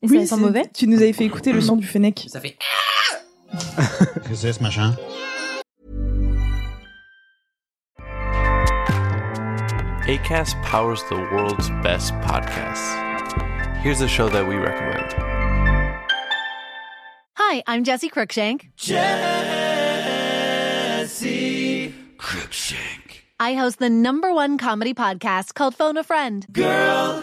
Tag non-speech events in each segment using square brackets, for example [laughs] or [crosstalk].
Et Oui, ça sent c'est- mauvais Tu nous avais fait écouter le son du fennec. Ça fait Qu'est-ce que c'est ce machin ACAST powers the world's best podcasts. Here's a show that we recommend. Hi, I'm Jesse Cruikshank. Jesse Cruikshank. I host the number one comedy podcast called Phone a Friend. Girl,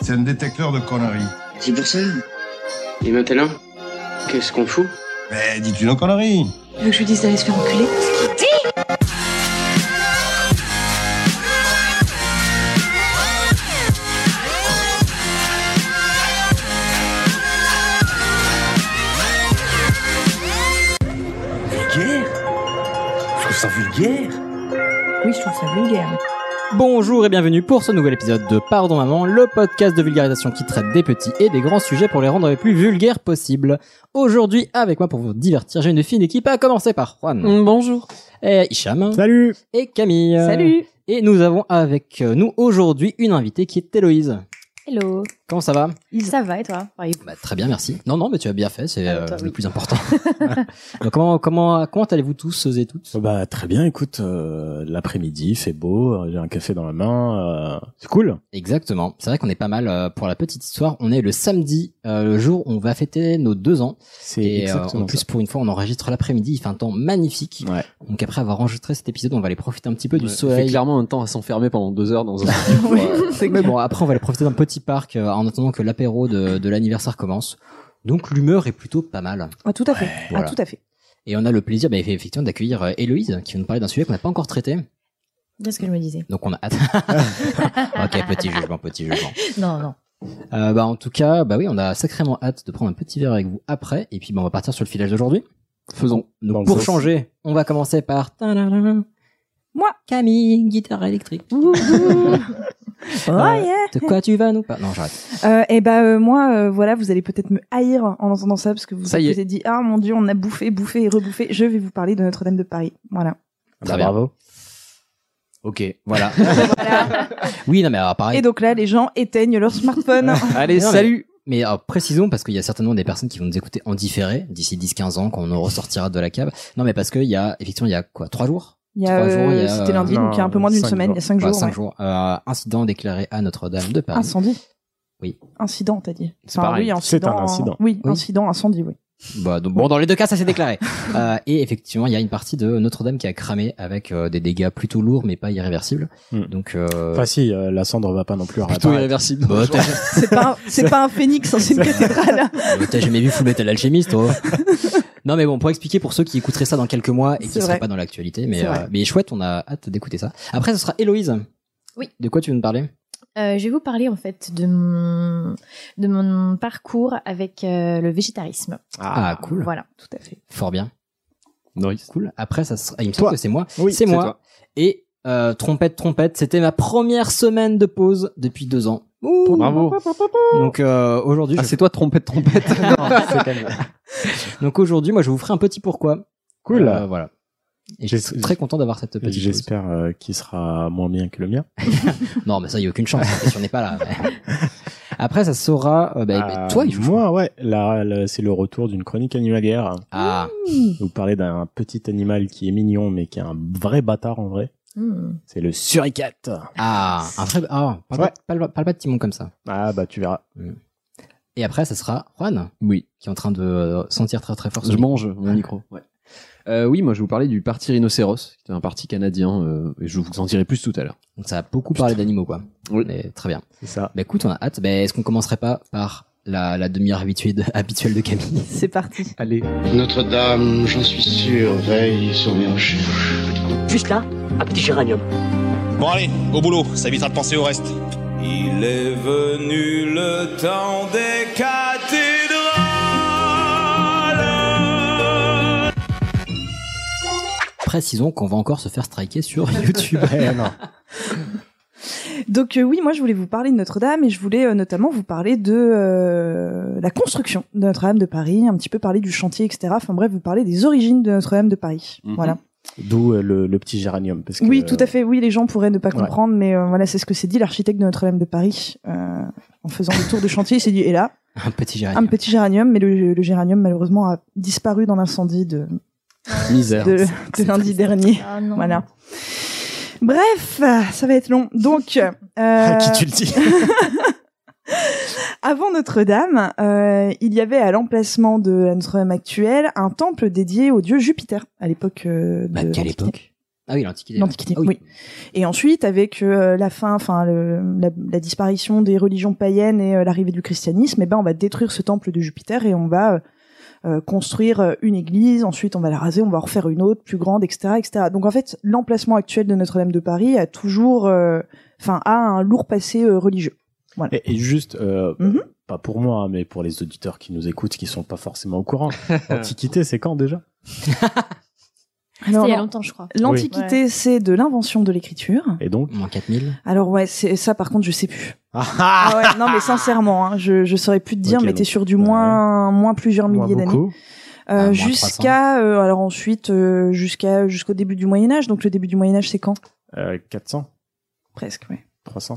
C'est un détecteur de conneries. C'est pour ça. Et maintenant, qu'est-ce qu'on fout Mais Ben, dis-tu nos conneries Tu veux que je lui dise d'aller se faire enculer Vulgaire Je trouve ça vulgaire. Oui, je trouve ça vulgaire. Bonjour et bienvenue pour ce nouvel épisode de Pardon Maman, le podcast de vulgarisation qui traite des petits et des grands sujets pour les rendre les plus vulgaires possibles. Aujourd'hui, avec moi pour vous divertir, j'ai une fine équipe à commencer par Juan, Bonjour. et Hicham, Salut et Camille. Euh, Salut. Et nous avons avec euh, nous aujourd'hui une invitée qui est Héloïse. Hello. Comment ça va Ça va et toi Enfin, il- bah, Très bien, merci. Non, non, mais tu as bien fait, c'est Ah, euh, toi, le oui. plus important. [laughs] Donc, comment, comment, comment allez-vous tous et toutes Bah très bien, écoute, euh, l'après-midi, il fait beau, euh, j'ai un café dans la main, euh, c'est cool. Exactement. C'est vrai qu'on est pas mal. euh, Pour la petite histoire, on est le samedi, euh, le jour où on va fêter nos deux ans. C'est Et euh, exactement en plus, pour une fois, on enregistre l'après-midi. Il fait un temps magnifique. ça. Ouais. Donc après avoir enregistré cet épisode, on va aller profiter un petit peu du Ouais, Fait soleil. [laughs] clairement un temps à s'enfermer pendant deux heures [laughs] dans un. Ah, Mais bon, après, on va aller profiter d'un petit parc euh, en attendant que l'apéro de, de l'anniversaire commence. Donc l'humeur est plutôt pas mal. Ah, tout à fait. Ah, Voilà. tout à fait. Et on a le plaisir, bah, effectivement, d'accueillir euh, Héloïse qui va nous parler d'un sujet qu'on n'a pas encore traité. C'est ce que je me disais. Donc on a hâte. [laughs] ok, petit jugement, petit jugement. [laughs] Non, non. Euh, bah, en tout cas, bah oui, on a sacrément hâte de prendre un petit verre avec vous après. Et puis, bah, on va partir sur le filage d'aujourd'hui. Faisons. Dans le Pour sens. changer, on va commencer par. tadadam. Moi, Camille, guitare électrique. [laughs] Mmh. [laughs] Oh Euh, yeah. De quoi tu vas nous pas Non, j'arrête. Euh, et bah euh, moi, euh, voilà, vous allez peut-être me haïr en entendant ça parce que vous Ça y est. vous êtes dit ah mon dieu, on a bouffé, bouffé et rebouffé. Je vais vous parler de Notre-Dame de Paris. Voilà. Très Bah, bien. Bravo. Ok, voilà. [laughs] oui, non, mais alors, pareil. Et donc là, les gens éteignent leur [laughs] smartphone. Allez, Non, mais- salut. Mais alors, précisons, parce qu'il y a certainement des personnes qui vont nous écouter en différé d'ici 10-15 ans quand on en ressortira de la cave. Non, mais parce qu'il y a, effectivement, il y a quoi Trois jours Il y a, euh, Trois jours, il y a- c'était lundi, Non, donc il y a un peu moins d'une cinq semaine. Il y a cinq Enfin, jours. cinq ouais. jours. Euh, incident déclaré à Notre-Dame de Paris. Incendie. Oui. Incident, t'as dit. C'est pareil. oui, C'est un incident, incident. Oui, Oui. incident, incendie, oui. Bah, donc, bon, dans les deux cas, ça s'est déclaré. [laughs] Euh, et effectivement, il y a une partie de Notre-Dame qui a cramé avec euh, des dégâts plutôt lourds, mais pas irréversibles. Hmm. Donc, euh, Enfin si, euh, la cendre va pas non plus Plutôt arrêter. irréversible. [laughs] bah, t'as C'est pas, un- c'est pas un phénix, hein, c'est une cathédrale. euh, t'as jamais vu Full Metal [laughs] Alchemist, toi Non, mais bon, pour expliquer pour ceux qui écouteraient ça dans quelques mois et C'est qui seraient vrai. pas dans l'actualité, mais C'est euh, vrai. mais chouette, on a hâte d'écouter ça. Après, ce sera Héloïse. Oui. De quoi tu veux nous parler Euh, je vais vous parler en fait de mon, de mon parcours avec euh, le végétarisme. Ah, cool. Voilà. Tout à fait. Fort bien. Nice. Cool. Après, ça sera. Il me Toi. semble que c'est moi. Oui, c'est c'est moi. toi. Et euh, trompette, trompette, c'était ma première semaine de pause depuis deux ans. Ouh. Bravo. Donc euh, aujourd'hui, Ah, je- c'est toi, trompette, trompette. [laughs] donc aujourd'hui, moi, je vous ferai un petit pourquoi. Cool. Euh, voilà. Et je suis J'es- très content d'avoir cette petite. pause. J'espère euh, qu'il sera moins bien que le mien. Non, mais ça, il n'y a aucune chance. hein, si on n'est pas là. [laughs] Après, ça sera. euh, bah, Ah, Euh, toi, il joue. Moi, ouais. Là, là, c'est le retour d'une chronique animalière. Ah, Vous parlez d'un petit animal qui est mignon, mais qui est un vrai bâtard en vrai. Hmm. C'est le suricate. ah, un vrai. Ah, parle, Ouais. pas, parle- parle pas de Timon comme ça. Ah bah tu verras. Et après, ça sera Juan Oui. qui est en train de euh, sentir très très fort. son Je micro. mange mon [laughs] micro. Ouais. Euh, oui, moi je vais vous parlais du parti rhinocéros, qui est un parti canadien, euh, et je vous en dirai plus tout à l'heure. Donc, ça a beaucoup parlé d'animaux, quoi. Oui. Mais très bien. C'est ça. Bah écoute, on a hâte. Bah, Est-ce qu'on commencerait pas par la, la demi-heure habituelle, [laughs] habituelle de Camille C'est parti. Allez. Notre-Dame, j'en suis sûr, veille sur mes recherches. Bon allez, au boulot, ça évitera de penser au reste. Il est venu le temps des cathédrales. Précisons qu'on va encore se faire striker [laughs] sur [laughs] YouTube. Ouais, non. Donc euh, oui, moi je voulais vous parler de Notre-Dame et je voulais euh, notamment vous parler de euh, la construction de Notre-Dame de Paris, un petit peu parler du chantier, etc. Enfin bref, vous parler des origines de Notre-Dame de Paris. Mhm. Voilà. D'où euh, le, le petit géranium. Parce que, euh, Oui, tout à fait. Oui, les gens pourraient ne pas Ouais. comprendre, mais euh, voilà, c'est ce que s'est dit l'architecte de Notre-Dame de Paris euh, en faisant le tour de chantier. Il s'est dit, et là, Un petit un géranium. petit géranium, mais le, le géranium malheureusement a disparu dans l'incendie de, Misère. [laughs] de, de lundi dernier. Ah non. Voilà. Bref, euh, ça va être long. Donc, euh, À Ah, qui tu [laughs] le dis avant Notre-Dame, euh, il y avait à l'emplacement de la Notre-Dame actuelle un temple dédié au dieu Jupiter à l'époque euh, de Bah, quelle l'Antiquité. époque Ah oui, l'Antiquité. L'Antiquité, Ah oui. Et ensuite, avec euh, la fin, enfin le- la, la disparition des religions païennes et euh, l'arrivée du christianisme, eh ben on va détruire ce temple de Jupiter et on va euh, euh, construire euh, une église. Ensuite, on va la raser, on va en refaire une autre plus grande, etc., etc. Donc en fait, l'emplacement actuel de Notre-Dame de Paris a toujours, euh, enfin a un lourd passé euh, religieux. Et, et juste, euh, Mhm. pas pour moi, hein, mais pour les auditeurs qui nous écoutent, qui sont pas forcément au courant. Antiquité, c'est quand déjà C'était Alors, il y a longtemps, je crois. l'Antiquité, c'est de l'invention de l'écriture. Et donc Moins 4000. Alors ouais, c'est ça par contre, je sais plus. Ah, Ah ouais, non mais sincèrement, hein, je je saurais plus te dire, Ok, mais donc, t'es sur du ouais. moins moins plusieurs moi, milliers d'années. beaucoup. Euh, Ah, moins jusqu'à euh, alors ensuite euh, jusqu'à jusqu'au début du Moyen Âge. Donc le début du Moyen Âge c'est quand Euh, 400 Presque, oui. 300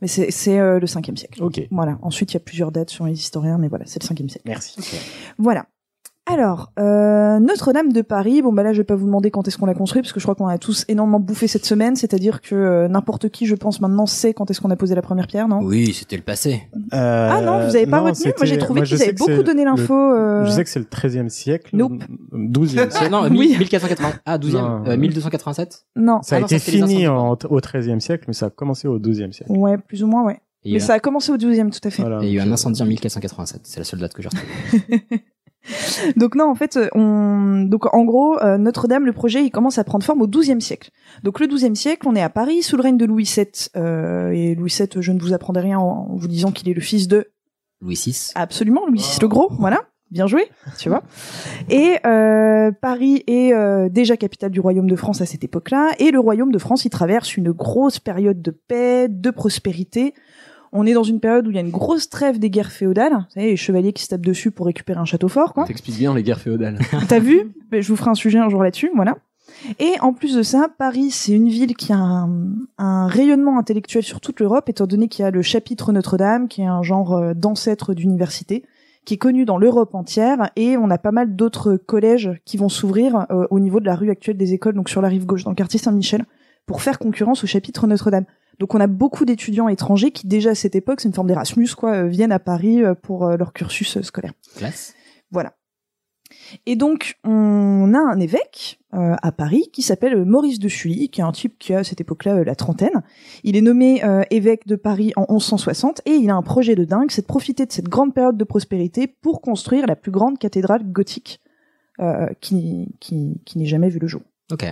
Mais c'est c'est euh, le 5e siècle. Ok. Voilà. Ensuite, il y a plusieurs dates sur les historiens, mais voilà, c'est le 5e siècle. Merci. Voilà. Alors, euh, Notre-Dame de Paris, bon bah là je vais pas vous demander quand est-ce qu'on l'a construit parce que je crois qu'on a tous énormément bouffé cette semaine, c'est-à-dire que euh, n'importe qui je pense maintenant sait quand est-ce qu'on a posé la première pierre, non Oui, c'était le [laughs] passé. Euh, Ah non, vous avez pas retenu Moi j'ai trouvé qu'ils avaient beaucoup donné l'info. euh, Je sais que c'est le 13e siècle. Nope. m- 12e siècle. Ah, non, Oui. 1480. Ah, 12e. Non. euh, 1287. Non. Ça Ah a non, été ça, c'était les fini incendies. en- au 13e siècle, mais ça a commencé au 12e siècle. Ouais, plus ou moins, ouais. Et il y euh, Mais a- ça a commencé au 12e, tout à fait. Ah, Voilà. euh, et il y a eu un Je- incendie en 1487. C'est la seule date que j'ai retrouvée. Donc non, en fait, euh, on donc en gros euh, Notre-Dame, le projet, il commence à prendre forme au XIIe siècle. Donc le XIIe siècle, on est à Paris sous le règne de Louis VII. euh, et Louis VII, je ne vous apprendrai rien en en vous disant qu'il est le fils de Louis VI. absolument Louis VI le Gros. Voilà, bien joué, tu vois. Et euh, Paris est euh, déjà capitale du royaume de France à cette époque-là, et le royaume de France, il traverse une grosse période de paix, de prospérité. On est dans une période où il y a une grosse trêve des guerres féodales, vous savez, les chevaliers qui se tapent dessus pour récupérer un château fort, quoi. T'expliques bien les guerres féodales. T'as vu Mais Je vous ferai un sujet un jour là-dessus, voilà. Et en plus de ça, Paris, c'est une ville qui a un, un rayonnement intellectuel sur toute l'Europe, étant donné qu'il y a le chapitre Notre-Dame, qui est un genre euh, d'ancêtre d'université, qui est connu dans l'Europe entière, et on a pas mal d'autres collèges qui vont s'ouvrir euh, au niveau de la rue actuelle des écoles, donc sur la rive gauche, dans le quartier Saint-Michel, pour faire concurrence au chapitre Notre-Dame. Donc on a beaucoup d'étudiants étrangers qui déjà à cette époque, c'est une forme d'Erasmus, quoi, euh, viennent à Paris euh, pour euh, leur cursus euh, scolaire. Classe. Et donc, on a un évêque euh, à Paris qui s'appelle Maurice de Sully, qui est un type qui a à cette époque-là euh, la trentaine. Il est nommé euh, évêque de Paris en 1160 et il a un projet de dingue, c'est de profiter de cette grande période de prospérité pour construire la plus grande cathédrale gothique euh, qui, qui, qui n'ait jamais vu le jour. Ok.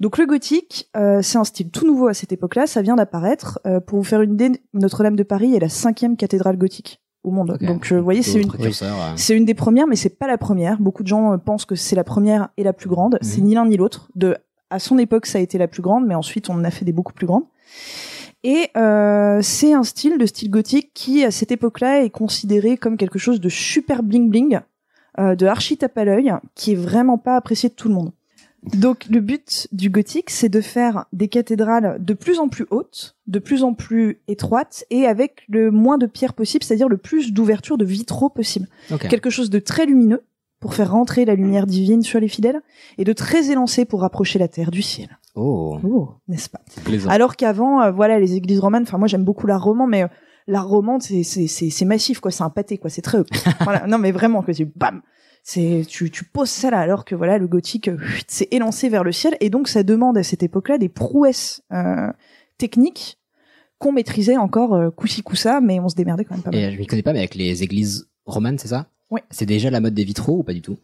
Donc le gothique, euh, c'est un style tout nouveau à cette époque-là, ça vient d'apparaître. Euh, pour vous faire une idée, Notre-Dame de Paris est la cinquième cathédrale gothique au monde. Ok. Donc euh, vous voyez, c'est une, D'autres précurseurs, euh, c'est une des premières, mais c'est pas la première. Beaucoup de gens euh, pensent que c'est la première et la plus grande. C'est ni l'un ni l'autre. De à son époque, ça a été la plus grande, mais ensuite on en a fait des beaucoup plus grandes. Et euh, c'est un style, le style gothique, qui à cette époque-là est considéré comme quelque chose de super bling bling, euh, de archi tape à l'œil, qui est vraiment pas apprécié de tout le monde. Donc le but du gothique, c'est de faire des cathédrales de plus en plus hautes, de plus en plus étroites, et avec le moins de pierres possible, c'est-à-dire le plus d'ouvertures de vitraux possible Ok. quelque chose de très lumineux pour faire rentrer la lumière divine sur les fidèles et de très élancé pour rapprocher la terre du ciel. Oh. n'est-ce pas C'est plaisant. Alors qu'avant, euh, voilà, les églises romanes. Enfin, moi, j'aime beaucoup l'art roman, mais euh, l'art roman, c'est c'est c'est c'est massif, quoi. C'est un pâté, quoi. C'est très. voilà. Non, mais vraiment, que tu bam. C'est tu tu poses ça là, alors que voilà, le gothique, euh, chut, c'est élancé vers le ciel et donc ça demande à cette époque-là des prouesses euh, techniques qu'on maîtrisait encore euh, coussi coussa, mais on se démerdait quand même pas mal. Et je m'y connais pas, mais avec les églises romanes, c'est ça Oui. C'est déjà la mode des vitraux ou pas du tout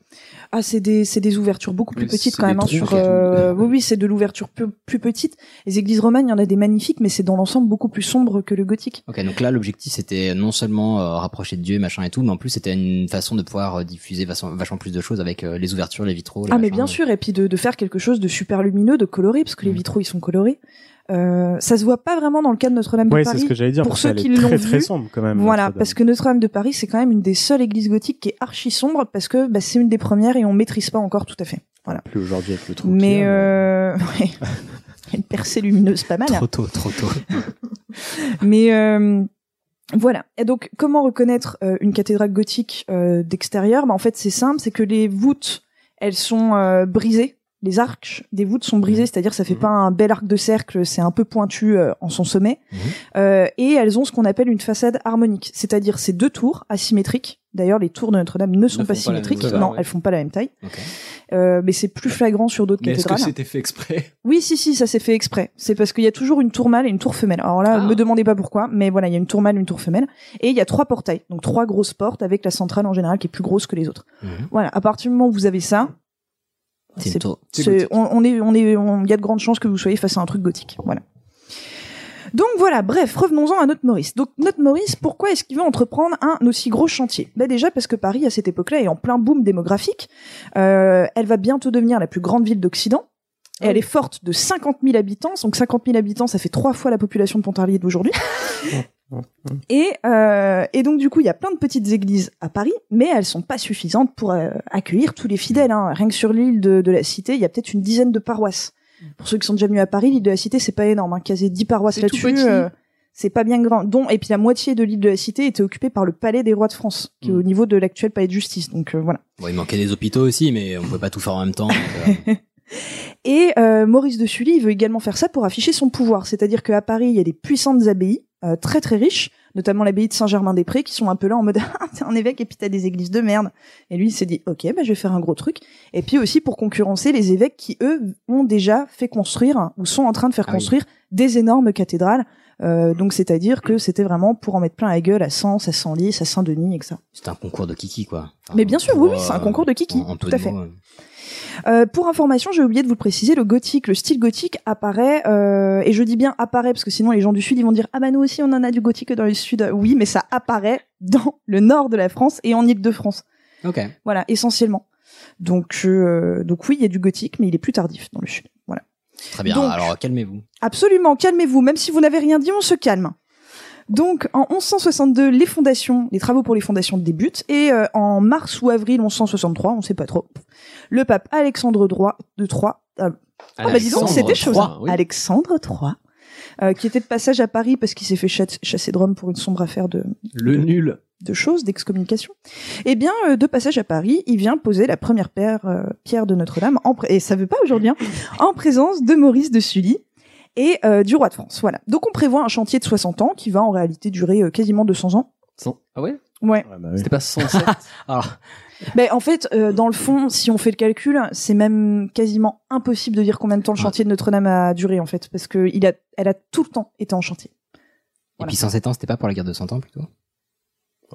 Ah, c'est des, c'est des ouvertures beaucoup plus Oui, petites c'est quand des même. hein, trous, sur, en fait. euh, oui, oui, c'est de l'ouverture plus, plus petite. Les églises romanes, il y en a des magnifiques, mais c'est dans l'ensemble beaucoup plus sombre que le gothique. Ok, donc là l'objectif c'était non seulement euh, rapprocher de Dieu, machin et tout, mais en plus c'était une façon de pouvoir euh, diffuser vachement, vachement plus de choses avec euh, les ouvertures, les vitraux. Les Ah mais machins. euh, bien sûr, et puis de, de faire quelque chose de super lumineux, de coloré, parce Mm. que les vitraux ils sont colorés. Euh, ça se voit pas vraiment dans le cas de Notre-Dame Ouais, de c'est Paris. ce que j'allais dire, Pour parce ceux qu'elle qui est l'ont très, vu, très sombre, quand même, Voilà, Notre-Dame. parce que Notre-Dame de Paris c'est quand même une des seules églises gothiques qui est archi sombre parce que bah, c'est une des premières et on maîtrise pas encore tout à fait. Voilà. Plus aujourd'hui avec le trou. Mais euh... ouais. [laughs] une percée lumineuse pas mal. hein. Trop tôt, trop tôt. [laughs] Mais euh, voilà. Et donc, comment reconnaître euh, une cathédrale gothique euh, d'extérieur bah, En fait, c'est simple, c'est que les voûtes, elles sont euh, brisées. Les arches des voûtes sont Mmh. brisées, c'est-à-dire ça fait pas un bel arc de cercle, c'est un peu pointu euh, en son sommet. Mmh. Euh, et elles ont ce qu'on appelle une façade harmonique, c'est-à-dire ces deux tours asymétriques. D'ailleurs, les tours de Notre-Dame ne sont font pas pas la même symétriques, taille, non, ouais. elles font pas la même taille. Euh, mais c'est plus flagrant sur d'autres Mais est-ce que cathédrales. c'était fait exprès Oui, si, si, ça s'est fait exprès. C'est parce qu'il y a toujours une tour mâle et une tour femelle. Alors là, Ah. me demandez pas pourquoi, mais voilà, il y a une tour mâle, une tour femelle, et il y a trois portails, donc trois grosses portes avec la centrale en général qui est plus grosse que les autres. Voilà, à partir du moment où vous avez ça, C'est Mhm. une c'est- tour. c'est- on, on est, on est, on- il y a de grandes chances que vous soyez face à un truc gothique. Voilà. Donc voilà, bref, revenons-en à notre Maurice. Donc notre Maurice, pourquoi est-ce qu'il veut entreprendre un aussi gros chantier Bah déjà parce que Paris à cette époque-là est en plein boom démographique. Euh, elle va bientôt devenir la plus grande ville d'Occident. Et Oh. elle est forte de 50 000 habitants. Donc 50 000 habitants, ça fait trois fois la population de Pontarlier [laughs] d'aujourd'hui. Et, euh, et donc du coup, il y a plein de petites églises à Paris, mais elles sont pas suffisantes pour euh, accueillir tous les fidèles. hein. Rien que sur l'île de, de la Cité, il y a peut-être une dizaine de paroisses. Mm. Pour ceux qui sont déjà venus à Paris, l'île de la Cité, c'est pas énorme. Hein. Quasi 10 paroisses C'est tout là-dessus, petit. euh, c'est pas bien grand. Dont et puis la moitié de l'île de la Cité était occupée par le palais des rois de France, Mm. qui est au niveau de l'actuel palais de justice. Donc euh, voilà. Bon, il manquait des hôpitaux aussi, mais on pouvait pas tout faire en même temps. donc, euh, Et euh, Maurice de Sully il veut également faire ça pour afficher son pouvoir, c'est-à-dire qu'à Paris, il y a des puissantes abbayes euh, très très riches, notamment l'abbaye de Saint-Germain-des-Prés, qui sont un peu là en mode [laughs] Ah, t'es un évêque et puis t'as des églises de merde. Et lui, il s'est dit ok, bah, je vais faire un gros truc. Et puis aussi pour concurrencer les évêques qui eux ont déjà fait construire hein, ou sont en train de faire Ah oui. construire des énormes cathédrales. Euh, donc c'est-à-dire que c'était vraiment pour en mettre plein la gueule à Sens, à Senlis, à Saint-Denis, etc. C'était un concours de kiki, quoi. Mais bien sûr, oui, oui, c'est un euh, concours de kiki, en- en tout peu à de fait. mots, euh. Euh, pour information, j'ai oublié de vous le préciser, le gothique, le style gothique apparaît, euh, et je dis bien apparaît parce que sinon les gens du sud ils vont dire ah bah nous aussi on en a du gothique dans le sud. Oui, mais ça apparaît dans le nord de la France et en Île-de-France. Ok. Voilà, essentiellement. Donc euh, donc oui, il y a du gothique, mais il est plus tardif dans le sud. Voilà. Très bien. Donc- Alors calmez-vous. Absolument, calmez-vous, même si vous n'avez rien dit, on se calme. Donc en 1162, les fondations, les travaux pour les fondations débutent et euh, en mars ou avril 1163, on sait pas trop. Le pape Alexandre III de Troyes, euh, ah bah dis donc, c'est des choses. Alexandre III, hein. oui. Alexandre III, euh, qui était de passage à Paris parce qu'il s'est fait cha- chasser de Rome pour une sombre affaire de Le nul. de choses, d'excommunication. Eh bien, euh, de passage à Paris, il vient poser la première pierre, euh, pierre de Notre-Dame, en pré- et ça veut pas aujourd'hui, hein, en présence de Maurice de Sully et euh, du roi de France. Voilà. Donc on prévoit un chantier de 60 ans qui va en réalité durer euh, quasiment 200 ans. Ah ouais euh, Ouais. C'était pas 107 Alors, Ben, en fait, euh, dans le fond, si on fait le calcul, c'est même quasiment impossible de dire combien de temps le chantier de Notre-Dame a duré, en fait, parce que il a, elle a tout le temps été en chantier. Et puis 107 ans, c'était pas pour la guerre de 100 ans plutôt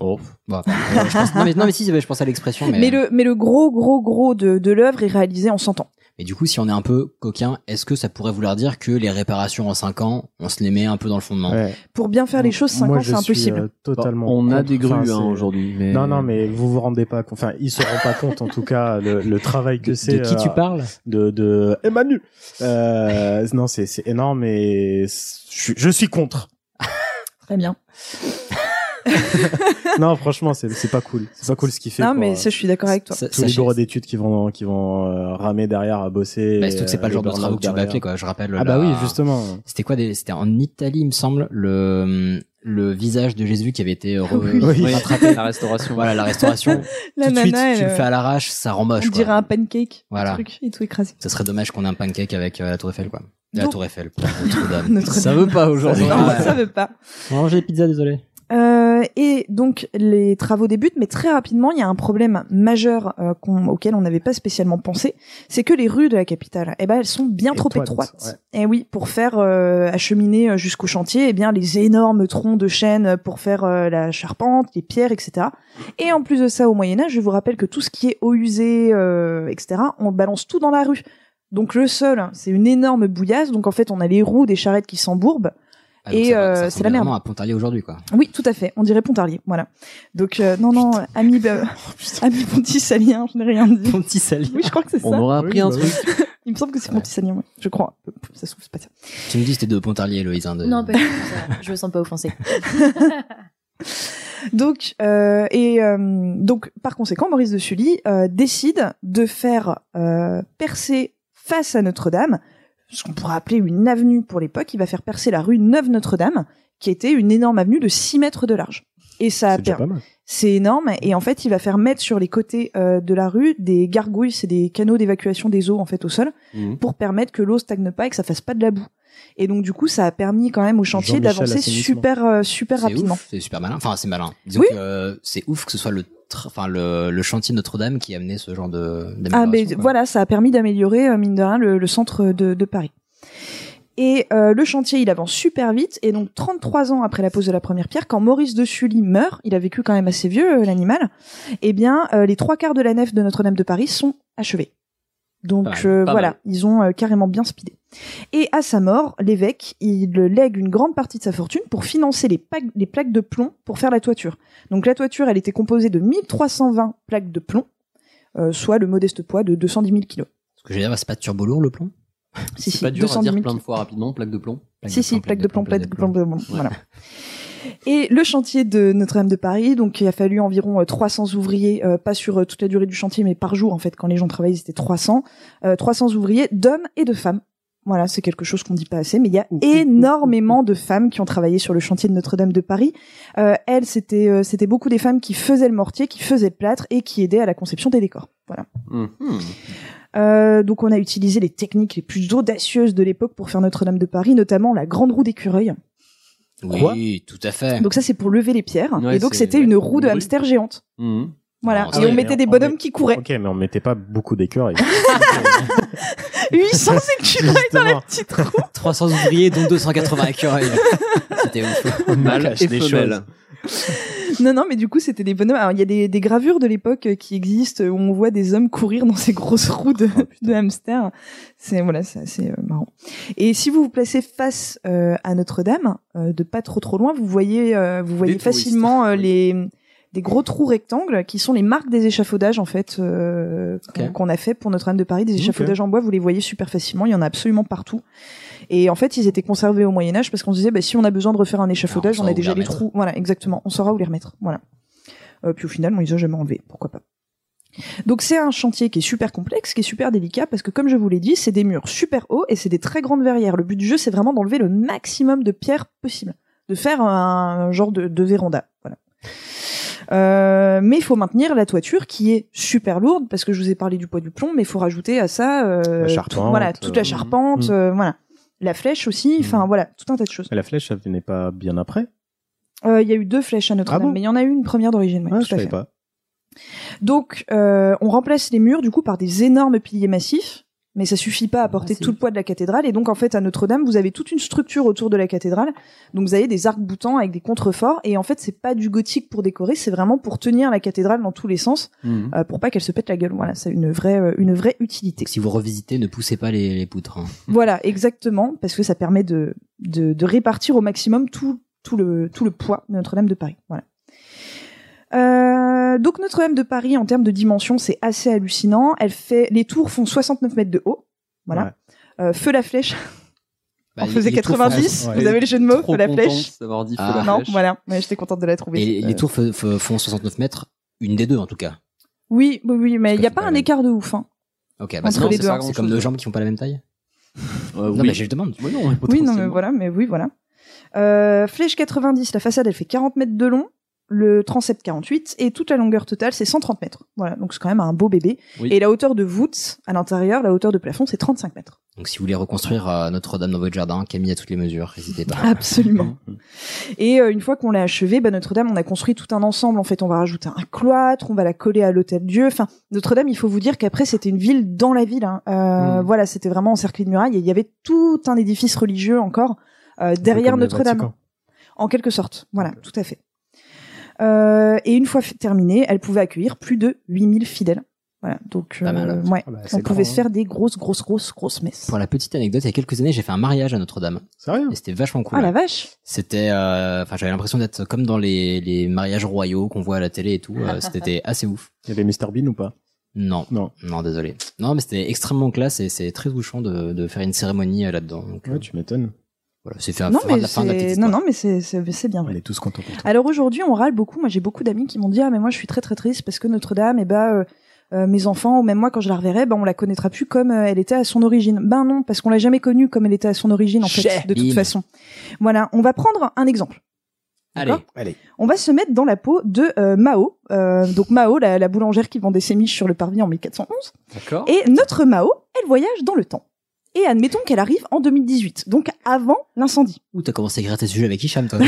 Oh. Bon, enfin, euh, je pense- non, mais, non, mais si, je pense [laughs] à l'expression. Mais, euh, Mais, le, mais le gros, gros, gros de, de l'œuvre est réalisé en 100 ans. mais du coup, si on est un peu coquin, est-ce que ça pourrait vouloir dire que les réparations en 5 ans, on se les met un peu dans le fondement Pour bien faire les choses, 5 Moi, ans, je c'est suis, impossible. euh, totalement. Bon, on a contre. des grues, c'est- hein, aujourd'hui, mais- Non, non, mais vous vous rendez pas compte. Enfin, ils se rendent pas compte, en tout cas, le, le travail que c'est. euh, qui tu parles De, de Emmanuel. Euh, non, c'est, c'est énorme et c'est- je suis- je suis contre. Très bien. non, franchement, c'est, c'est pas cool. C'est pas cool ce qu'il fait. Non, pour, mais euh, ça, je suis d'accord avec toi. Ça- tous les bureaux d'études qui vont, qui vont euh, ramer derrière à bosser. Bah, surtout que c'est euh, pas le genre les de travaux que tu vas burn-out appeler, derrière. quoi. Je rappelle. la- Ah, bah oui, justement. C'était quoi des... C'était en Italie, il me semble, le le visage de Jésus qui avait été re- Oui. Oui. rattrapé. La restauration. Voilà, la restauration. [laughs] La Tout de suite, nana, tu le elle, fais à l'arrache, ça rend moche. On dirait quoi. un pancake. Voilà. Un truc et tout écrasé. Ça serait dommage qu'on ait un pancake avec euh, la Tour Eiffel, quoi. La Donc- Tour Eiffel, Notre-Dame. [laughs] Notre-Dame. [laughs] Ça veut pas aujourd'hui. Non, ça veut pas. Manger pizza, désolé. Euh, Euh, et donc les travaux débutent, mais très rapidement, il y a un problème majeur euh, qu'on- auquel on n'avait pas spécialement pensé, c'est que les rues de la capitale, eh ben, elles sont bien trop Étroites, étroites. Et oui, pour faire euh, acheminer euh, jusqu'au chantier, eh bien les énormes troncs de chêne pour faire euh, la charpente, les pierres, etc. Et en plus de ça, au Moyen Âge, je vous rappelle que tout ce qui est eau usée, euh, etc., on balance tout dans la rue. Donc le sol, c'est une énorme bouillasse. Donc en fait, on a les roues des charrettes qui s'embourbent. Ah, donc et ça va- ça euh, c'est ressemble la merde. vraiment à Pontarlier aujourd'hui, quoi. Oui, tout à fait. On dirait Pontarlier. Voilà. Donc, euh, non, non, ami, euh, ami Pontisalien, je n'ai rien dit. Pontisalien. Oui, je crois que [laughs] c'est ça. On aura appris Oui, un bah truc. Il me semble que c'est Pontisalien, oui. Je crois. Ça se trouve, c'est pas ça. Tu me dis c'était de Pontarlier, Héloïse. hein, de- Non, pas du tout, ça va. je me sens pas offensée. Donc, euh, et euh, donc, par conséquent, Maurice de Sully euh, décide de faire euh, percer face à Notre-Dame ce qu'on pourrait appeler une avenue pour l'époque. Il va faire percer la rue Neuve Notre-Dame, qui était une énorme avenue de 6 mètres de large. Et ça a déjà per- pas mal. C'est énorme. Et en fait, il va faire mettre sur les côtés euh, de la rue des gargouilles, c'est des canaux d'évacuation des eaux en fait au sol, Mhm. pour permettre que l'eau stagne pas et que ça fasse pas de la boue. Et donc du coup, ça a permis quand même au chantier Jean-Michel d'avancer assainissement. super euh, super C'est rapidement. ouf, C'est super malin. Enfin, c'est malin. Disons que euh, c'est ouf que ce soit le, tr- enfin, le, le chantier Notre-Dame qui a amené ce genre de. Ah, d'amélioration, mais quoi. voilà, ça a permis d'améliorer, euh, mine de rien, le, le centre de, de Paris. Et euh, le chantier, il avance super vite. Et donc, 33 ans après la pose de la première pierre, quand Maurice de Sully meurt, il a vécu quand même assez vieux, euh, l'animal, eh bien, euh, les trois quarts de la nef de Notre-Dame de Paris sont achevés. Donc Pas mal, euh, pas voilà, mal. ils ont euh, carrément bien speedé. Et à sa mort, l'évêque, il lègue une grande partie de sa fortune pour financer les, pa- les plaques de plomb pour faire la toiture. Donc la toiture, elle était composée de 1320 plaques de plomb, euh, soit le modeste poids de 210 000 kilos. Parce que je veux dire, c'est pas turbo lourd le plomb [laughs] Si, C'est si, pas dur à 210 dire 000 plein de fois rapidement, plaque de plomb. Si, si, plaque de plomb, plaque de plomb, plaque de plomb, voilà. [laughs] Et le chantier de Notre-Dame de Paris, donc il a fallu environ euh, 300 ouvriers, euh, pas sur euh, toute la durée du chantier, mais par jour en fait, quand les gens travaillaient, c'était 300, euh, 300 ouvriers d'hommes et de femmes. Voilà, c'est quelque chose qu'on dit pas assez, mais il y a énormément de femmes qui ont travaillé sur le chantier de Notre-Dame de Paris. Euh, elles, c'était euh, c'était beaucoup des femmes qui faisaient le mortier, qui faisaient le plâtre et qui aidaient à la conception des décors. Voilà. Euh, donc on a utilisé les techniques les plus audacieuses de l'époque pour faire Notre-Dame de Paris, notamment la grande roue d'écureuil. Oui, tout à fait. [laughs] Donc ça c'est pour lever les pierres. Ouais, et donc c'est- c'était ouais, une roue de une rue. hamster géante. Mmh, Mhm. Voilà. Ah et oui, on mettait mais des on- bonhommes qui couraient. Ok, mais on mettait pas [laughs] beaucoup d'écureuils. 800 écureuils dans la petite roue. 300 ouvriers, donc 280 [laughs] écureuils. C'était ouf. Mâle et femelle. [laughs] Non, non, mais du coup, c'était des bonhommes. Alors, il y a des, des gravures de l'époque euh, qui existent où on voit des hommes courir dans ces grosses [laughs] roues de, Oh, de hamster. C'est voilà, c'est assez euh, marrant. Et si vous vous placez face euh, à Notre-Dame, euh, de pas trop trop loin, vous voyez, euh, vous voyez touristes. facilement euh, les des gros trous rectangles qui sont les marques des échafaudages en fait euh, qu'on- Ok. qu'on a fait pour Notre-Dame de Paris des échafaudages en bois vous les voyez super facilement il y en a absolument partout et en fait ils étaient conservés au Moyen Âge parce qu'on se disait bah, si on a besoin de refaire un échafaudage Alors, on saura où on a déjà les les remettre. trous voilà exactement on saura où les remettre voilà euh, puis au final, on les a jamais enlevés, pourquoi pas. Donc c'est un chantier qui est super complexe, qui est super délicat, parce que comme je vous l'ai dit, c'est des murs super hauts et c'est des très grandes verrières. Le but du jeu, c'est vraiment d'enlever le maximum de pierres possible, de faire un genre de, de véranda. Voilà. Euh, mais il faut maintenir la toiture qui est super lourde parce que je vous ai parlé du poids du plomb, mais il faut rajouter à ça euh, La tout- charpente, voilà toute la euh, charpente, mm. euh, voilà la flèche aussi, Hmm. enfin voilà tout un tas de choses. Mais La flèche, ça venait pas bien après Euh, Il y a eu deux flèches à Notre-Dame, Ah bon mais il y en a eu une première d'origine. ouais, Ah, tout Je à savais fait. pas. Donc, euh, on remplace les murs du coup par des énormes piliers massifs, mais ça suffit pas à porter tout le poids de la cathédrale. Et donc, en fait, à Notre-Dame, vous avez toute une structure autour de la cathédrale. Donc, vous avez des arcs boutants avec des contreforts. Et en fait, c'est pas du gothique pour décorer, c'est vraiment pour tenir la cathédrale dans tous les sens, mmh. Mhm. euh, pour pas qu'elle se pète la gueule. Voilà, c'est une vraie, euh, une vraie utilité. Si vous revisitez, ne poussez pas les, les poutres. hein. Voilà, exactement, parce que ça permet de, de, de répartir au maximum tout, tout, le, tout le poids de Notre-Dame de Paris. Voilà. Euh, donc Notre-Dame de Paris, en termes de dimension, c'est assez hallucinant. Elle fait, les tours font 69 mètres de haut. Voilà. Euh, feu la flèche. [laughs] Bah, On il- faisait il est trop 90. fort. Vous Ouais. avez le jeu de mots, Trop feu la content de flèche. Ah, savoir dit feu la non, flèche. voilà. Mais j'étais contente de la trouver. Et les- Euh, les tours fe- fe- font 69 mètres, une des deux en tout cas. Oui, oui, oui, mais il n'y a pas un écart de ouf. hein. Ok, bah Entre sinon, les c'est deux, pas hein, grand- c'est c'est comme chaud. deux jambes qui font pas la même taille Non, Euh, Bah oui. mais je le demande. Ouais, non, Oui, non, mais voilà, mais oui, voilà. Euh, flèche 90, la façade, elle fait 40 mètres de long. le transept 48 et toute la longueur totale c'est 130 mètres. Voilà, donc c'est quand même un beau bébé. Oui. Et la hauteur de voûte à l'intérieur, la hauteur de plafond c'est 35 mètres. Donc si vous voulez reconstruire euh, Notre-Dame dans votre jardin, Camille a toutes les mesures, n'hésitez pas. Ah. Absolument. Et euh, une fois qu'on l'a achevé, bah, Notre-Dame, on a construit tout un ensemble. En fait, on va rajouter un cloître, on va la coller à l'hôtel Dieu. Enfin, Notre-Dame, il faut vous dire qu'après, c'était une ville dans la ville. hein. Euh, Voilà, c'était vraiment encerclé de murailles. Et il y avait tout un édifice religieux encore euh, derrière comme le Notre-Dame. Vatican. En quelque sorte. Voilà, tout à fait. Euh, et une fois fi- terminée, elle pouvait accueillir plus de 8000 fidèles. Voilà, donc euh, Pas mal, hein. ouais, Ah bah, on c'est pouvait grand, se faire des grosses, grosses, grosses, grosses messes. Pour la petite anecdote, il y a quelques années, j'ai fait un mariage à Notre-Dame. Sérieux Et c'était vachement cool. Ah la vache C'était, euh, enfin, j'avais l'impression d'être comme dans les, les mariages royaux qu'on voit à la télé et tout. [laughs] Euh, c'était assez ouf. Il y avait Mr Bean ou pas Non. Non. Non, désolé. Non, mais c'était extrêmement classe et c'est très touchant de, de faire une cérémonie euh, là-dedans. Donc, Ouais, tu m'étonnes. Voilà, c'est fait à Non fin de mais, la fin de la petite c'est... non, non, mais c'est, c'est, c'est bien vrai. On est tous contents. Alors aujourd'hui, on râle beaucoup. Moi, j'ai beaucoup d'amis qui m'ont dit ah mais moi je suis très très triste parce que Notre-Dame, eh ben euh, euh, mes enfants ou même moi quand je la reverrai, ben on la connaîtra plus comme euh, elle était à son origine. Ben non, parce qu'on l'a jamais connue comme elle était à son origine en fait. Chez De toute Bim. façon, voilà. On va prendre un exemple. Allez, D'accord On va se mettre dans la peau de euh, Mao. Euh, donc Mao, la, la boulangère qui vendait ses miches sur le parvis en 1411. D'accord. Et notre Mao, elle voyage dans le temps. Et admettons qu'elle arrive en 2018, donc avant l'incendie. Ouh, t'as commencé à écrire tes sujets avec Hicham, [laughs] toi.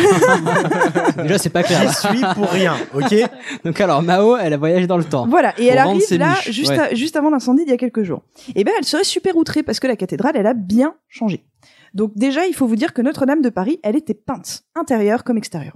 Déjà, c'est pas clair. Je suis pour rien, ok [laughs] Donc alors, Mao, elle a voyagé dans le temps. Voilà, et Ah, Pour elle vendre arrive ses là miches. juste, Ouais. à- juste avant l'incendie d'il y a quelques jours. Et ben elle serait super outrée parce que la cathédrale, elle a bien changé. Donc déjà, il faut vous dire que Notre-Dame de Paris, elle était peinte, intérieure comme extérieure.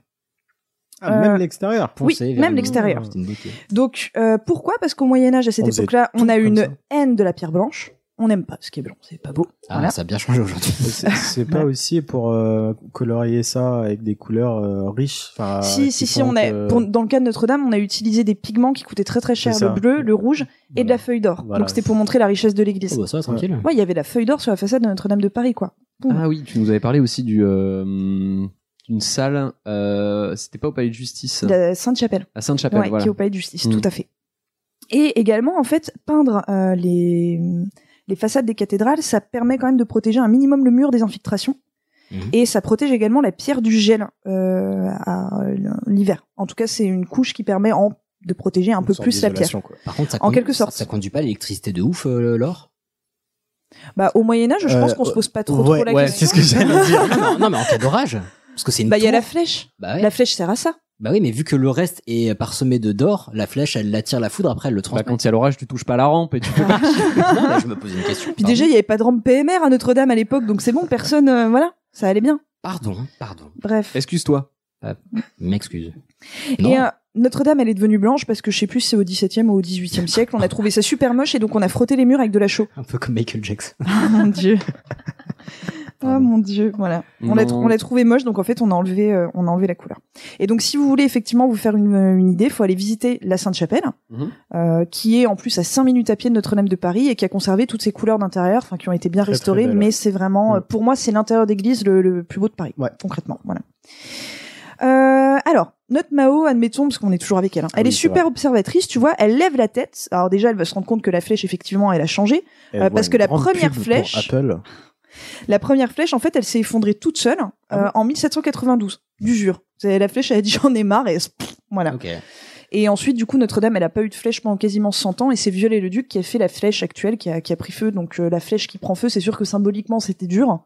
Ah, Euh, Même l'extérieur. Poncée oui, vers même le- l'extérieur. C'était une beauté. Donc euh, pourquoi Parce qu'au Moyen Âge, à cette On faisait époque-là, on a tout comme une ça. haine de la pierre blanche. On n'aime pas ce qui est blanc, c'est pas beau. Ah, Voilà. ça a bien changé [laughs] aujourd'hui. C'est c'est pas aussi pour euh, colorier ça avec des couleurs euh, riches. enfin, euh, si, qui si, si, font on a, que- pour- dans le cas de Notre-Dame, on a utilisé des pigments qui coûtaient très très cher, C'est le ça. bleu, le rouge et de la feuille d'or. Voilà. Donc c'était pour montrer la richesse de l'église. Oh, bah, ça va, tranquille. Ouais, il y avait la feuille d'or sur la façade de Notre-Dame de Paris, quoi. Ah oui, tu nous avais parlé aussi du euh, d'une salle. euh, C'était pas au palais de justice La Sainte-Chapelle. à Sainte-Chapelle, Ouais, voilà. qui est au palais de justice, Mm. tout à fait. Et également, en fait, peindre euh, les, les façades des cathédrales, ça permet quand même de protéger un minimum le mur des infiltrations. Mhm. Et ça protège également la pierre du gel euh, à l'hiver. En tout cas, c'est une couche qui permet en- de protéger un une peu sorte plus la pierre. d'isolation, quoi. Par contre, ça En quelque sorte. Ça conduit pas à l'électricité de ouf, euh, l'or Bah, au Moyen Âge, je Euh, pense qu'on se pose pas trop, trop la ouais, question. c'est ce que [laughs] j'allais dire. non, non, non, mais en cas d'orage. Parce que c'est une Bah, il y a tour. la flèche. Bah, ouais. La flèche sert à [laughs] ça. bah oui, mais vu que le reste est parsemé de d'or, la flèche, elle attire la foudre, après elle le Bah, transmet. quand il y a l'orage, tu touches pas la rampe et tu peux pas. Non, mais je me posais une question. Puis déjà, il y avait pas de rampe PMR à Notre-Dame à l'époque, donc c'est bon, personne, euh, voilà, ça allait bien. Pardon, pardon. Bref. Excuse-toi. M'excuse. Et Non. euh, Notre-Dame, elle est devenue blanche parce que je sais plus si c'est au XVIIe ou au XVIIIe siècle. On a trouvé ça super moche et donc on a frotté les murs avec de la chaux. Un peu comme Michael Jackson. Oh mon dieu. Oh Pardon. mon dieu, voilà. On l'a, tr- Non. on l'a trouvé moche, donc en fait on a enlevé, euh, on a enlevé la couleur. Et donc si vous voulez effectivement vous faire une, euh, une idée, faut aller visiter la Sainte-Chapelle, Mhm. euh, qui est en plus à 5 minutes à pied de Notre-Dame de Paris et qui a conservé toutes ses couleurs d'intérieur, enfin qui ont été bien Très, très restaurées, belle. mais c'est vraiment, Mhm. euh, pour moi, c'est l'intérieur d'église le, le plus beau de Paris, Ouais. concrètement. Voilà. Euh, alors, notre Mao, admettons, parce qu'on est toujours avec elle, hein, Ah elle oui, est c'est super observatrice, tu vois, elle lève la tête. Alors déjà, elle va se rendre compte que la flèche, effectivement, elle a changé. Elle Euh, voit parce une que la grande première pub pour flèche- Apple. La première flèche, en fait, elle s'est effondrée toute seule Ah euh, en 1792, du jure. C'est- La flèche, elle a dit [laughs] j'en ai marre et elle se- pff, Ah voilà. Ah, Ok. Et ensuite, du coup, Notre-Dame, elle a pas eu de flèche pendant quasiment 100 ans et c'est Viollet-le-Duc qui a fait la flèche actuelle qui a, qui a pris feu. Donc euh, la flèche qui prend feu, c'est sûr que symboliquement, c'était dur.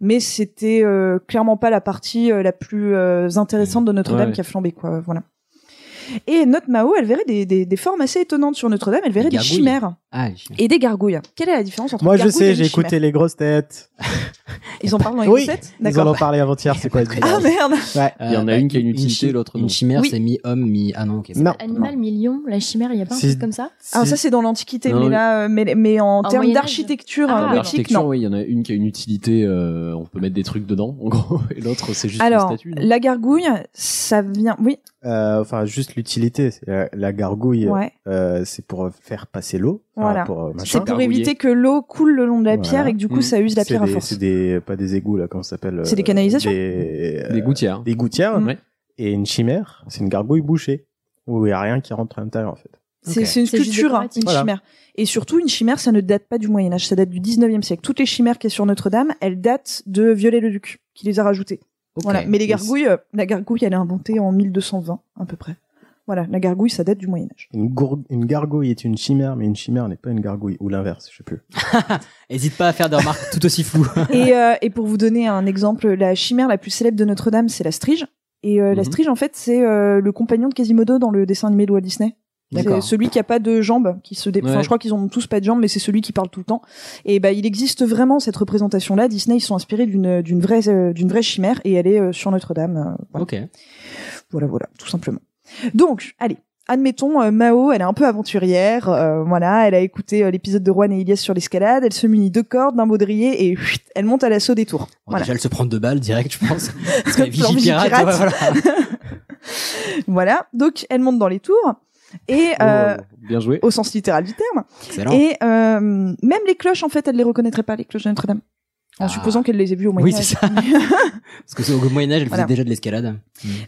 Mais c'était euh, clairement pas la partie euh, la plus euh, intéressante de Notre-Dame Ouais. qui a flambé, quoi. euh, Voilà. Et notre Mao, elle verrait des, des- des formes assez étonnantes sur Notre-Dame. Elle verrait des, Des gargouilles. chimères Ah, je- et des gargouilles. Quelle est la différence entre Moi une je gargouille et sais, une j'ai chimère écouté les grosses têtes. Ils en parlent dans les Oui, recettes ils en D'accord. ont parlé avant-hier, c'est quoi les [laughs] Ah merde Ouais. Il y en a bah, une qui a une utilité, chi- l'autre non. Une chimère, Oui. c'est mi-homme, mi. Ah non, ok. c'est- [laughs] Non. [laughs] Animal million, la chimère, il y a pas un C'est- truc comme ça Alors Ah, ça c'est dans l'antiquité, Non, mais oui. là, euh, mais, mais en En termes Moyen-Âge. d'architecture Ah, euh, dans gothique, L'architecture, non. oui, il y en a une qui a une utilité, euh, on peut mettre des trucs dedans, en gros, et l'autre, c'est juste Alors, une statue. non la gargouille, ça vient, oui, Euh, Enfin, juste l'utilité. c'est La, la gargouille, ouais, euh, c'est pour faire passer l'eau. enfin, Voilà. Pour, euh, machin. c'est pour gargouiller. éviter que l'eau coule le long de la Voilà. pierre et que du coup Mm. ça use la C'est pierre à des- force. C'est des, euh, pas des égouts, là, comment ça s'appelle C'est des euh, canalisations Des, euh, Des gouttières. Des gouttières. Mm. Ouais. Et une chimère, c'est une gargouille bouchée. Où il n'y a rien qui rentre à l'intérieur, en fait. C'est Ok. c'est une C'est juste sculpture, hein, décoratif. une Voilà. chimère. Et surtout, une chimère, ça ne date pas du Moyen Âge, ça date du 19e siècle. Toutes les chimères qui est sur Notre-Dame, elles datent de Viollet-le-Duc, qui les a rajoutées. Voilà. Mais les gargouilles, euh, la gargouille, elle est inventée en 1220 à peu près. Voilà, la gargouille, ça date du Moyen Âge. Une, gour- une gargouille est une chimère, mais une chimère n'est pas une gargouille, ou l'inverse, je sais plus. Hésite pas à faire des [laughs] remarques tout aussi floues. Et, euh, et pour vous donner un exemple, la chimère la plus célèbre de Notre-Dame, c'est la strige. Et euh, la Mhm. strige, en fait, c'est euh, le compagnon de Quasimodo dans le dessin animé de Walt Disney. C'est D'accord. celui qui a pas de jambes, qui se dé... enfin, Ouais. je crois qu'ils ont tous pas de jambes, mais c'est celui qui parle tout le temps. Et bah, il existe vraiment cette représentation-là. Disney, ils sont inspirés d'une d'une vraie euh, d'une vraie chimère, et elle est euh, sur Notre-Dame. euh, voilà. Ok. Voilà, voilà, tout simplement. Donc, allez. Admettons, euh, Mao, elle est un peu aventurière, euh, voilà, elle a écouté euh, l'épisode de Juan et Ilias sur l'escalade, elle se munit de cordes, d'un baudrier et chuit, elle monte à l'assaut des tours. Bon, voilà. Déjà, elle se prend deux balles direct, je [laughs] pense. Parce que la Plan Vigipirate, Vigipirate. ouais, voilà. Voilà, donc elle monte dans les tours et Oh. euh, Oh, Bien joué. au sens littéral du terme. Excellent. Et euh, même les cloches, en fait, elle les reconnaîtrait pas, les cloches de Notre-Dame. En supposant qu'elle les ait vues au Ah. Oui, Moyen-Âge. c'est ça. Parce que au Moyen-Âge, elle Voilà. faisait déjà de l'escalade.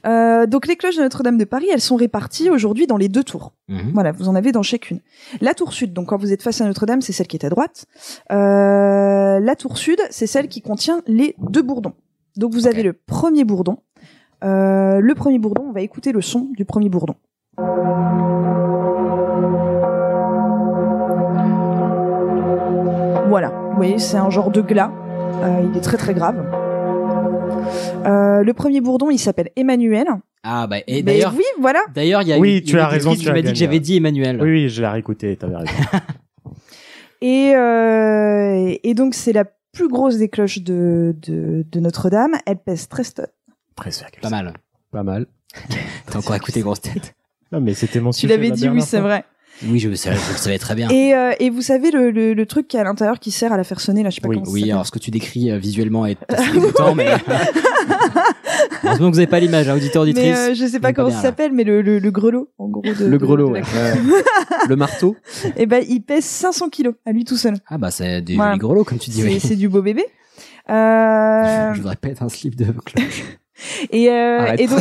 Euh, donc les cloches de Notre-Dame de Paris, elles sont réparties aujourd'hui dans les deux tours. Mhm. Voilà, vous en avez dans chacune. La tour sud, donc quand vous êtes face à Notre-Dame, c'est celle qui est à droite. Euh, la tour sud, c'est celle qui contient les deux bourdons. Donc vous avez le premier bourdon. Euh, le premier bourdon, on va écouter le son du premier bourdon. Voilà, vous voyez, c'est un genre de glas. Euh, il est très très grave. Euh, le premier bourdon, il s'appelle Emmanuel. Ah, bah, et Mais d'ailleurs. oui, voilà. D'ailleurs, il y a Oui, une- tu une as auditrice raison, qui tu as m'a dit que gagné, j'avais ouais. dit Emmanuel. Oui, oui, je l'ai réécouté, [laughs] t'avais raison. Et, euh, et donc, c'est la plus grosse des cloches de, de, de Notre-Dame. Elle pèse 13 tonnes. Pas mal. Pas mal. T'as encore écouté grosse tête. Non, mais c'était mon Tu sujet. l'avais la dit, oui, dernière c'est fois. vrai. Oui, je, ça, je le savais très bien. Et, euh, et vous savez le, le, le truc qui est à l'intérieur qui sert à la faire sonner, là, je sais pas Oui, comment ça oui s'appelle. alors ce que tu décris euh, visuellement est [laughs] assez dégoûtant, mais. Heureusement que vous n'avez pas l'image, hein, auditeur, Mais auditrice. euh, je sais pas Vous comment bien, ça là. s'appelle, mais le, le, le grelot, en gros. De, de- Le grelot, de la- ouais. le marteau. Et ben, il pèse 500 kilos à lui tout seul. Ah, bah, c'est des Voilà. jolis grelots, comme tu dis. C'est oui. c'est du beau bébé. Euh, [laughs] Je voudrais pas être un slip de cloche. Et, euh, Arrête. et donc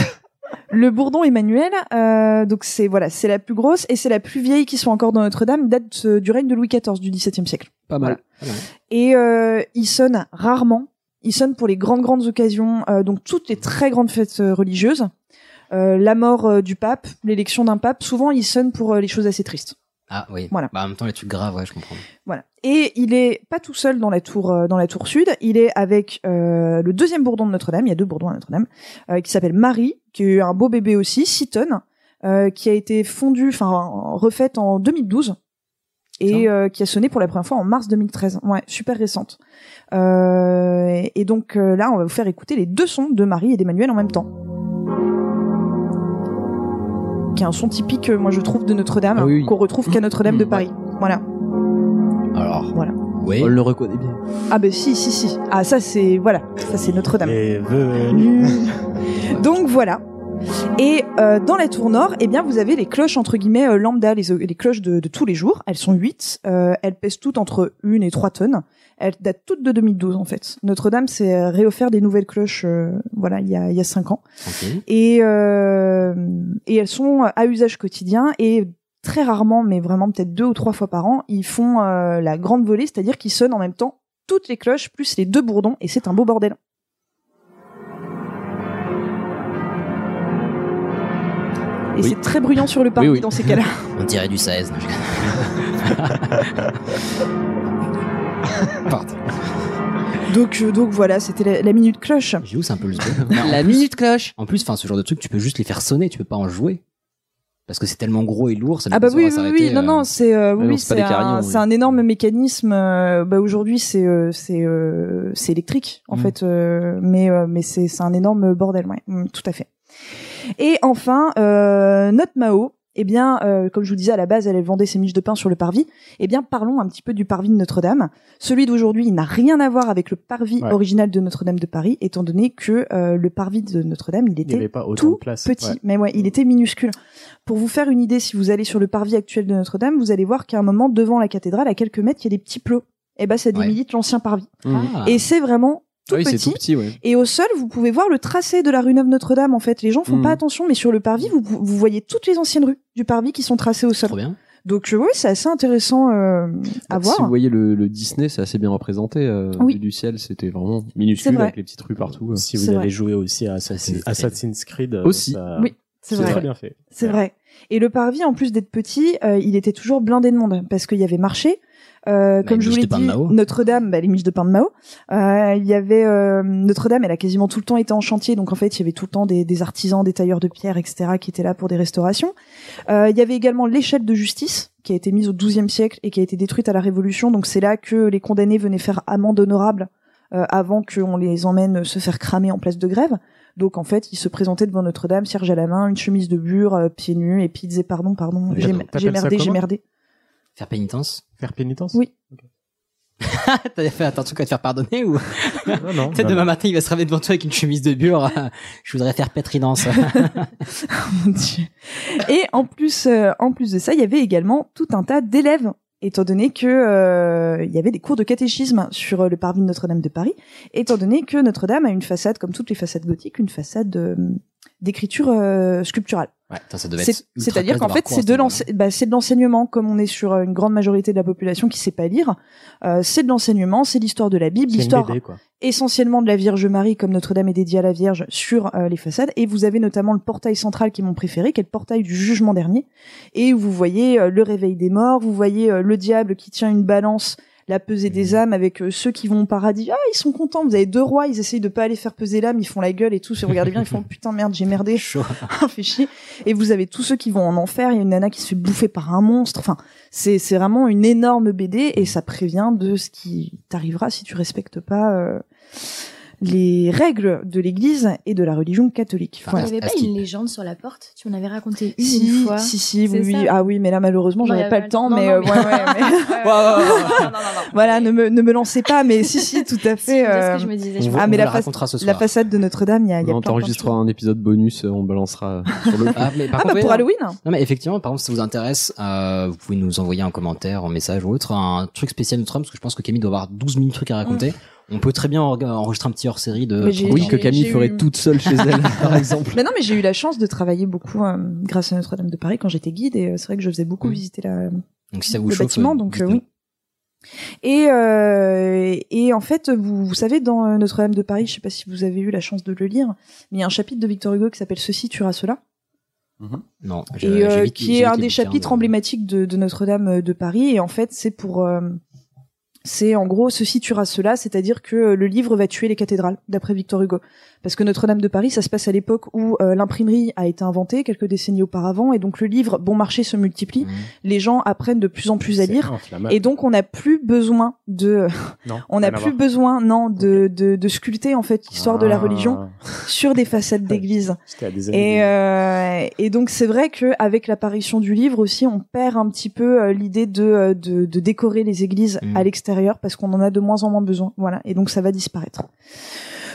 le bourdon Emmanuel, euh, donc c'est voilà, c'est la plus grosse et c'est la plus vieille qui soit encore dans Notre-Dame, date euh, du règne de Louis XIV du XVIIe siècle. Pas mal. Et euh, il sonne rarement. Il sonne pour les grandes grandes occasions, euh, donc toutes les très grandes fêtes euh, religieuses, euh, la mort euh, du pape, l'élection d'un pape. Souvent, il sonne pour euh, les choses assez tristes. Ah, oui. Voilà. Bah, en même temps, les trucs graves, ouais, je comprends. Voilà. Et il est pas tout seul dans la tour euh, dans la tour sud. Il est avec euh, le deuxième bourdon de Notre-Dame. Il y a deux bourdons à Notre-Dame euh, qui s'appelle Marie, qui a eu un beau bébé aussi, 6 tonnes, euh, qui a été fondue, enfin en- refaite en 2012 et euh, qui a sonné pour la première fois en mars 2013. Ouais, super récente. Euh, et- et donc euh, là, on va vous faire écouter les deux sons de Marie et d'Emmanuel en même temps. Qui est un son typique, euh, moi je trouve, de Notre-Dame, Ah oui, Mmh. oui. qu'on retrouve qu'à Notre-Dame de Ouais. Paris. Voilà. Alors. Voilà. Oui. On le reconnaît bien. Ah ben si, si, si. Ah ça c'est... Voilà, ça c'est Notre-Dame. Les Mmh. vœux. euh, [laughs] Donc voilà. Et euh, dans la tour nord, eh bien vous avez les cloches entre guillemets euh, lambda, les, les cloches de, de tous les jours. Elles sont huit. Euh, elles pèsent toutes entre une et trois tonnes. Elles datent toutes de 2012 en fait. Notre-Dame s'est euh, réoffert des nouvelles cloches, euh, voilà, il y a, il y a cinq ans. Ok. Et euh, et elles sont à usage quotidien et très rarement, mais vraiment peut-être deux ou trois fois par an, ils font euh, la grande volée, c'est-à-dire qu'ils sonnent en même temps toutes les cloches plus les deux bourdons et c'est un beau bordel. Et Oui. c'est très bruyant sur le parvis oui. dans ces [laughs] cas-là. On dirait du 16. non, je [laughs] [laughs] rigole. Pardon. Donc, euh, donc voilà, c'était la, la minute cloche. J'ai où c'est un [laughs] peu le La minute cloche. En plus, enfin, ce genre de truc, tu peux juste les faire sonner, tu peux pas en jouer. Parce que c'est tellement gros et lourd, ça n'a Ah bah pas oui, besoin de oui, s'arrêter, oui, non, euh. non, c'est euh, oui, non, oui, c'est pas c'est des carillons, un, oui. c'est un énorme mécanisme. euh, bah aujourd'hui, c'est euh, c'est euh, c'est électrique en Mm. fait, euh, mais euh, mais c'est c'est un énorme bordel, ouais, Mm, tout à fait. Et enfin, euh, notre Mao. Eh bien, euh, comme je vous disais à la base, elle elle vendait ses miches de pain sur le parvis. Eh bien, parlons un petit peu du parvis de Notre-Dame. Celui d'aujourd'hui, il n'a rien à voir avec le parvis Ouais. original de Notre-Dame de Paris, étant donné que euh, le parvis de Notre-Dame, il Il n'y était avait pas autant tout de place. petit, Ouais. mais ouais, il était minuscule. Pour vous faire une idée, si vous allez sur le parvis actuel de Notre-Dame, vous allez voir qu'à un moment, devant la cathédrale, à quelques mètres, il y a des petits plots. Et ben, ça Ouais. débilite l'ancien parvis. Ah. Et c'est vraiment tout Ah oui, c'est petit. tout petit, ouais. Et au sol, vous pouvez voir le tracé de la rue Neuve Notre-Dame. En fait, les gens font Mhm. pas attention, mais sur le parvis, vous, vous voyez toutes les anciennes rues du parvis qui sont tracées au sol. Trop bien. Donc euh, oui, c'est assez intéressant euh, à Bah, voir. Si vous voyez le, le Disney, c'est assez bien représenté. euh, Oui. vue du ciel, c'était vraiment C'est minuscule vrai. avec les petites rues partout. euh. Si C'est vous avez vrai. joué aussi à Assassin's, Assassin's Creed. Assassin's Creed, euh, Aussi. ça- Oui, c'est vrai. très bien fait. C'est vrai. Et le parvis, en plus d'être petit, euh, il était toujours blindé de monde parce qu'il y avait marché. Euh, Bah, comme les je vous miches l'ai de pain de dit, Mao. Notre-Dame, bah, les miches de pain de Mao. Euh, il y avait euh, Notre-Dame, elle a quasiment tout le temps été en chantier, donc en fait, il y avait tout le temps des, des artisans, des tailleurs de pierre, etc., qui étaient là pour des restaurations. Euh, il y avait également l'échelle de justice qui a été mise au XIIe siècle et qui a été détruite à la Révolution. Donc c'est là que les condamnés venaient faire amende honorable euh, avant qu'on les emmène se faire cramer en place de grève. Donc en fait, ils se présentaient devant Notre-Dame, cierge à la main, une chemise de bure, euh, pieds nus, et puis ils disaient pardon, pardon, Mais j'ai attends, j'ai t'appelles ça merdé, j'ai comment merdé. Faire pénitence Faire pénitence Oui. [laughs] T'as fait attends, un truc à te faire pardonner [laughs] ou Non, Ah non. Peut-être demain matin, il va se réveiller devant toi avec une chemise [laughs] de bure. Je voudrais faire pétrinance. Mon Dieu. Et en plus, euh, en plus de ça, il y avait également tout un tas d'élèves, étant donné que euh, il y avait des cours de catéchisme sur euh, le parvis de Notre-Dame de Paris, étant donné que Notre-Dame a une façade, comme toutes les façades gothiques, une façade euh, d'écriture euh, sculpturale. ouais, putain, ça devait être. C'est- ultra C'est-à-dire classe qu'en d'avoir fait, hein, cours à c'est ce de moment-là. l'ense- bah, c'est de l'enseignement, comme on est sur euh, une grande majorité de la population qui sait pas lire. euh, c'est de l'enseignement, c'est l'histoire de la Bible, C'est une l'histoire BD, quoi. essentiellement de la Vierge Marie, comme Notre-Dame est dédiée à la Vierge, sur euh, les façades. Et vous avez notamment le portail central qui est mon préféré, qui est le portail du jugement dernier. Et vous voyez euh, le réveil des morts, vous voyez euh, le diable qui tient une balance, la pesée Mhm. des âmes avec euh, ceux qui vont au paradis. Ah, ils sont contents, vous avez deux rois, ils essayent de pas aller faire peser l'âme, ils font la gueule et tout. Si vous regardez bien, [laughs] ils font putain merde, j'ai merdé. [laughs] Chaud. Ah, fait chier. Et vous avez tous ceux qui vont en enfer, il y a une nana qui se fait bouffer par un monstre. Enfin, c'est c'est vraiment une énorme BD et ça prévient de ce qui t'arrivera si tu respectes pas euh, les règles de l'église et de la religion catholique. Enfin, Il Voilà. n'y avait à pas ce qui- une légende sur la porte Tu m'en avais raconté une, Si, une fois. si, si, oui, C'est oui. ça Ah oui, mais là, malheureusement, Ouais, j'aurais pas ouais, le temps, non, mais, non, euh, [laughs] mais- ouais, ouais, mais- non, non, non. [laughs] voilà, ne me, ne me lancez pas, mais si, si, tout [laughs] à C'est fait. ce que euh, je me disais. On je vous- pense. Ah, on mais vous la la face- racontera ce soir. la façade de Notre-Dame, il y a, il y a plein, plein on de t'enregistrera choses. un épisode bonus, euh, on balancera [laughs] sur le. Ah, mais par Ah, contre, bah, pour oui, Halloween hein. Non mais effectivement, par exemple, si ça vous intéresse, euh, vous pouvez nous envoyer un commentaire, un message ou autre, un truc spécial notre homme, parce que je pense que Camille doit avoir 12 000 trucs à raconter. On peut très bien orga- enregistrer un petit hors-série de... Mmh. Mais j'ai- Oui, que j'ai- Camille j'ai ferait eu- toute seule [laughs] chez elle, par exemple. Mais non, mais j'ai eu la chance de travailler beaucoup euh, grâce à Notre-Dame de Paris quand j'étais guide et euh, c'est vrai que je faisais beaucoup Mm. visiter la, Donc si ça vous le chauffe, bâtiment, euh, donc euh, dites-nous. oui. Et, euh, et en fait, vous, vous savez, dans euh, Notre-Dame de Paris, je sais pas si vous avez eu la chance de le lire, mais il y a un chapitre de Victor Hugo qui s'appelle Ceci tuera cela, Non, et j'ai- j'ai euh, vite- j'ai qui est vite un les des bouquins chapitres de- emblématiques de, de Notre-Dame euh, de Paris. Et en fait, c'est pour, euh, c'est en gros Ceci tuera cela, c'est-à-dire que euh, le livre va tuer les cathédrales, d'après Victor Hugo, parce que Notre-Dame de Paris, ça se passe à l'époque où euh, l'imprimerie a été inventée quelques décennies auparavant, et donc le livre bon marché se multiplie. Mmh. Les gens apprennent de plus en plus à Mm. C'est lire. inflammable. Et donc on n'a plus besoin de, [laughs] Non, on rien n'a à plus voir. besoin, non, de, de, de sculpter en fait l'histoire de la Ah, religion sur des façades d'église. C'était à des années. Et, euh, et donc c'est vrai que avec l'apparition du livre aussi, on perd un petit peu euh, l'idée de, euh, de de décorer les églises Mm. à l'extérieur parce qu'on en a de moins en moins besoin. Voilà, et donc ça va disparaître.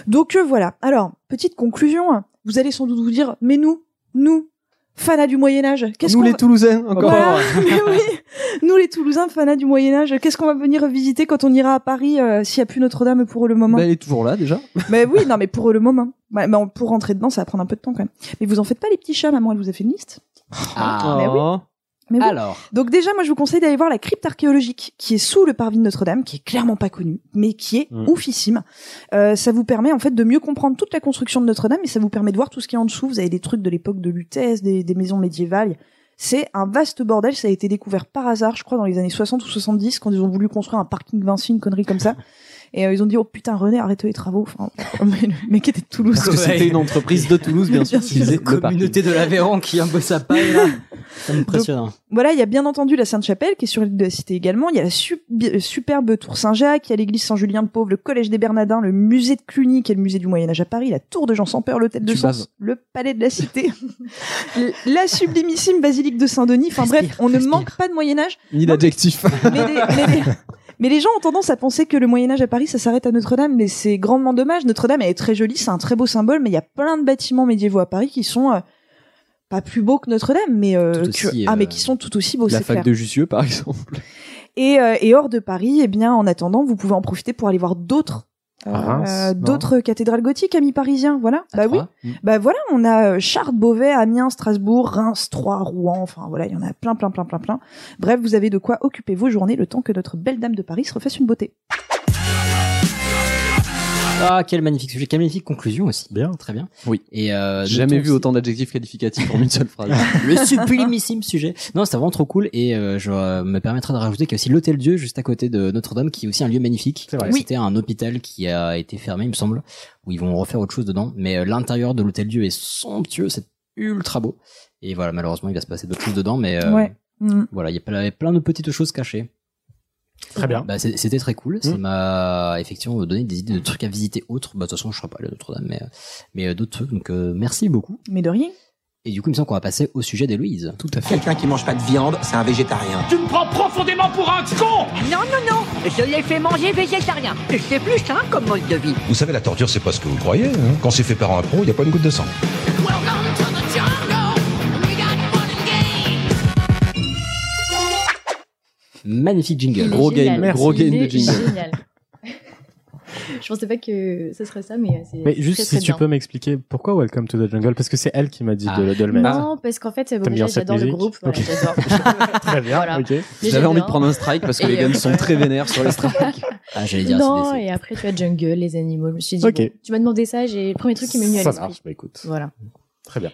Donc euh, voilà. Alors petite conclusion, vous allez sans doute vous dire, mais nous, nous, fanas du Moyen Âge, qu'est-ce Nous qu'on les va- Toulousains, encore. voilà, [laughs] mais oui. Nous, les Toulousains, fanats du Moyen-Âge, qu'est-ce qu'on va venir visiter quand on ira à Paris euh, s'il n'y a plus Notre-Dame pour le moment Bah, elle est toujours là déjà. Mais oui, non, mais pour le moment. Ouais, mais on- pour rentrer dedans, ça va prendre un peu de temps quand même. Mais vous en faites pas les petits chats, maman, elle vous a fait une liste. Ah, mais oui. Mais oui. alors, Donc déjà, moi, je vous conseille d'aller voir la crypte archéologique qui est sous le parvis de Notre-Dame, qui est clairement pas connue, mais qui est Mm. oufissime. Euh, ça vous permet en fait de mieux comprendre toute la construction de Notre-Dame et ça vous permet de voir tout ce qui est en dessous. Vous avez des trucs de l'époque de Lutèce, des, des maisons médiévales. C'est un vaste bordel. Ça a été découvert par hasard, je crois, dans les années 60 ou 70, quand ils ont voulu construire un parking Vinci, une connerie [laughs] comme ça. Et euh, ils ont dit, oh putain, René, arrête les travaux. Enfin, [laughs] mais le mec était de Toulouse. Parce que Ouais. c'était une entreprise de Toulouse, bien sûr, Bien qui [laughs] faisait le parking. communauté de l'Aveyron qui imbosse sa [laughs] paille, là. Ça hein. m'impressionne. Voilà, il y a bien entendu la Sainte-Chapelle qui est sur l'île de la Cité également. Il y a la sup- bi- euh, superbe Tour Saint-Jacques, il y a l'église Saint-Julien de Pauvre, le collège des Bernadins, le musée de Cluny qui est le musée du Moyen-Âge à Paris, la tour de Jean sans Peur, l'hôtel de Tu Sens, baves. le palais de la Cité, [laughs] la sublimissime basilique de Saint-Denis. Enfin bref, on ne respire. manque pas de Moyen-Âge, [laughs] Ni d'adjectif. mais les, mais les- mais les gens ont tendance à penser que le Moyen-Âge à Paris ça s'arrête à Notre-Dame, mais c'est grandement dommage. Notre-Dame elle est très jolie, c'est un très beau symbole, mais il y a plein de bâtiments médiévaux à Paris qui sont. euh, pas plus beaux que Notre-Dame, mais euh, Tout que- aussi, ah mais euh, qui sont tout aussi beaux. La c'est clair. fac de Jussieu, par exemple. Et, euh, et hors de Paris, eh bien, en attendant, vous pouvez en profiter pour aller voir d'autres Euh, Ah, Reims, non. d'autres cathédrales gothiques, amis parisiens, voilà. bah oui. Bah voilà, on a euh, Chartres, Beauvais, Amiens, Strasbourg, Reims, Troyes, Rouen, enfin voilà, il y en a plein, plein, plein, plein, plein. Bref, vous avez de quoi occuper vos journées le temps que notre belle dame de Paris se refasse une beauté. Ah, quel magnifique sujet, quelle magnifique conclusion aussi. Bien. Très bien. Oui. Et euh, J'ai Bah, jamais notons vu autant d'adjectifs qualificatifs en une seule phrase. le sublimissime sujet. Non, c'était vraiment trop cool et euh, je euh, me permettrai de rajouter qu'il y a aussi l'hôtel Dieu juste à côté de Notre-Dame qui est aussi un lieu magnifique. C'est vrai. Donc, C'était un hôpital qui a été fermé, il me semble, où ils vont refaire autre chose dedans. Mais euh, l'intérieur de l'hôtel Dieu est somptueux, c'est ultra beau. Et voilà, malheureusement, il va se passer d'autres choses dedans, mais euh, Ouais. Mm. voilà, il y a plein- plein de petites choses cachées. Très bien. Bah, c'est- c'était très cool. Ça Mm. m'a effectivement donné des idées de trucs à visiter autres. Bah, de toute façon, je ne serai pas allé à Notre-Dame, mais, euh, mais euh, d'autres trucs. Donc, euh, merci beaucoup. Mais de rien. Et du coup, il me semble qu'on va passer au sujet d'Héloïse. Tout à fait. Quelqu'un qui mange pas de viande, c'est un végétarien. Tu me prends profondément pour un con Non, non, non, je l'ai fait manger végétarien. C'est plus simple comme mode de vie. Vous savez, la torture, c'est pas ce que vous croyez. hein. Quand c'est fait par un pro, il n'y a pas une goutte de sang. Magnifique jingle. Gros Génial. game, gros Il game de est jingle. Génial. Je pensais pas que ce serait ça, mais c'est. Mais juste très, si très tu bien. Ah. peux m'expliquer pourquoi Welcome to the Jungle Parce que c'est elle qui m'a dit de, le- de le mettre. Non, parce qu'en fait, euh, bon, T'aimes bien déjà, cette j'adore le musique groupe. voilà, Ok. [laughs] j'adore. Très bien, Ah, Voilà. ok. Mais J'avais envie de j'adore. prendre un strike parce que Et, les euh, guns sont très vénères sur les [laughs] strikes. Ah, j'allais dire Non, ACDC. et après, tu as jungle, les animaux. Je me suis dit, Ok. bon, tu m'as demandé ça, j'ai le premier truc qui m'est venu à Ça l'esprit. marche, bah écoute. Voilà. Très bien.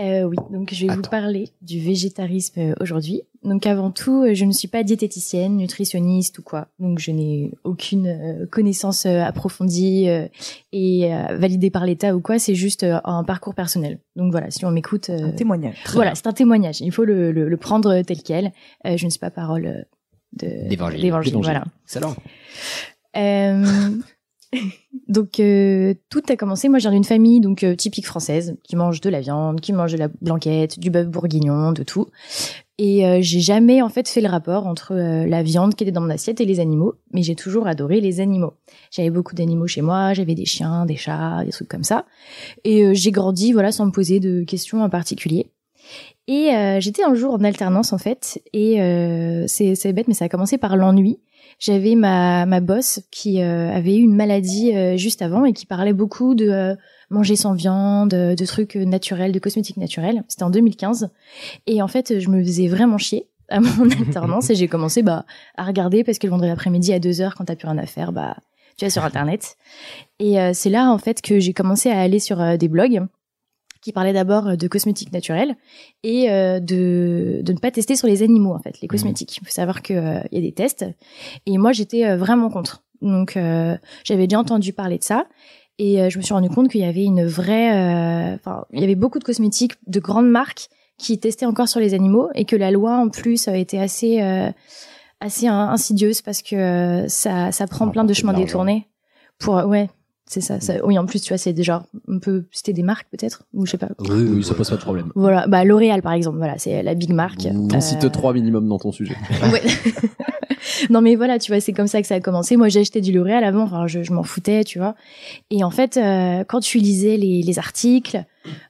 Euh, oui, donc je vais vous parler du végétarisme euh, aujourd'hui. Donc avant tout, euh, je ne suis pas diététicienne, nutritionniste ou quoi. Donc je n'ai aucune euh, connaissance euh, approfondie euh, et euh, validée par l'État ou quoi. C'est juste euh, un parcours personnel. Donc voilà, si on m'écoute, euh, Un témoignage. voilà, c'est un témoignage. Il faut le, le- le prendre tel quel. Euh, je ne suis pas parole euh, de- D'évangile. d'évangile. Voilà. Excellent. Euh, [laughs] donc euh, tout a commencé. Moi, je viens d'une famille donc euh, typique française qui mange de la viande, qui mange de la blanquette, du bœuf bourguignon, de tout. Et euh, j'ai jamais en fait fait le rapport entre euh, la viande qui était dans mon assiette et les animaux, mais j'ai toujours adoré les animaux. J'avais beaucoup d'animaux chez moi, j'avais des chiens, des chats, des trucs comme ça. Et euh, j'ai grandi voilà sans me poser de questions en particulier. Et euh, j'étais un jour en alternance en fait, et euh, c'est c'est bête, mais ça a commencé par l'ennui. J'avais ma, ma boss qui euh, avait eu une maladie euh, juste avant et qui parlait beaucoup de euh, manger sans viande, euh, de trucs euh, naturels, de cosmétiques naturels. C'était en 2015. Et en fait, je me faisais vraiment chier à mon alternance et j'ai commencé bah, à regarder parce que le vendredi après-midi à 2 heures, quand t'as plus rien à faire, bah, tu vas sur Internet. Et euh, c'est là en fait que j'ai commencé à aller sur euh, des blogs qui parlaient d'abord euh, de cosmétiques naturels et euh, de, de ne pas tester sur les animaux en Mmh. fait les cosmétiques. Il faut savoir qu'il y a des tests et moi, j'étais euh, vraiment contre. Donc, euh, j'avais déjà entendu parler de ça. Et euh, je me suis rendu compte qu'il y avait une vraie. euh, Enfin, il y avait beaucoup de cosmétiques de grandes marques qui testaient encore sur les animaux et que la loi, en plus, a été assez, euh, assez in- insidieuse parce que euh, ça, ça prend Ça plein rapporte de de chemins l'argent. détournés. Pour, euh, ouais, c'est ça, Mm. ça. Oui, en plus, tu vois, c'est déjà. On peut citer des marques, peut-être Ou je sais pas. Oui, oui, ça pose pas de problème. Voilà, bah, L'Oréal, par exemple, voilà, c'est la big marque. T'en Euh, cites trois minimum dans ton [laughs] sujet. Ouais. non mais voilà, tu vois, c'est comme ça que ça a commencé. Moi, j'ai acheté du L'Oréal avant, enfin, je, je m'en foutais, tu vois. Et en fait, euh, quand tu lisais les, les articles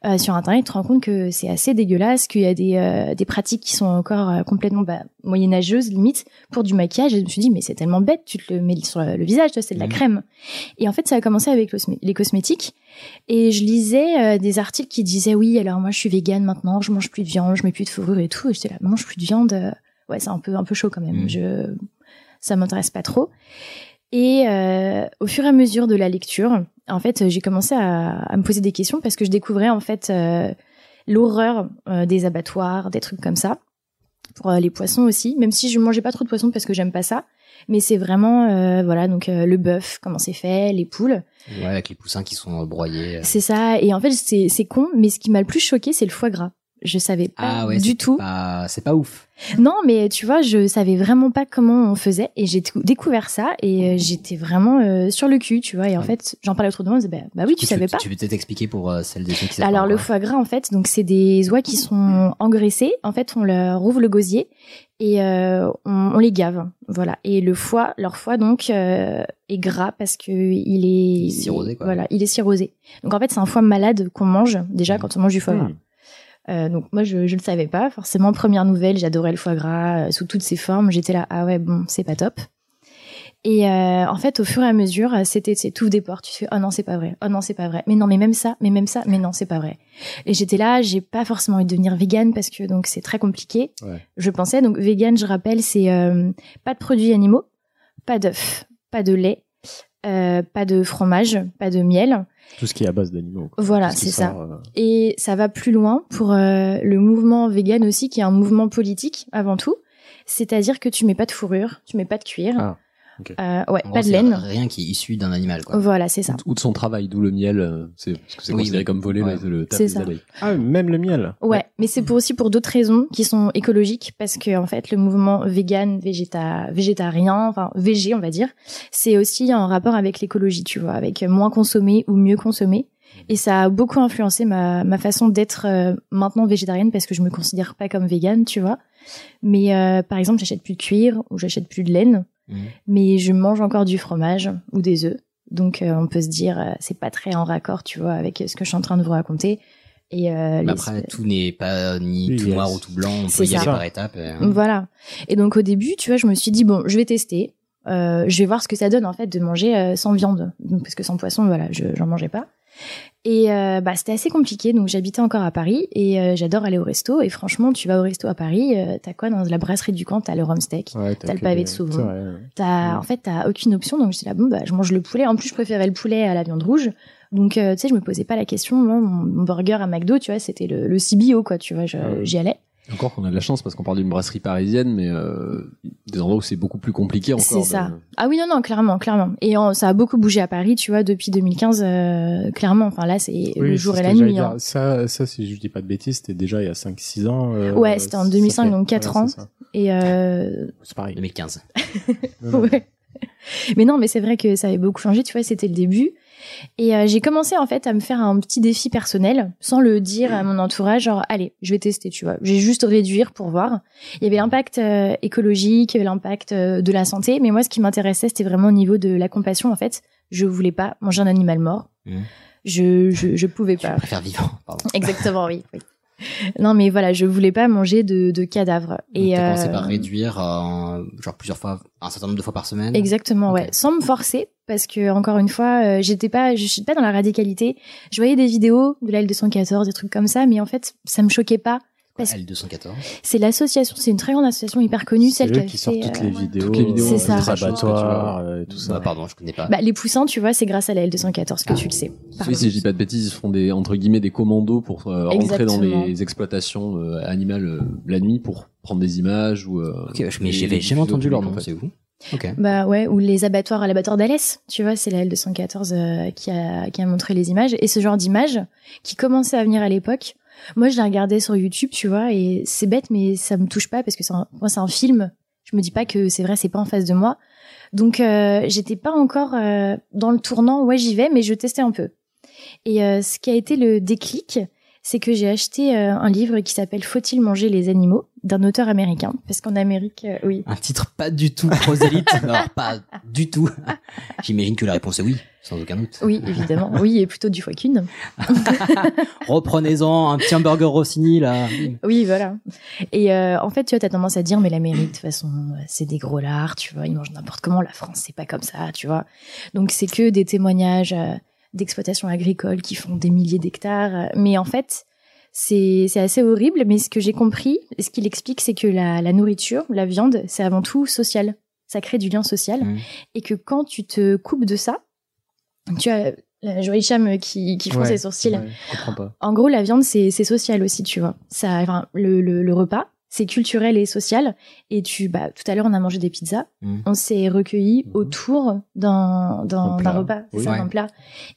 euh, sur Internet, tu te rends compte que c'est assez dégueulasse, qu'il y a des, euh, des pratiques qui sont encore euh, complètement bah, moyenâgeuses, limite, pour du maquillage. Et je me suis dit, mais c'est tellement bête, tu te le mets sur le, le visage, toi, c'est de la crème. Et en fait, ça a commencé avec le cosmé- les cosmétiques. Et je lisais euh, des articles qui disaient, oui, alors moi, je suis végane maintenant, je mange plus de viande, je mets plus de fourrure et tout. Et j'étais là, mange plus de viande. euh, ouais, c'est un peu, un peu chaud quand même. Je, ça m'intéresse pas trop. Et euh, au fur et à mesure de la lecture, en fait, j'ai commencé à, à me poser des questions parce que je découvrais en fait euh, l'horreur euh, des abattoirs, des trucs comme ça, pour euh, les poissons aussi. Même si je mangeais pas trop de poissons parce que j'aime pas ça, mais c'est vraiment euh, voilà donc euh, le bœuf, comment c'est fait, les poules. Ouais, avec les poussins qui sont euh, broyés. C'est ça. Et en fait, c'est c'est con, mais ce qui m'a le plus choqué, c'est le foie gras. Je savais pas Ah ouais, du c'est tout. pas- c'est pas ouf. Non, mais tu vois, je savais vraiment pas comment on faisait et j'ai tout- découvert ça et euh, j'étais vraiment euh, sur le cul, tu vois. Et en fait, j'en parlais autrement, on me disait, bah, bah oui, tu Tu peux- savais pas. Tu peux peut-être expliquer pour euh, celles des gens qui savent Alors pas le encore. foie gras, en fait, donc c'est des oies qui Mm. sont engraissées. En fait, on leur ouvre le gosier et euh, on, on les gave, voilà. Et le foie, leur foie donc euh, est gras parce que il est, est cirrosé, quoi. Voilà, il est cirrosé. Donc en fait, c'est un foie malade qu'on mange déjà quand on mange du foie gras. Hmm. Mmh. Euh, donc moi je ne le savais pas forcément première nouvelle j'adorais le foie gras euh, sous toutes ses formes j'étais là ah ouais bon c'est pas top Et euh, en fait, au fur et à mesure, euh, c'était c'est tout des portes. Tu te fais oh non c'est pas vrai, oh non c'est pas vrai, mais non mais même ça, mais même ça, mais non c'est pas vrai. Et j'étais là, j'ai pas forcément envie de devenir végane parce que donc c'est très compliqué. Ouais. Je pensais donc végane, je rappelle, c'est euh, pas de produits animaux, pas d'œufs, pas de lait, euh, pas de fromage, pas de miel. Tout ce qui est à base d'animaux. quoi. Voilà, Tout ce qui c'est ça. sort, euh, Et ça va plus loin pour euh, le mouvement vegan aussi, qui est un mouvement politique avant tout. C'est-à-dire que tu mets pas de fourrure, tu mets pas de cuir, Ah, Euh, ouais, En pas gros, de c'est laine. Oh, Rien qui est issu d'un animal, quoi. Voilà, c'est ça. Ou de son travail, d'où le miel, euh, c'est parce que c'est Oui, considéré oui. comme volé Ouais. le, le taf C'est des ça. abeilles. Ah, même le miel. Ouais, mais c'est pour aussi pour d'autres raisons qui sont écologiques parce que en fait le mouvement vegan, végéta, végétarien, enfin végé on va dire, c'est aussi en rapport avec l'écologie, tu vois, avec moins consommer ou mieux consommer. Et ça a beaucoup influencé ma, ma façon d'être euh, maintenant végétarienne parce que je me considère pas comme végane, tu vois. Mais euh, par exemple, j'achète plus de cuir ou j'achète plus de laine, Mhm. mais je mange encore du fromage ou des œufs. Donc euh, on peut se dire euh, c'est pas très en raccord, tu vois, avec ce que je suis en train de vous raconter. Et euh, Mais les- après, tout n'est pas ni Oui, tout yes. noir ou tout blanc. On C'est peut y aller ça. Mm. par étapes. euh, et- Voilà. Et donc au début, tu vois, je me suis dit bon, je vais tester, euh, je vais voir ce que ça donne en fait de manger euh, sans viande, Donc, parce que sans poisson, voilà, je j'en mangeais pas. Et euh, bah c'était assez compliqué, donc j'habitais encore à Paris et euh, j'adore aller au resto. Et franchement, tu vas au resto à Paris, euh, t'as quoi dans la brasserie du camp T'as le rhum steak, Ouais, t'as le que pavé des- de C'est saumon, vrai, hein. ouais. T'as, en fait, t'as aucune option, donc j'étais là, bon, bah, je mange le poulet. En plus, je préférais le poulet à la viande rouge. Donc, euh, tu sais, je me posais pas la question. Moi, mon, mon burger à McDo, tu vois, c'était le, le CBO, quoi, tu vois, je- Ouais. j'y allais. Encore qu'on a de la chance parce qu'on parle d'une brasserie parisienne, mais euh, des endroits où c'est beaucoup plus compliqué encore. Euh, C'est ça. de- Ah oui, non, non, clairement, clairement. Et en- ça a beaucoup bougé à Paris, tu vois, depuis 2015, euh, clairement. Enfin, là, c'est le Oui, jour c'est et ce la que j'allais nuit. dire. hein. Ça, ça, si je dis pas de bêtises, c'était déjà il y a 5-6 ans. euh, Ouais, c'était en ça 2005, fait- donc 4 voilà, ans. c'est ça. Et euh, C'est pareil. 2015. Bah Non, non, [laughs] Ouais. Mais non, mais c'est vrai que ça avait beaucoup changé, tu vois, c'était le début. Et euh, j'ai commencé en fait à me faire un petit défi personnel, sans le dire à mon entourage, genre allez, je vais tester, tu vois. J'ai juste réduire pour voir. Il y avait l'impact euh, écologique, il y avait l'impact euh, de la santé, mais moi ce qui m'intéressait, c'était vraiment au niveau de la compassion en fait. Je voulais pas manger un animal mort. Mhm. Je, je je pouvais pas. Je préfère vivant. Pardon. Exactement, oui. oui. Non, mais voilà, je voulais pas manger de, de cadavres. Et Et T'as commencé euh, par réduire, euh, genre plusieurs fois, un certain nombre de fois par semaine. Exactement, Ok. ouais. Sans me forcer, parce que encore une fois, euh, j'étais pas, je suis pas dans la radicalité. Je voyais des vidéos de la L214, des trucs comme ça, mais en fait, ça me choquait pas. Parce que L214. c'est l'association, c'est une très grande association hyper connue, C'est celle qui a eux qui fait, sortent toutes euh, les vidéos, Toutes les vidéos, C'est euh, ça. des abattoirs, euh, et tout ça. Bah, pardon, je connais pas. bah, les poussins, tu vois, c'est grâce à la L214 que Ah. tu le sais. Pardon. Oui, si je dis pas de bêtises, ils se font des entre guillemets des commandos pour euh, rentrer dans Exactement. les exploitations euh, animales euh, la nuit pour prendre des images ou. euh, ok, je- mais et j'avais les jamais entendu diffuser leur au public, nom, en fait. c'est vous Ok. Bah ouais, ou les abattoirs à l'abattoir d'Alès, tu vois, c'est la L214 euh, qui, a, qui a montré les images. Et ce genre d'images qui commençait à venir à l'époque, moi je les regardais sur YouTube, tu vois, et c'est bête, mais ça me touche pas parce que c'est un- moi c'est un film. Je me dis pas que c'est vrai, c'est pas en face de moi. Donc euh, j'étais pas encore euh, dans le tournant, ouais j'y vais, mais je testais un peu. Et euh, ce qui a été le déclic, c'est que j'ai acheté euh, un livre qui s'appelle Faut-il manger les animaux d'un auteur américain, parce qu'en Amérique, euh, oui. Un titre pas du tout prosélyte. [laughs] non, pas du tout. [laughs] J'imagine que la réponse est oui, sans aucun doute. Oui, évidemment. Oui, et plutôt du fois qu'une. Reprenez-en un petit hamburger Rossini, là. Oui, voilà. Et euh, en fait, tu vois, t'as tendance à te dire, mais l'Amérique, de toute façon, euh, c'est des gros lards, tu vois, ils mangent n'importe comment. La France, c'est pas comme ça, tu vois. Donc, c'est que des témoignages euh, d'exploitations agricoles qui font des milliers d'hectares. Mais en fait, c'est c'est assez horrible. Mais ce que j'ai compris, et ce qu'il explique, c'est que la, la nourriture, la viande, c'est avant tout social. Ça crée du lien social. Mmh. Mhm. Et que quand tu te coupes de ça, tu as la Joël Cham qui, qui fronce Ouais, ses sourcils. ouais, je comprends pas. En gros, la viande, c'est c'est social aussi, tu vois. Ça, enfin, le, le, le repas, c'est culturel et social. Et tu, bah, tout à l'heure, on a mangé des pizzas. Mm. Mhm. On s'est recueillis autour d'un Un Mm. d'un d'un plat. repas, c'est Oui. ça, Ouais. d'un plat.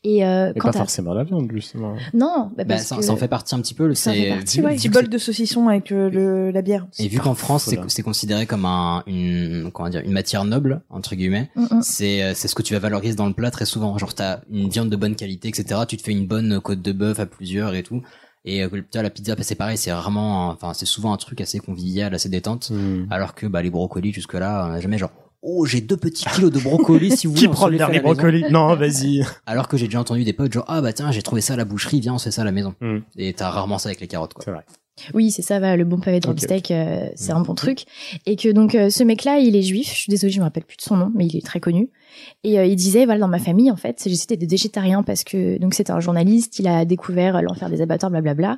Et euh, Mais quand pas t'as- forcément la viande, justement. non, bah, Bah, parce ça, que ça en fait partie un petit peu. ça en fait c'est- partie, vu- ouais. vu Petit que bol de saucisson avec euh, le, la bière. Et vu qu'en France, c'est, Voilà. c'est considéré comme un, une, comment dire, une matière noble, entre guillemets, Mm, mm. c'est, euh, c'est ce que tu vas valoriser dans le plat très souvent. Genre, t'as une viande de bonne qualité, etc. Tu te fais une bonne côte de bœuf à plusieurs et tout. Et euh, putain, la pizza, bah, c'est pareil, c'est rarement, un- enfin, c'est souvent un truc assez convivial, assez détente. Hmm. Alors que, bah, les brocolis, jusque-là, on n'a jamais genre, oh, j'ai deux petits kilos de brocolis, [laughs] si vous voulez. on se fait à la maison. [laughs] Non, vas-y. Euh, Alors que j'ai déjà entendu des potes, genre, ah, bah, tiens, j'ai trouvé ça à la boucherie, viens, on se fait ça à la maison. Et t'as rarement ça avec les carottes, quoi. C'est vrai. Oui, c'est ça, voilà, le bon pavé de Ok, Mm. steak, euh, c'est un bon truc. Et que donc euh, ce mec-là, il est juif. Je suis désolée, je me rappelle plus de son nom, mais il est très connu. Et euh, il disait, voilà, dans ma famille, en fait, j'étais des végétariens parce que donc c'était un journaliste, il a découvert euh, l'enfer des abattoirs, blablabla.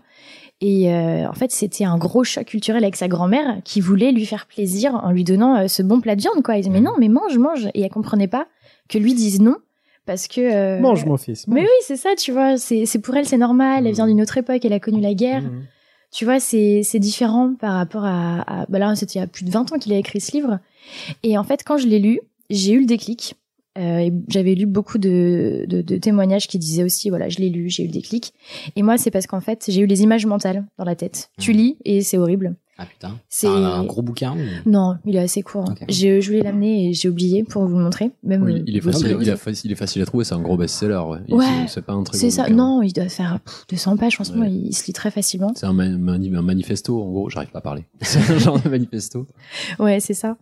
Et euh, en fait, c'était un gros choc culturel avec sa grand-mère qui voulait lui faire plaisir en lui donnant euh, ce bon plat de viande, quoi. Il disait, Mm. mais non, mais mange, mange. Et elle comprenait pas que lui dise non parce que euh, [laughs] Mange, Mm. mon fils. mais oui, c'est ça, tu vois. C'est c'est pour elle, c'est normal. Elle vient d'une autre époque, elle a connu la guerre. Mm. Hmm. Tu vois, c'est c'est différent par rapport à. à- bah là, c'était il y a plus de 20 ans qu'il a écrit ce livre. Et en fait, quand je l'ai lu, j'ai eu le déclic. Euh, et J'avais lu beaucoup de, de, de témoignages qui disaient aussi, voilà, je l'ai lu, j'ai eu le déclic. Et moi, c'est parce qu'en fait, j'ai eu les images mentales dans la tête. Tu lis et c'est horrible. Ah putain. C'est- C'est un, un gros bouquin. ou- Non, il est assez court. hein. Je, je voulais l'amener et j'ai oublié pour vous le montrer. Même Oui, euh, il, est non, facile, mais- il, a faci- il est facile à trouver, c'est un gros best-seller. Ouais. Il- Ouais, c'est- c'est pas un très C'est gros ça. bouquin. Non, il doit faire pff, 200 pages. Franchement, il, il se lit très facilement. C'est un, ma- mani- un manifesto, en gros, j'arrive pas à parler. [laughs] C'est un genre de manifesto. Ouais, c'est ça.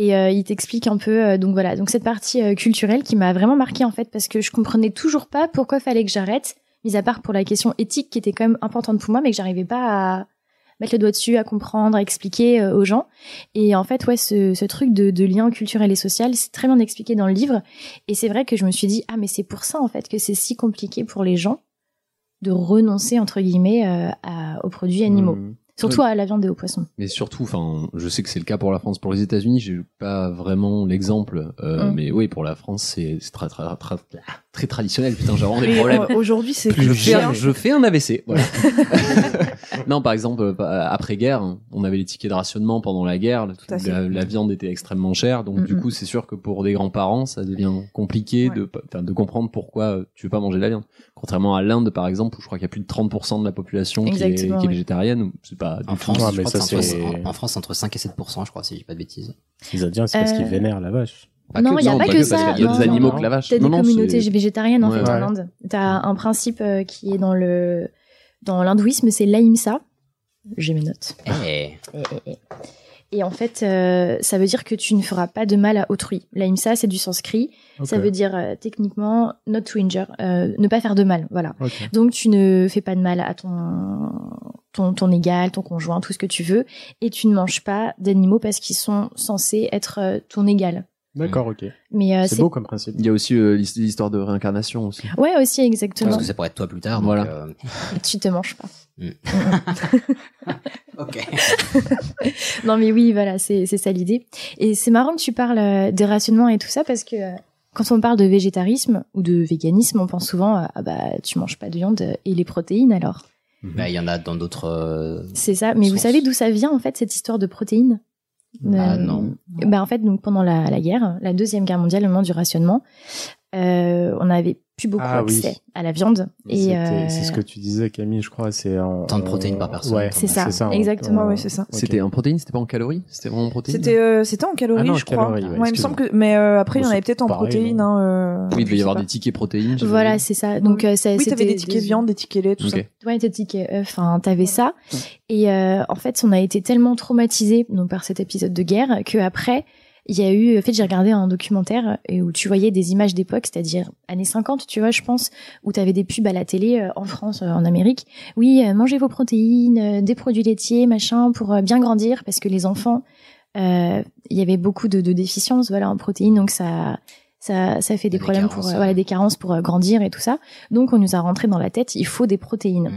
Et euh, il t'explique un peu, euh, donc voilà, donc cette partie euh, culturelle qui m'a vraiment marquée en fait, parce que je comprenais toujours pas pourquoi fallait que j'arrête, mis à part pour la question éthique qui était quand même importante pour moi, mais que j'arrivais pas à mettre le doigt dessus, à comprendre, à expliquer euh, aux gens. Et en fait, ouais, ce, ce truc de, de lien culturel et social, c'est très bien expliqué dans le livre. Et c'est vrai que je me suis dit, ah mais c'est pour ça en fait que c'est si compliqué pour les gens de renoncer entre guillemets euh, à- aux produits animaux, Mhm. surtout Ouais. à la viande et aux poissons. Mais surtout, enfin, je sais que c'est le cas pour la France. Pour les États-Unis, j'ai pas vraiment l'exemple. euh, Hum. Mm. Mais oui, pour la France, c'est c'est très, très, très, très traditionnel. Putain, j'ai vraiment des Mais, problèmes. euh, aujourd'hui, c'est je fais, clair. un, je fais un AVC. Voilà. [laughs] non, par exemple, euh, après-guerre, hein, on avait les tickets de rationnement pendant la guerre. le- à fait. Hum, la, la viande était extrêmement chère. Donc, du Mm-mm. coup, c'est sûr que pour des grands-parents, ça devient compliqué de, pa- enfin, de comprendre pourquoi euh, tu veux pas manger de la viande. Contrairement à l'Inde, par exemple, où je crois qu'il y a plus de 30% de la population qui est, qui est Exactement, oui. végétarienne. C'est pas du En tout- France, je crois que c'est entre- en- en France, entre 5 et 7 je crois, si je dis pas de bêtises. Les Indiens, c'est parce qu'ils Euh, vénèrent la vache. non, il n'y a pas que parce ça. qu'il y a non, des non, animaux non. que la vache. T'as des Non, non, communautés c'est- végétariennes en Ouais, fait ouais. en Inde. T'as un principe euh, qui est dans le dans l'hindouisme, c'est l'ahimsa. J'ai mes notes. Eh. Et en fait, euh, ça veut dire que tu ne feras pas de mal à autrui. L'ahimsa, c'est du sanskrit. Ok. Ça veut dire euh, techniquement not to injure, euh, ne pas faire de mal. Voilà. Ok. Donc tu ne fais pas de mal à ton, ton ton égal, ton conjoint, tout ce que tu veux, et tu ne manges pas d'animaux parce qu'ils sont censés être euh, ton égal. D'accord, ok. Mais euh, c'est comme principe. Il y a aussi euh, l'his- l'histoire de réincarnation aussi. Ouais, aussi, exactement. Parce que c'est pour être toi plus tard. euh, Voilà. [laughs] Tu te manges pas. Mm. [laughs] ok. non, mais oui, voilà, c'est c'est ça l'idée. Et c'est marrant que tu parles euh, des rationnements et tout ça parce que euh, quand on parle de végétarisme ou de véganisme, on pense souvent à ah bah tu manges pas de viande euh, et les protéines alors. Bah, il y en a dans d'autres. euh, C'est ça. Mais vous sources. savez d'où ça vient en fait cette histoire de protéines Ah Euh, non. Bah en fait donc pendant la, la guerre, la deuxième guerre mondiale, le moment du rationnement, euh, on n'avait plus beaucoup Ah oui. accès à la viande. Et C'était- C'est euh, ce que tu disais, Camille, je crois. C'est en- Tant de protéines par personne. Ouais, hein. C'est ça, exactement. on- Ouais, c'est ça. C'était en protéines, c'était pas en calories C'était vraiment en protéines C'était euh, c'était en Ah calories, non, en je crois. calories, ouais, il me semble excuse-moi. que. Mais euh, après, il y en Bon, avait c'est peut-être en pareil, protéines. Hein, euh, Oui, il devait y je sais avoir pas. des tickets protéines. j'imagine. euh, Voilà, c'est ça. Donc, euh, ça, Oui, t'avais c'était des tickets viande, des tickets lait, tout Ok. Ouais, tes tickets œufs, euh, enfin, t'avais ça. Et euh, en fait, on a été tellement traumatisés donc, par cet épisode de guerre que après, il y a eu. En fait, j'ai regardé un documentaire euh, et où tu voyais des images d'époque, c'est-à-dire années 50, tu vois, je pense, où t'avais des pubs à la télé euh, en France, euh, en Amérique. Oui, euh, mangez vos protéines, euh, des produits laitiers, machin, pour euh, bien grandir, parce que les enfants, euh, il y avait beaucoup de, de déficiences, voilà, en protéines, donc ça. Ça, ça fait des, problèmes pour carences, euh, voilà, des carences pour euh, grandir et tout ça. Donc on nous a rentré dans la tête, il faut des protéines.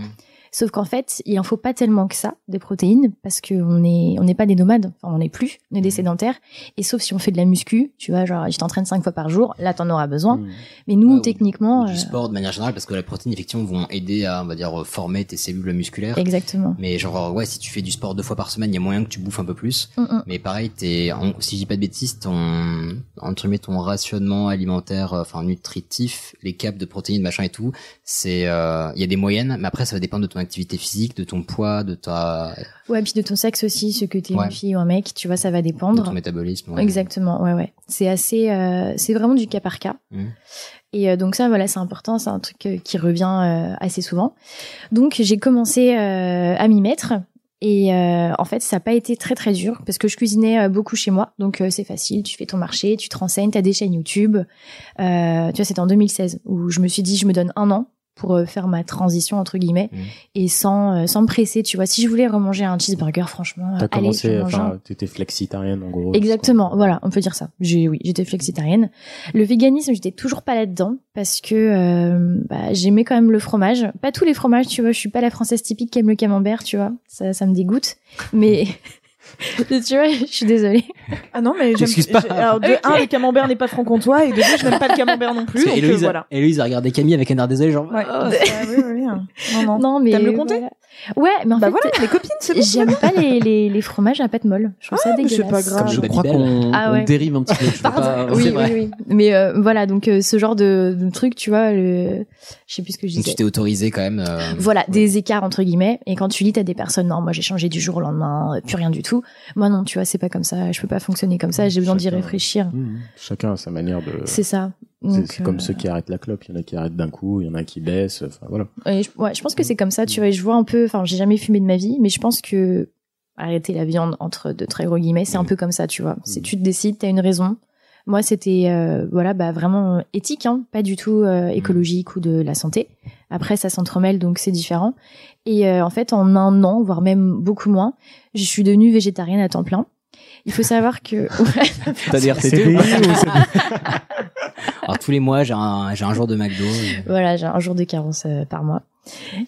Sauf qu'en fait, il en faut pas tellement que ça, des protéines, parce qu'on est, on n'est pas des nomades, enfin, on n'est plus, on Mhm. est des sédentaires. Et sauf si on fait de la muscu, tu vois, genre, je t'entraîne cinq fois par jour, là, t'en auras besoin. Hmm. Mhm. Mais Ah nous, techniquement, du euh, sport de manière générale parce que la protéine effectivement vont aider à on va dire former tes cellules musculaires euh, exactement. mais genre euh, ouais si tu fais du sport deux fois par semaine il y a moyen que tu bouffes un peu plus Mm, mm. mais pareil t'es en- si je dis pas de bêtises ton entre guillemets, ton rationnement alimentaire euh, enfin nutritif les caps de protéines machin et tout c'est euh, il y a des moyennes mais après ça va dépendre de ton activité physique de ton poids de ta Ouais, puis de ton sexe aussi, ce que t'es Ouais. une fille ou un mec, tu vois, ça va de dépendre. ton métabolisme ouais. Exactement, ouais, ouais. C'est assez, euh, c'est vraiment du cas par cas. Mm. Et euh, donc ça, voilà, c'est important, c'est un truc euh, qui revient euh, assez souvent. Donc j'ai commencé euh, à m'y mettre. Et euh, en fait, ça n'a pas été très très dur parce que je cuisinais euh, beaucoup chez moi, donc euh, c'est facile. Tu fais ton marché, tu te renseignes, t'as des chaînes YouTube. Euh, tu vois, c'était en 2016 où je me suis dit, je me donne un an pour euh, faire ma transition entre guillemets et sans euh, sans me presser, tu vois. Si je voulais remanger un cheeseburger, franchement, euh, T'as allez, je commencé, mange un. enfin, t'étais flexitarienne en gros. Exactement, voilà, on peut dire ça. J'ai, oui, j'étais flexitarienne. Le véganisme, j'étais toujours pas là-dedans parce que euh, bah, j'aimais quand même le fromage. Pas tous les fromages, tu vois. Je suis pas la française typique qui aime le camembert, tu vois. Ça, ça me dégoûte. Mais [laughs] tu vois, je suis désolée. Ah non, mais j'aime. T'excuses pas. j'ai- Alors, de Ok. un, le camembert n'est pas franc-comtois, et de deux, je n'aime pas le camembert non plus. Parce que Donc, euh, Héloïse, voilà. a- Héloïse a regardé Camille avec un air désolé, genre. Ouais. Ah, Ah, oui, oui, oui. Non, non. Non, mais T'aimes le comté voilà. Ouais, mais en Bah fait, voilà, les copines, c'est bon. Ah, j'aime pas les, les, les fromages à pâte molle. Je trouve ça mais dégueulasse. c'est pas grave. Je Babybel. crois qu'on Ah on ouais. dérive un petit peu. je veux pas- Oui, c'est oui, vrai. oui. Mais euh, voilà, donc euh, ce genre de, de truc, tu vois, le... je sais plus ce que je Donc disais. tu t'es autorisé quand même. [laughs] euh, Voilà, des écarts entre guillemets. Et quand tu lis, t'as des personnes, non, moi j'ai changé du jour au lendemain, euh, plus rien du tout. Moi non, tu vois, c'est pas comme ça, je peux pas fonctionner comme ça, j'ai besoin d'y Chacun- réfléchir. Mmh. Chacun a sa manière de. C'est ça. C'est- Donc, C'est comme euh, ceux qui arrêtent la clope. Il y en a qui arrêtent d'un coup, il y en a qui baissent. Enfin voilà. et je, ouais, je pense que c'est comme ça, tu vois, et je vois un peu, enfin, j'ai jamais fumé de ma vie, mais je pense que arrêter la viande entre de très gros guillemets, c'est un peu comme ça, tu vois. C'est tu te décides, t'as une raison. Moi, c'était euh, voilà, bah vraiment euh, éthique, hein, pas du tout euh, écologique ou de la santé. Après, ça s'entremêle, donc c'est différent. Et euh, en fait, en un an, voire même beaucoup moins, je suis devenue végétarienne à temps plein. Il faut savoir que [laughs] Ah, T'as des RTT Alors tous les mois, j'ai un, j'ai un jour de McDo. euh, et- Voilà, j'ai un jour de carence euh, par mois.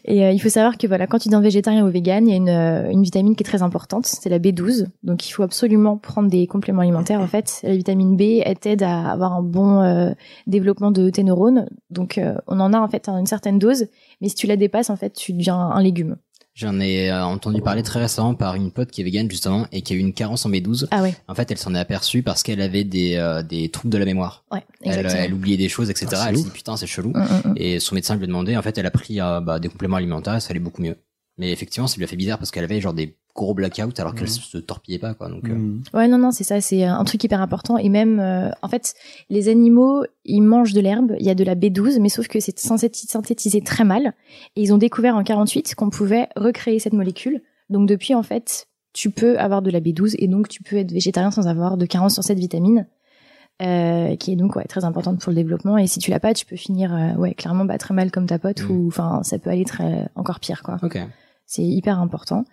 Et euh, il faut savoir que voilà, quand tu es végétarien ou vegan, il y a une, euh, une vitamine qui est très importante, c'est la B12. Donc il faut absolument prendre des compléments alimentaires. En fait, la vitamine B, elle t'aide à avoir un bon euh, développement de tes neurones. Donc euh, on en a en fait une certaine dose, mais si tu la dépasses, en fait, tu deviens un légume. J'en ai euh, entendu parler très récemment par une pote qui est végane justement et qui a eu une carence en B12. Ah ouais, En fait, elle s'en est aperçue parce qu'elle avait des, euh, des troubles de la mémoire. ouais, Elle, exactement. elle oubliait des choses, etc. Ah, c'est elle s'est ouf. dit putain, c'est chelou. Mm, mm, mm. Et son médecin lui a demandé. En fait, elle a pris euh, bah, des compléments alimentaires et ça allait beaucoup mieux. Mais effectivement, ça lui a fait bizarre parce qu'elle avait genre des gros blackouts alors Mmh. qu'elle se torpillait pas quoi. Donc, euh, Ouais, non, non, c'est ça, c'est euh, un truc hyper important. Et même, euh, en fait, les animaux, ils mangent de l'herbe, il y a de la B12, mais sauf que c'est synthéti- synthétisé très mal. Et ils ont découvert en 48 qu'on pouvait recréer cette molécule. Donc depuis, en fait, tu peux avoir de la B12 et donc tu peux être végétarien sans avoir de carence sur cette vitamine, euh, qui est donc ouais, très importante pour le développement. Et si tu l'as pas, tu peux finir, euh, ouais, clairement, bah, très mal comme ta pote, Mm. ou enfin, ça peut aller très, encore pire, quoi. euh, ok. C'est hyper important.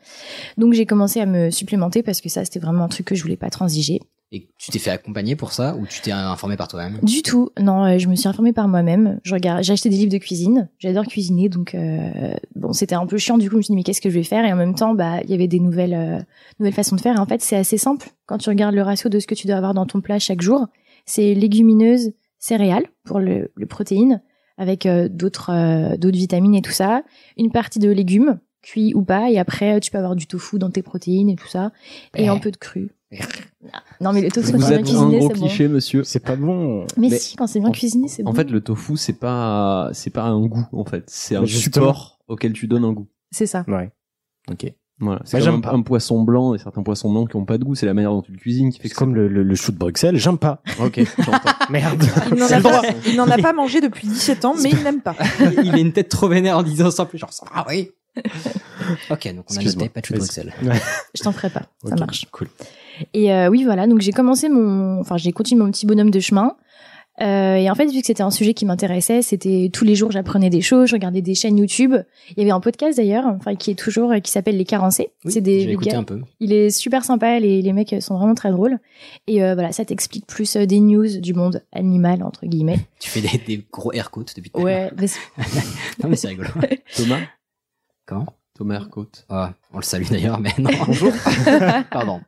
Donc j'ai commencé à me supplémenter parce que ça, c'était vraiment un truc que je voulais pas transiger. Et tu t'es fait accompagner pour ça ou tu t'es informé par toi-même Du tout. Non, euh, je me suis informée par moi-même. Je regarde, j'ai acheté des livres de cuisine. J'adore cuisiner, donc euh, bon, c'était un peu chiant. Du coup, je me suis dit mais qu'est-ce que je vais faire Et en même temps, bah, il y avait des nouvelles euh, nouvelles façons de faire. Et en fait, c'est assez simple quand tu regardes le ratio de ce que tu dois avoir dans ton plat chaque jour. C'est légumineuses, céréales pour le, le protéines, avec euh, d'autres euh, d'autres vitamines et tout ça. Une partie de légumes cuits ou pas. Et après, tu peux avoir du tofu dans tes protéines et tout ça, et Ouais. un peu de cru. Non, mais le tofu Eh. quand Vous c'est bien êtes un cuisiné, gros c'est bon. cliché, monsieur. C'est pas bon. Mais, Mais si, quand c'est bien cuisiné, c'est bon. En fait, le tofu, c'est pas, c'est pas un goût, en fait. C'est un Mais justement. support auquel tu donnes un goût. C'est ça. Ouais. Ok. Voilà. C'est Moi, comme j'aime un, pas. un poisson blanc et certains poissons blancs qui ont pas de goût. C'est la manière dont tu le cuisines qui fait C'est que comme le, le, le chou de Bruxelles. J'aime pas. c'est- [laughs] Ok, j'entends. Merde. Il n'en C'est a, le pas, droit. il n'en a pas mangé depuis 17 ans, mais il n'aime pas. il a une tête trop vénère en disant ça, plus genre ça va, [laughs] oui. ok, donc on a Excuse-moi. noté pas de chou de Vas-y. Bruxelles. Ouais. Je t'en ferai pas. Ça Ok, marche. Cool. Et euh, oui, voilà. Donc j'ai commencé mon, enfin j'ai continué mon petit bonhomme de chemin. Euh, et en fait, vu que c'était un sujet qui m'intéressait, c'était tous les jours j'apprenais des choses, je regardais des chaînes YouTube. Il y avait un podcast d'ailleurs, enfin qui est toujours, euh, qui s'appelle Les Carencés. Oui, c'est des J'ai écouté véga- un peu. Il est super sympa, les, les mecs sont vraiment très drôles. Et euh, voilà, ça t'explique plus euh, des news du monde animal entre guillemets. Tu fais des, des gros air quotes depuis tout à l'heure. Ouais. mais c'est- Non, mais c'est rigolo. Thomas, Comment Thomas Hercote. Ah, On le salue d'ailleurs, mais non. Bonjour. [laughs] Pardon.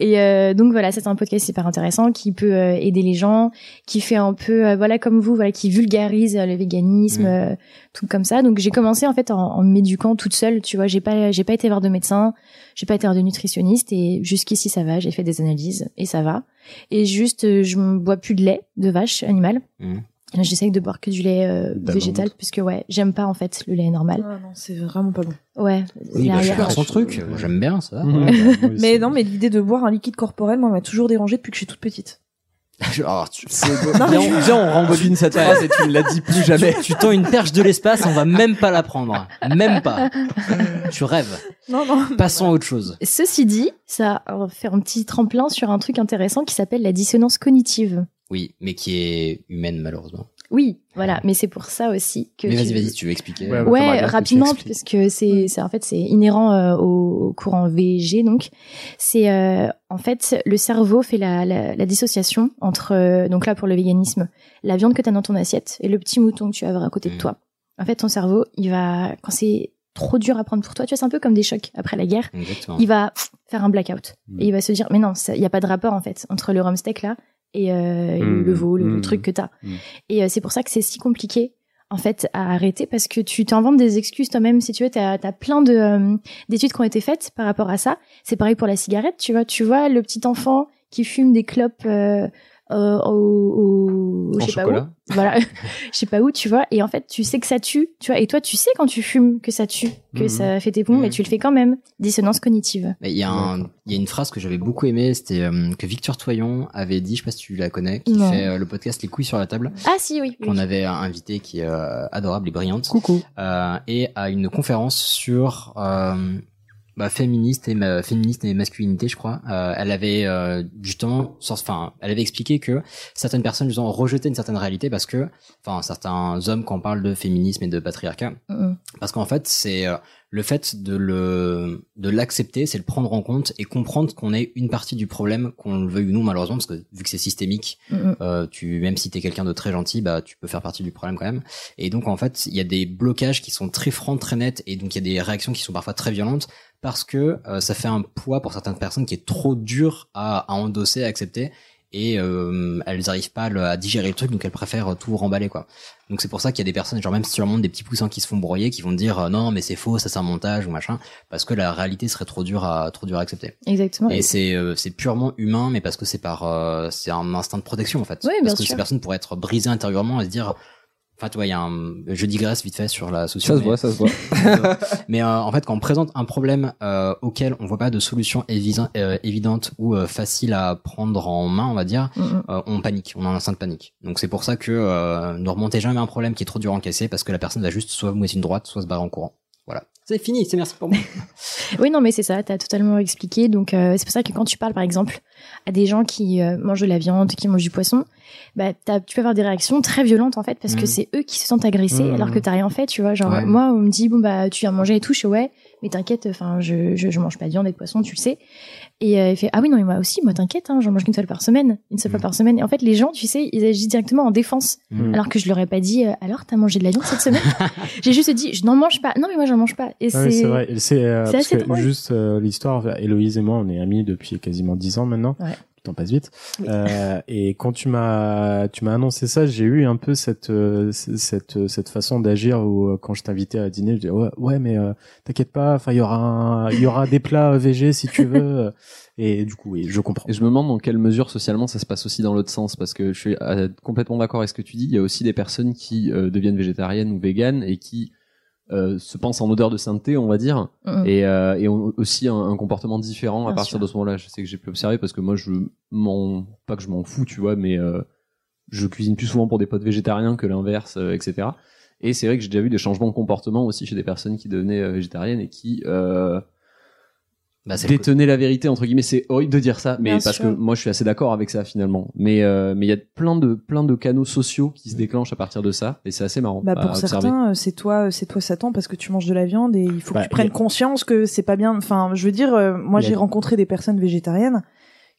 Et euh, donc voilà, ça, c'est un podcast hyper intéressant qui peut euh, aider les gens, qui fait un peu, euh, voilà, comme vous, voilà, qui vulgarise euh, le véganisme, Mm. euh, tout comme ça. Donc j'ai commencé en fait en, en m'éduquant toute seule, tu vois, j'ai pas, j'ai pas été voir de médecin, j'ai pas été voir de nutritionniste et jusqu'ici ça va, j'ai fait des analyses et ça va. Et juste, euh, je ne bois plus de lait de vache animale. Mm. J'essaye de boire que du lait euh, D'amande. végétal, puisque ouais, j'aime pas en fait le lait normal. Ah non, c'est vraiment pas bon. Ouais. Oui, là, bah, il y a- chacun son je- truc. Moi, J'aime bien ça. Hum. Ouais, bah, moi aussi. Mais non, mais l'idée de boire un liquide corporel, moi, m'a toujours dérangée depuis que je suis toute petite. [laughs] Genre, tu, [laughs] Viens, on- viens, on rembobine cette phrase et tu ne la dis plus jamais. tu- tu tends une perche de l'espace, on va même pas la prendre. Même pas. Tu [laughs] rêves. Non, non. Passons à autre chose. Ceci dit, ça euh, fait un petit tremplin sur un truc intéressant qui s'appelle la dissonance cognitive. Oui, mais qui est humaine malheureusement. Oui, voilà, mais c'est pour ça aussi que. Mais tu- vas-y, vas-y, tu veux expliquer. Ouais, rapidement, parce que c'est, c'est- en fait, c'est inhérent euh, au, au courant VG. Donc, c'est euh, en fait le cerveau fait la, la- la dissociation entre euh, donc là pour le véganisme, la viande que tu as dans ton assiette et le petit mouton que tu vas avoir à côté Mm. de toi. En fait, ton cerveau, il va quand c'est trop dur à prendre pour toi, tu vois, c'est un peu comme des chocs après la guerre. Exactement. Il va pff, faire un blackout Mm. et il va se dire mais non, il n'y a pas de rapport en fait entre le rhum steak là et euh, le- Mm. le veau, le, le Mm. truc que t'as. Mm. Et euh, c'est pour ça que c'est si compliqué en fait à arrêter parce que tu t'inventes des excuses toi-même si tu veux t'as as plein de euh, d'études qui ont été faites par rapport à ça c'est pareil pour la cigarette tu vois tu vois le petit enfant qui fume des clopes euh, euh, au, au- En je sais chocolat. pas où voilà [laughs] je sais pas où tu vois et en fait tu sais que ça tue tu vois et toi tu sais quand tu fumes que ça tue que Mhm. ça fait tes poumons mais tu le fais quand même dissonance cognitive Mais il y, a un- il y a une phrase que j'avais beaucoup aimée, c'était euh, que Victor Toyon avait dit, je sais pas si tu la connais, qui Non. fait euh, le podcast Les couilles sur la table. ah si oui, oui. qu'on avait invité qui est euh, adorable et brillante. Coucou. et à une conférence sur euh, bah, féministe et ma- féministe et masculinité, je crois. Euh, elle avait euh, justement, sans- enfin, elle avait expliqué que certaines personnes justement rejetaient une certaine réalité parce que, enfin, certains hommes quand on parle de féminisme et de patriarcat, Mhm. parce qu'en fait, c'est euh, le fait de le de l'accepter, c'est le prendre en compte et comprendre qu'on est une partie du problème, qu'on le veuille ou non, malheureusement, parce que vu que c'est systémique, Mhm. euh, tu même si t'es quelqu'un de très gentil, bah tu peux faire partie du problème quand même. Et donc en fait, il y a des blocages qui sont très francs, très nets, et donc il y a des réactions qui sont parfois très violentes parce que euh, ça fait un poids pour certaines personnes qui est trop dur à, à endosser, à accepter. Et euh, elles arrivent pas à le- à digérer le truc, donc elles préfèrent tout remballer quoi. Donc c'est pour ça qu'il y a des personnes, genre même sûrement des petits poussins qui se font broyer, qui vont dire euh, non mais c'est faux, ça c'est un montage ou machin, parce que la réalité serait trop dure à trop dure à accepter. exactement Et c'est euh, c'est purement humain, mais parce que c'est par euh, c'est un instinct de protection en fait. Oui, bien parce que sûr. ces personnes pourraient être brisées intérieurement et se dire. Enfin, tu vois, il y a un. Je digresse vite fait sur la société. Ça se voit, ça se voit. mais euh, en fait, quand on présente un problème euh, auquel on voit pas de solution évisa- euh, évidente ou euh, facile à prendre en main, on va dire, Mhm. euh, on panique, on a un instinct de panique. Donc c'est pour ça que euh, ne remontez jamais un problème qui est trop dur à encaisser parce que la personne va juste soit vous mettre une droite, soit se barrer en courant. Voilà. C'est fini, c'est merci pour moi. Oui, non, mais c'est ça, t'as totalement expliqué. Donc, euh, c'est pour ça que quand tu parles, par exemple, à des gens qui euh, mangent de la viande, qui mangent du poisson, bah, t'as- tu peux avoir des réactions très violentes, en fait, parce Mm. Mhm. que c'est eux qui se sentent agressés, Mhm. alors que t'as rien fait, tu vois. Genre, Ouais. moi, on me dit, bon, bah, tu viens manger et tout, je fais, ouais, mais t'inquiète, enfin, je, je, je mange pas de viande et de poisson, tu le sais. Et euh, il fait, ah oui, non, mais moi aussi, moi, t'inquiète, hein, j'en mange qu'une seule par semaine, une seule fois Mm. par semaine. Et en fait, les gens, tu sais, ils agissent directement en défense, Mhm. alors que je leur ai pas dit, euh, alors, t'as mangé de la viande [laughs] cette semaine J'ai juste dit, je n'en mange pas. Non, mais moi, j'en mange pas. Et Ah oui, c'est vrai. Et C'est euh, c'est parce assez que drôle. juste euh, l'histoire. Héloïse et moi, on est amis depuis quasiment 10 ans maintenant. Ouais. Le temps passe vite. Euh, et quand tu m'as tu m'as annoncé ça, j'ai eu un peu cette euh, c- cette cette façon d'agir où euh, quand je t'invitais à dîner, je disais ouais, ouais mais euh, t'inquiète pas, enfin il y aura un- il y aura des plats euh, VG si tu veux. Et du coup, oui, je comprends. Et je me demande dans quelle mesure socialement ça se passe aussi dans l'autre sens, parce que je suis euh, complètement d'accord avec ce que tu dis. Il y a aussi des personnes qui euh, deviennent végétariennes ou véganes et qui euh, se pensent en odeur de sainteté, on va dire, Mm. Mhm. et, euh, et ont aussi un, un comportement différent à Bien partir sûr. de ce moment-là. Je sais que j'ai pu observer parce que moi, je m'en pas que je m'en fous, tu vois, mais euh, je cuisine plus souvent pour des potes végétariens que l'inverse, euh, etc. Et c'est vrai que j'ai déjà vu des changements de comportement aussi chez des personnes qui devenaient euh, végétariennes et qui euh, Bah, c'est le détenaient la vérité entre guillemets. C'est horrible de dire ça, mais Bien parce sûr. que moi je suis assez d'accord avec ça finalement. Mais euh, mais il y a plein de plein de canaux sociaux qui Mm. se déclenchent à partir de ça et c'est assez marrant Bah à pour observer. certains, euh, c'est toi, euh, c'est toi Satan parce que tu manges de la viande et il faut que Bah, tu prennes y a- conscience que c'est pas bien. Enfin, je veux dire, euh, moi Il y a- j'ai rencontré des personnes végétariennes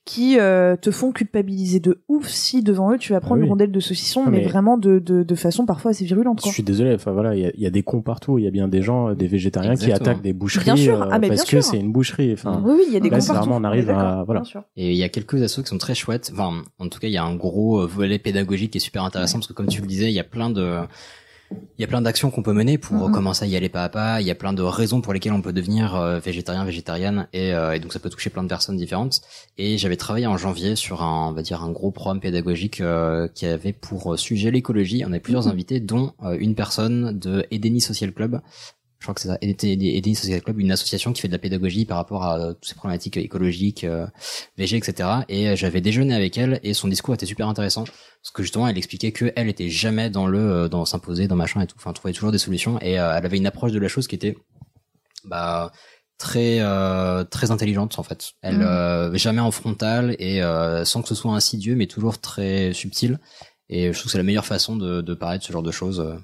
qui euh, te font culpabiliser de ouf si devant eux tu vas prendre oui. une rondelle de saucisson, Ah, mais, mais- vraiment de, de, de façon parfois assez virulente. Je Quoi. suis désolé, enfin voilà, il y a- il y, a des cons partout. Il y a bien des gens, euh, des végétariens qui Exactement. Mmh. attaquent des boucheries euh, Bien sûr. Ah, mais parce bien que sûr. c'est une boucherie. Enfin, Oui, oui, il y a des là, Bah, cons c'est partout, vraiment on arrive on est à d'accord, voilà. bien sûr. Et il y a quelques assos qui sont très chouettes. Enfin, en tout cas, il y a un gros euh, volet pédagogique qui est super intéressant parce que comme tu le disais, il y a plein de il y a plein d'actions qu'on peut mener pour euh, commencer à y aller pas à pas. Il y a plein de raisons pour lesquelles on peut devenir euh, végétarien, végétarienne, et, euh, et donc ça peut toucher plein de personnes différentes. Et j'avais travaillé en janvier sur un, on va dire, un gros programme pédagogique euh, qui avait pour euh, sujet l'écologie. On avait plusieurs Mhm. invités, dont euh, une personne de Edeni Social Club. Je crois que c'est ça, Edeni Edeni Social Club, une association qui fait de la pédagogie par rapport à euh, toutes ces problématiques écologiques, euh, VG, etc. Et euh, j'avais déjeuné avec elle et son discours était super intéressant parce que justement elle expliquait que elle était jamais dans le euh, dans s'imposer dans machin et tout enfin trouvait toujours des solutions et euh, elle avait une approche de la chose qui était bah très euh, très intelligente en fait Mm. elle Mhm. euh, jamais en frontal et euh, sans que ce soit insidieux mais toujours très subtil Et je trouve que c'est la meilleure façon de, de parler de ce genre de choses, euh,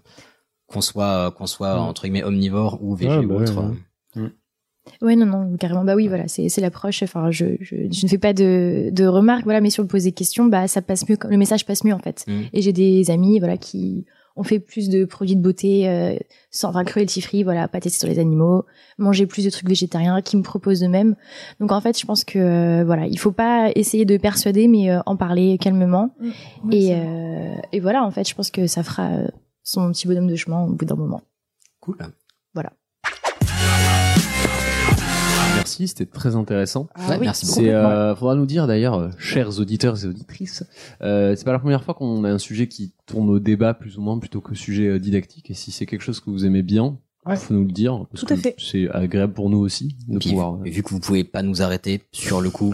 qu'on soit, euh, qu'on soit entre guillemets omnivore ou végé Ouais, Mm. bah ou autre. ouais, ouais. Ouais, non, non, carrément. Bah oui, voilà, c'est c'est l'approche. Enfin, je, je, je ne fais pas de, de remarques, voilà, mais sur le poser question, bah ça passe mieux, quand- le message passe mieux en fait. Mm. Et j'ai des amis, voilà, qui ont fait plus de produits de beauté euh, sans, enfin, cruelty free, voilà, pas tester sur les animaux, manger plus de trucs végétariens, qui me proposent de même. Donc en fait, je pense que euh, voilà, il faut pas essayer de persuader, mais euh, en parler calmement. et, euh, et voilà, en fait, je pense que ça fera euh, son petit bonhomme de chemin au bout d'un moment. Cool. Voilà. Merci, c'était très intéressant. Ah, Ouais, oui, merci beaucoup. C'est, euh, faudra nous dire d'ailleurs, euh, chers auditeurs et auditrices, euh, c'est pas la première fois qu'on a un sujet qui tourne au débat plus ou moins plutôt que sujet euh, didactique. Et si c'est quelque chose que vous aimez bien, Ouais. faut nous le dire. parce Tout à que fait. C'est agréable pour nous aussi de Puis, pouvoir. euh, vu que vous pouvez pas nous arrêter sur le coup,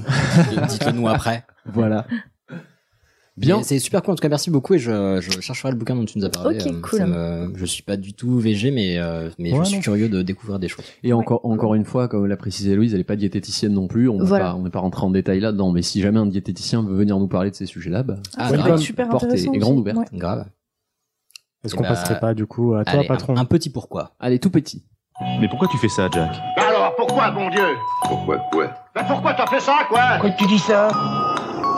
dites- dites-le nous après. Voilà. Bien. C'est super cool. En tout cas, merci beaucoup et je, je chercherai le bouquin dont tu nous as parlé. Ok, Euh, cool. ça me- je suis pas du tout végé, mais, euh, mais Ouais, je suis non. curieux de découvrir des choses. Et encore, encore une fois, comme l'a précisé Louise, elle n'est pas diététicienne non plus. On Voilà. n'est pas rentré en détail là-dedans. Mais si jamais un diététicien veut venir nous parler de ces sujets-là, bah, Ah, welcome. ça va être super La porte est- intéressant est grande aussi. ouverte. Grave. Est-ce Eh qu'on ben, passerait pas du coup à toi, allez, un- patron un petit pourquoi. Allez, tout petit. Mais pourquoi tu fais ça, Jack Alors, pourquoi, bon Dieu Pourquoi quoi Bah pourquoi t'as fait ça, quoi Pourquoi tu dis ça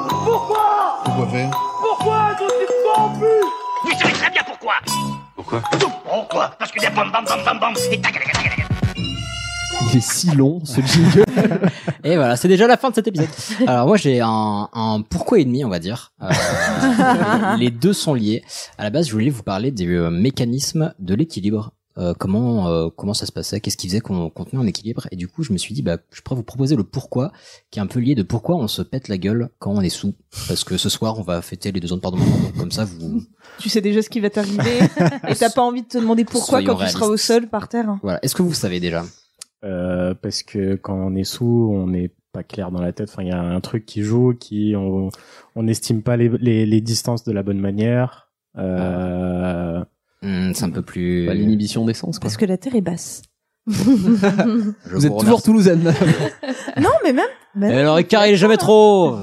Pourquoi Pourquoi faire Pourquoi tu t'es pas en plus Vous savez très bien pourquoi Pourquoi Pourquoi Parce que des bam bam bam bam bam et tac, tac, tac, tac, tac. Il est si long, ce jingle. Et voilà, c'est déjà la fin de cet épisode. Alors moi j'ai un, un pourquoi et demi, on va dire. Euh, les deux sont liés. À la base, je voulais vous parler du euh, mécanisme de l'équilibre. Euh, comment euh, comment ça se passait Qu'est-ce qui faisait qu'on qu'on tenait en équilibre Et du coup, je me suis dit, bah, je pourrais vous proposer le pourquoi, qui est un peu lié de pourquoi on se pète la gueule quand on est sous. Parce que ce soir, on va fêter les deux ans de pardon. Donc comme ça, vous Tu sais déjà ce qui va t'arriver et t'as pas envie de te demander pourquoi Soyons quand tu seras au réalistes. sol par terre. hein. voilà. Est-ce que vous savez déjà Euh, parce que quand on est sous, on n'est pas clair dans la tête. Enfin, il y a un truc qui joue, qui on on n'estime pas les, les, les distances de la bonne manière. Euh, Hum, C'est un peu plus. Bah, L'inhibition d'essence, quoi. Parce que la terre est basse. Je Vous êtes toujours toulousaine. non, mais même. même- Alors, Ricard, il est jamais trop.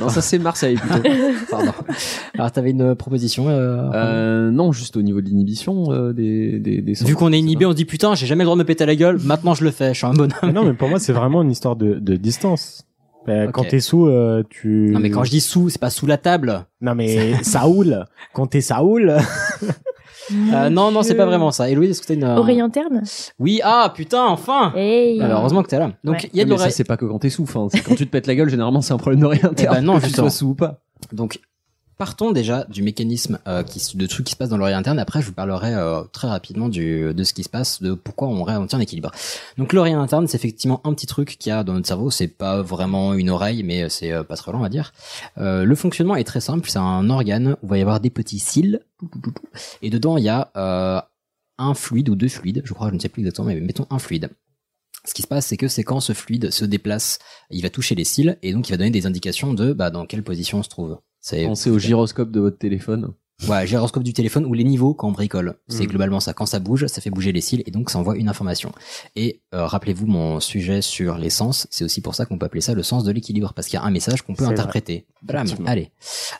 non, ça c'est Marseille plutôt. Pardon. Alors, t'avais une proposition euh, Euh, non, juste au niveau de l'inhibition euh, des, des, des sens. Vu qu'on est inhibé, on se dit putain, j'ai jamais le droit de me péter la gueule. Maintenant, je le fais. Je suis un bonhomme. mais non, mais pour moi, c'est vraiment une histoire de, de distance. Ben, Ok. Quand t'es sous, euh, tu. Non, mais quand je dis sous, c'est pas sous la table. Non, mais Saoul, quand [laughs] t'es Saoul, Euh, non, non, c'est Dieu. pas vraiment ça. Et Louis, est-ce que t'as une. euh, Oreille interne Oui, ah putain, enfin Hey. Alors, heureusement que t'es là. Donc, Ouais. il y a de mais ça l'oreille. c'est pas que quand t'es sous. Enfin, c'est quand tu te pètes la gueule, généralement c'est un problème de rien. Eh ben non, que tu justement. sois sous ou pas. Donc, partons déjà du mécanisme euh, qui, se- de trucs qui se passe dans l'oreille interne. Après, je vous parlerai euh, très rapidement du, de ce qui se passe, de pourquoi on réinvente un équilibre. Donc, l'oreille interne, c'est effectivement un petit truc qu'il y a dans notre cerveau. C'est pas vraiment une oreille, mais c'est euh, pas très long, on va dire. Euh, le fonctionnement est très simple. C'est un organe où il va y avoir des petits cils. Et dedans, il y a euh, un fluide ou deux fluides. Je crois, je ne sais plus exactement, mais mettons un fluide. Ce qui se passe, c'est que c'est quand ce fluide se déplace, il va toucher les cils et donc il va donner des indications de bah, dans quelle position on se trouve. C'est Pensez au gyroscope de votre téléphone. Ouais, gyroscope du téléphone ou les niveaux quand on bricole. C'est Hmm. Mm. globalement ça. Quand ça bouge, ça fait bouger les cils et donc ça envoie une information. Et euh, rappelez-vous mon sujet sur les sens. C'est aussi pour ça qu'on peut appeler ça le sens de l'équilibre parce qu'il y a un message qu'on peut C'est vrai. interpréter. Blam, Effectivement. allez.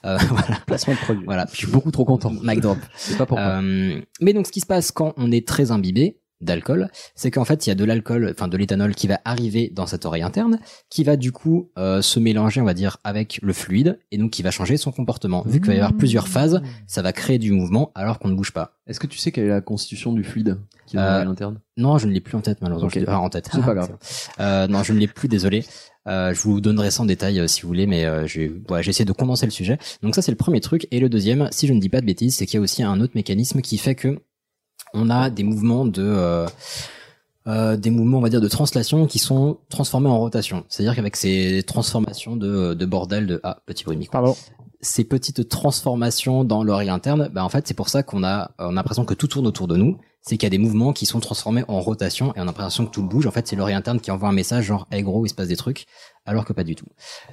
Euh, [laughs] voilà. placement de produit. Voilà. Je suis beaucoup trop content. Mic drop. C'est pas pourquoi. Euh, mais donc, ce qui se passe quand on est très imbibé d'alcool, c'est qu'en fait, il y a de l'alcool, enfin de l'éthanol qui va arriver dans cette oreille interne, qui va du coup euh, se mélanger, on va dire, avec le fluide, et donc qui va changer son comportement. Vu qu'il va y avoir plusieurs phases, Mmh. ça va créer du mouvement alors qu'on ne bouge pas. Est-ce que tu sais quelle est la constitution du fluide qui est dans Euh, l'oreille interne Non, je ne l'ai plus en tête, malheureusement. Ok. Je l'ai- enfin, en tête. C'est pas grave. Euh, non, je ne l'ai plus, désolé. Euh, je vous donnerai ça en détail euh, si vous voulez, mais euh, j'ai ouais, j'ai essayé de condenser le sujet. Donc ça, c'est le premier truc. Et le deuxième, si je ne dis pas de bêtises, c'est qu'il y a aussi un autre mécanisme qui fait que on a des mouvements de... euh, euh, des mouvements, on va dire, de translation qui sont transformés en rotation. C'est-à-dire qu'avec ces transformations de, de bordel de... Ah, petit bruit de micro Pardon. ces petites transformations dans l'oreille interne, bah en fait c'est pour ça qu'on a, on a l'impression que tout tourne autour de nous. c'est qu'il y a des mouvements qui sont transformés en rotation et on a l'impression que tout bouge. En fait, c'est l'oreille interne qui envoie un message genre hey gros, il se passe des trucs, alors que pas du tout.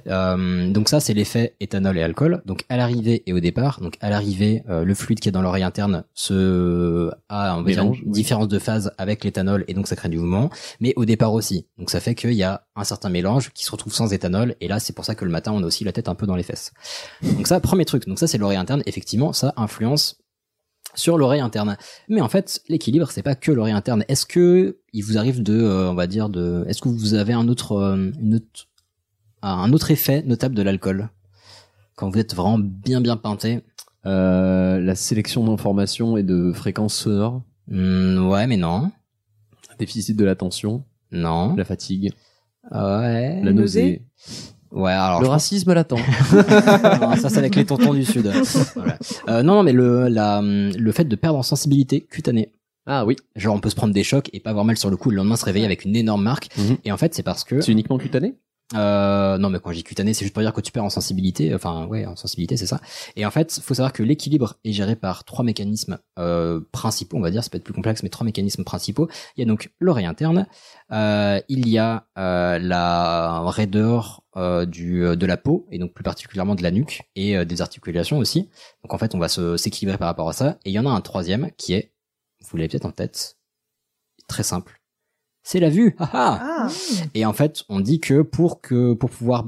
Euh, donc ça, c'est l'effet éthanol et alcool. Donc à l'arrivée et au départ, donc à l'arrivée, euh, le fluide qui est dans l'oreille interne se a on va dire, Mélange, une différence de phase avec l'éthanol et donc ça crée du mouvement, mais au départ aussi. Donc ça fait qu'il y a un certain mélange qui se retrouve sans éthanol et là, c'est pour ça que le matin, on a aussi la tête un peu dans les fesses. Donc ça, premier truc. Donc ça, c'est l'oreille interne. Effectivement, ça influence sur l'oreille interne. Mais en fait, l'équilibre, c'est pas que l'oreille interne. Est-ce que il vous arrive de, euh, on va dire, de, est-ce que vous avez un autre, euh, une autre- un autre effet notable de l'alcool quand vous êtes vraiment bien bien peinté Euh, la sélection d'informations et de fréquences sonores. Hmm, ouais, mais non. Déficit de l'attention. Non. La fatigue. Ouais. La nausée. Ouais, alors. Ah, Le je pense- racisme l'attend. [laughs] Non, ça, c'est avec les tontons du Sud. Voilà. Euh, non, non, mais le, la, le fait de perdre en sensibilité cutanée. Ah oui. Genre, on peut se prendre des chocs et pas avoir mal sur le coup, le lendemain se réveiller avec une énorme marque. Et en fait, c'est parce que. C'est uniquement cutané euh, non mais quand je dis cutané c'est juste pour dire que tu perds en sensibilité enfin ouais en sensibilité c'est ça et en fait faut savoir que l'équilibre est géré par trois mécanismes euh, principaux on va dire ça peut être plus complexe mais trois mécanismes principaux il y a donc l'oreille interne euh, il y a euh, la raideur euh, du, de la peau et donc plus particulièrement de la nuque et euh, des articulations aussi donc en fait on va se- s'équilibrer par rapport à ça et il y en a un troisième qui est vous l'avez peut-être en tête très simple c'est la vue Ah ah [laughs] et en fait, on dit que pour que pour pouvoir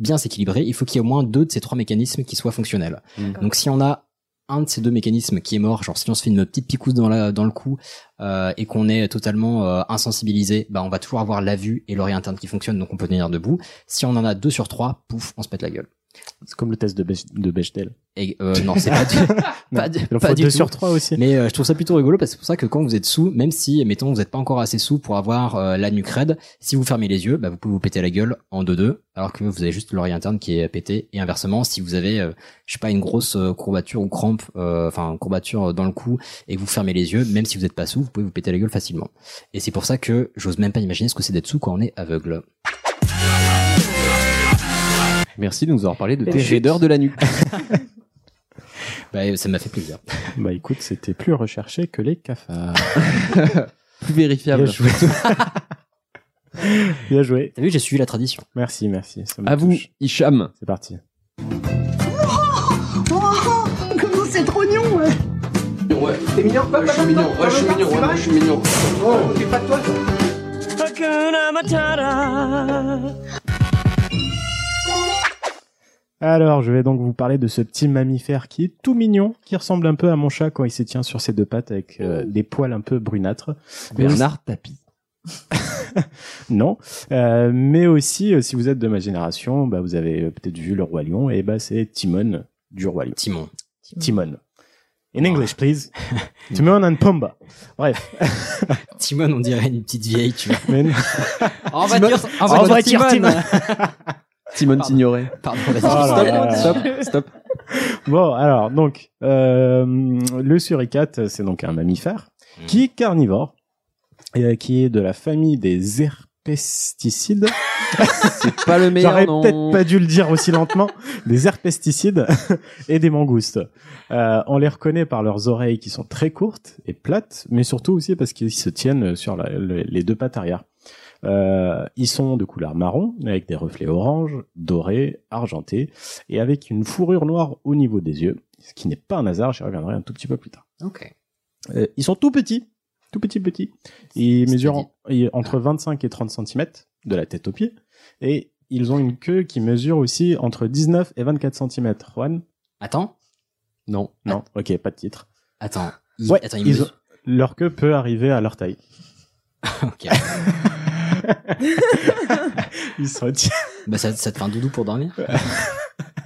bien s'équilibrer, il faut qu'il y ait au moins deux de ces trois mécanismes qui soient fonctionnels. Donc si on a un de ces deux mécanismes qui est mort, genre si on se fait une petite picousse dans, la, dans le cou euh, et qu'on est totalement euh, insensibilisé, bah on va toujours avoir la vue et l'oreille interne qui fonctionne, donc on peut tenir debout. Si on en a deux sur trois, pouf, on se pète la gueule. C'est comme le test de, Bech- de Bechdel. Et, euh, non, [laughs] [laughs] c'est pas du, pas du, Il en pas faut du deux tout. sur trois aussi. Mais euh, je trouve ça plutôt rigolo parce que c'est pour ça que quand vous êtes sous, même si, mettons, vous n'êtes pas encore assez sous pour avoir euh, la nuque raide, si vous fermez les yeux, bah, vous pouvez vous péter la gueule en 2-2, alors que vous avez juste l'oreille interne qui est pétée. Et inversement, si vous avez, euh, je sais pas, une grosse euh, courbature ou crampe, euh, enfin, une courbature dans le cou, et que vous fermez les yeux, même si vous n'êtes pas sous, vous pouvez vous péter la gueule facilement. Et c'est pour ça que j'ose même pas imaginer ce que c'est d'être sous quand on est aveugle. Merci de nous avoir parlé de Et tes chut. raideurs de la nuque. bah, ça m'a fait plaisir. Bah écoute, c'était plus recherché que les cafards. plus vérifiable. Bien joué. Bien joué. T'as vu, j'ai suivi la tradition. Merci, merci. ça me À vous, touche. Hicham. C'est parti. Oh, comment c'est trop mignon ouais. Ouais, t'es mignon, Je suis mignon, ouais, je suis mignon, ouais, je suis mignon. Oh, t'es pas toi Alors, je vais donc vous parler de ce petit mammifère qui est tout mignon, qui ressemble un peu à mon chat quand il se tient sur ses deux pattes avec euh, des poils un peu brunâtres. Bernard Tapie. Non, Euh, mais aussi euh, si vous êtes de ma génération, bah, vous avez euh, peut-être vu le roi lion et bah c'est Timon du roi lion. Timon. Timon. In English, please. Timon and Pumba. Bref. Timon, on dirait une petite vieille, tu vois. Mais non. On va Timon- dire, on va on va dire dire Timon. Timon Signoret. Pardon, vas-y. Oh là Stop, là. stop. Stop. Bon, alors, donc, euh, le suricate, c'est donc un mammifère qui est carnivore, et, euh, qui est de la famille des herpesticides. [laughs] C'est pas le meilleur J'aurais nom. peut-être pas dû le dire aussi lentement. [laughs] des herpesticides [laughs] et des mangoustes. Euh, on les reconnaît par leurs oreilles qui sont très courtes et plates, mais surtout aussi parce qu'ils se tiennent sur la- le- les deux pattes arrière. Euh, ils sont de couleur marron, avec des reflets orange, doré, argenté, et avec une fourrure noire au niveau des yeux, ce qui n'est pas un hasard, j'y reviendrai un tout petit peu plus tard. Ok. Euh, ils sont tout petits, tout petits, petits. Ils C'est- mesurent en- et- entre 25 et 30 cm de la tête aux pieds, et ils ont une queue qui mesure aussi entre 19 et 24 cm. Juan Attends, Non. Non, ok, pas de titre. attends. Il- Ouais, attends, il ils me- ont- Leur queue peut arriver à [laughs] leur taille. Ok. [laughs] Ils se retiennent. Bah, ça, ça te fait un doudou pour dormir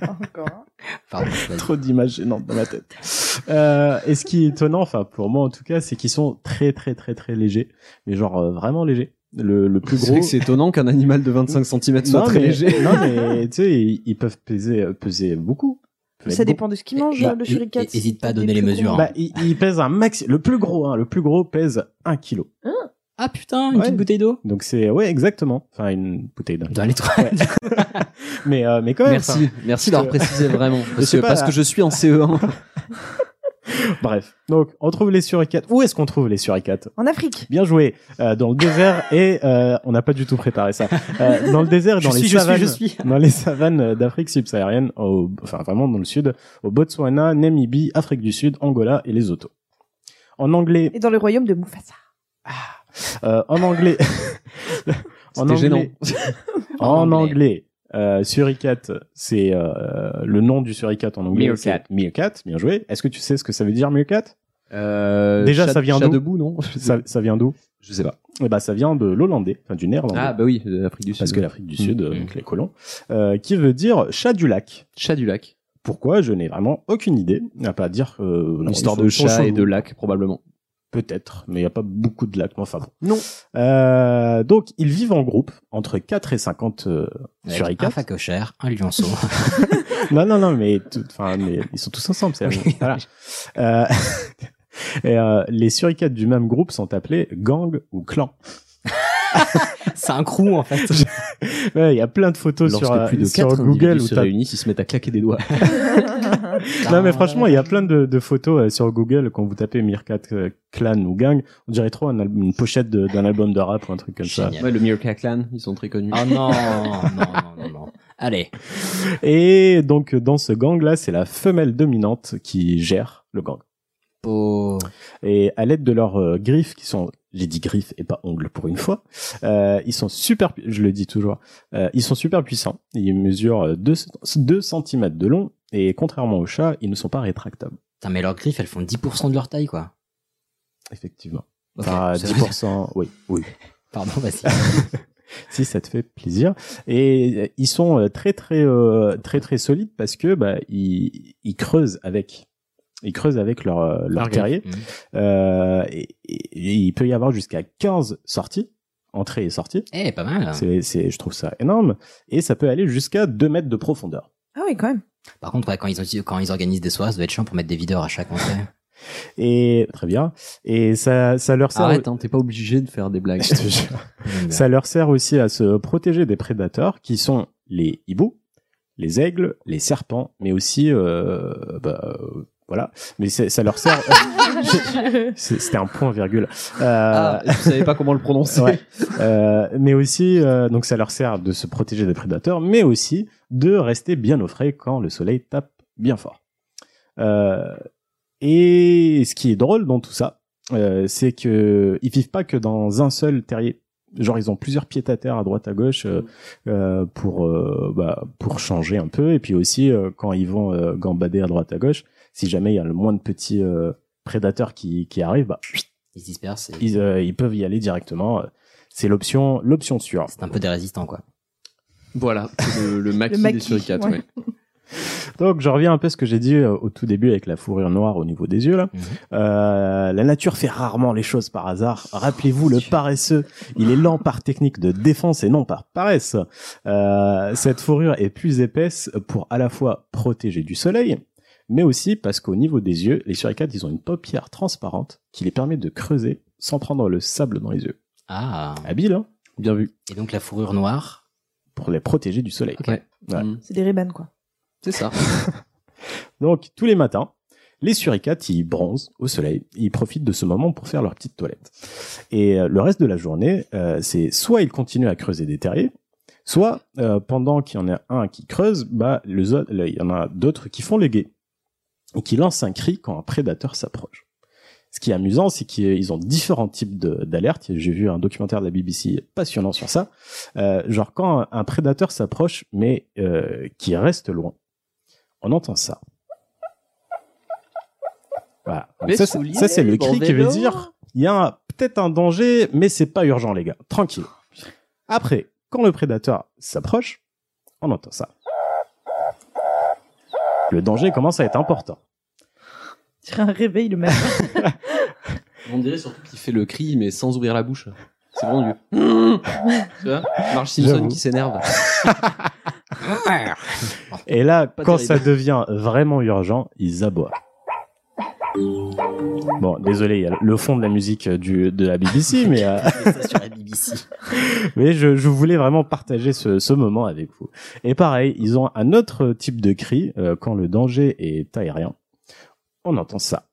Encore. Pardon. vas-y. Trop d'images gênantes dans ma tête. Euh, et ce qui est étonnant, enfin pour moi en tout cas, c'est qu'ils sont très très très très légers, mais genre euh, vraiment légers. Le, le plus C'est gros. vrai que c'est étonnant qu'un animal de 25 cm soit Non, très mais- léger. [laughs] Non mais tu sais, ils, ils peuvent peser euh, peser beaucoup. Ils peuvent Ça être dépend de ce qu'il mange, Bah, le shuriken. hésite si pas à c'est des donner les plus gros. mesures, hein. beaucoup. Bah, ils, ils pèsent un max. Le plus gros, hein, le plus gros pèse 1 kg. Ah putain, une Ouais. petite bouteille d'eau Donc c'est ouais exactement. Enfin une bouteille d'un. Dans les trois. Mais euh, mais quand [laughs] même. Merci, merci d'avoir [laughs] parce précisé vraiment. Parce sais que, pas, parce là. que je suis en CE1. Bref. Donc, on trouve les suricates. Où est-ce qu'on trouve les suricates En Afrique. Bien joué. Euh, dans le désert et euh, on n'a pas du tout préparé ça. Euh, dans le désert, et Je dans les suis, je suis, savanes, je suis. dans les savanes d'Afrique subsaharienne, au- enfin vraiment dans le sud, au Botswana, Namibie, Afrique du Sud, Angola et les Otos. En anglais, Et dans le royaume de Mufasa. euh, en anglais, en C'était gênant. [laughs] anglais, en anglais, euh, suricate, c'est euh, le nom du suricate en anglais. Meerkat. c'est Meerkat, bien joué. Est-ce que tu sais ce que ça veut dire meerkat Euh, Déjà, chat- ça vient chat d'où debout, non ça, ça vient d'où Je sais pas. Eh ben, ça vient de l'hollandais, enfin du néerlandais. Ah bah oui, de l'Afrique du Sud. parce que l'Afrique du Sud, euh, Mhm. donc les colons, euh, qui veut dire chat du lac. Chat du lac. Pourquoi Je n'ai vraiment aucune idée. À pas dire euh, non, Histoire ils de sont- sont chat et chelous. de lac, probablement. Peut-être, mais il n'y a pas beaucoup de lacs. mais Enfin bon. Non. Euh, donc, ils vivent en groupe, entre 4 et 50 euh, Avec suricates. Un facochère, un lionceau. non, non, non, mais, tout- enfin, mais ils sont tous ensemble. c'est la même- voilà. Euh, [laughs] et, euh, les suricates du même groupe sont appelés gang ou clan. [laughs] c'est un crew, en [laughs] fait. Ouais, Il y a plein de photos Lorsque sur, euh, plus de sur 4 Google où se t'as- réunissent, ils se mettent à claquer des doigts. Non mais franchement, il y a plein de, de photos euh, sur Google quand vous tapez Mirkat euh, Clan ou Gang, on dirait trop un al- une pochette de- d'un album de rap ou un truc comme ça. Génial. Ouais, le Meerkat Clan, ils sont très connus. Oh non, non, non, non, non. Allez. Et donc dans ce gang là, c'est la femelle dominante qui gère le gang. Oh. Et à l'aide de leurs euh, griffes qui sont j'ai dit griffes et pas ongles pour une fois. euh, ils sont super, pu- je le dis toujours, euh, ils sont super puissants. Ils mesurent euh, 2, cm de long et contrairement aux chats, ils ne sont pas rétractables. Putain, mais leurs griffes, elles font 10% de leur taille, quoi. Effectivement. Ok, [laughs] Enfin, ça- 10%, oui, oui. Pardon, [laughs] vas-y. si ça te fait plaisir. Et euh, ils sont euh, très très euh, très très solides parce que bah ils, ils creusent avec ils creusent avec leur euh, leur Leur terrier. griffe. Euh, et, et- et il peut y avoir jusqu'à 15 sorties, entrées et sorties. Eh, pas Ah. mal. C'est c'est je trouve ça énorme et ça peut aller jusqu'à 2 mètres de profondeur. Ah oui, quand même. Par contre, ouais, quand, ils ont- quand ils organisent des soirs, ça doit être chiant pour mettre des videurs à chaque [laughs] entrée. Et très bien. Et ça ça leur sert Arrête, hein, t'es pas obligé de faire des blagues. [laughs] Je te jure. Ça leur sert aussi à se protéger des prédateurs qui sont les hiboux, les aigles, les serpents, mais aussi, euh, bah, euh, voilà. Mais c'est- ça [laughs] leur sert. [laughs] C'est- C'était un point virgule. Euh, Ah, je savais pas comment le prononcer. ouais. [laughs] Euh, mais aussi, euh, donc ça leur sert de se protéger des prédateurs, mais aussi de rester bien au frais quand le soleil tape bien fort. Euh, et ce qui est drôle dans tout ça, euh, c'est que ils vivent pas que dans un seul terrier. Genre ils ont plusieurs pieds à terre à droite à gauche euh, euh, pour euh, bah, pour changer un peu et puis aussi euh, quand ils vont euh, gambader à droite à gauche, si jamais il y a le moins de petits euh, prédateurs qui qui arrivent, bah, Ils se dispersent. et ils, euh, ils peuvent y aller directement. C'est l'option l'option sûre. C'est un peu des résistants, quoi. [laughs] Voilà, c'est le, le maquis Le maquis, des suricates. ouais. ouais. Donc je reviens un peu à ce que j'ai dit euh, au tout début avec la fourrure noire au niveau des yeux là. Mhm. Euh, la nature fait rarement les choses par hasard. Rappelez-vous le paresseux, il est lent par technique de défense et non par paresse. Euh, cette fourrure est plus épaisse pour à la fois protéger du soleil, mais aussi parce qu'au niveau des yeux, les suricates ils ont une paupière transparente qui les permet de creuser sans prendre le sable dans les yeux. Ah. Habile hein Bien vu. Et donc, la fourrure noire. [laughs] pour les protéger du soleil. Ouais. Ouais. Mm. C'est des rébans, quoi. C'est ça. Donc, tous les matins, les suricates, ils bronzent au soleil. Ils profitent de ce moment pour faire leur petite toilette. Et euh, le reste de la journée, euh, c'est soit ils continuent à creuser des terriers, soit euh, pendant qu'il y en a un qui creuse, bah, le zo- le- il y en a d'autres qui font les guets et qui lancent un cri quand un prédateur s'approche. Ce qui est amusant, c'est qu'ils euh, ont différents types de- d'alertes. J'ai vu un documentaire de la BBC passionnant sur ça. Euh, genre quand un- un prédateur s'approche, mais euh, qui reste loin, on entend ça. Voilà. Donc Mes ça, c'est- souliers, ça, c'est le mon cri qui veut vélo. dire il y a un- peut-être un danger, mais c'est pas urgent, les gars. Tranquille. Après, quand le prédateur s'approche, on entend ça. Le danger commence à être important. [laughs] C'est un réveil le matin. On dirait surtout qu'il fait le cri, mais sans ouvrir la bouche. C'est vraiment du. [laughs] tu vois Marge Simpson J'avoue. qui s'énerve. Et là, Pas quand terrible. ça devient vraiment urgent, ils aboient. Bon, désolé, il y a le fond de la musique euh, du, de [laughs] la BBC, mais, euh, Ça, sur la BBC. mais je, je voulais vraiment partager ce, ce moment avec vous. Et pareil, ils ont un autre type de cri euh, quand le danger est aérien. On entend ça.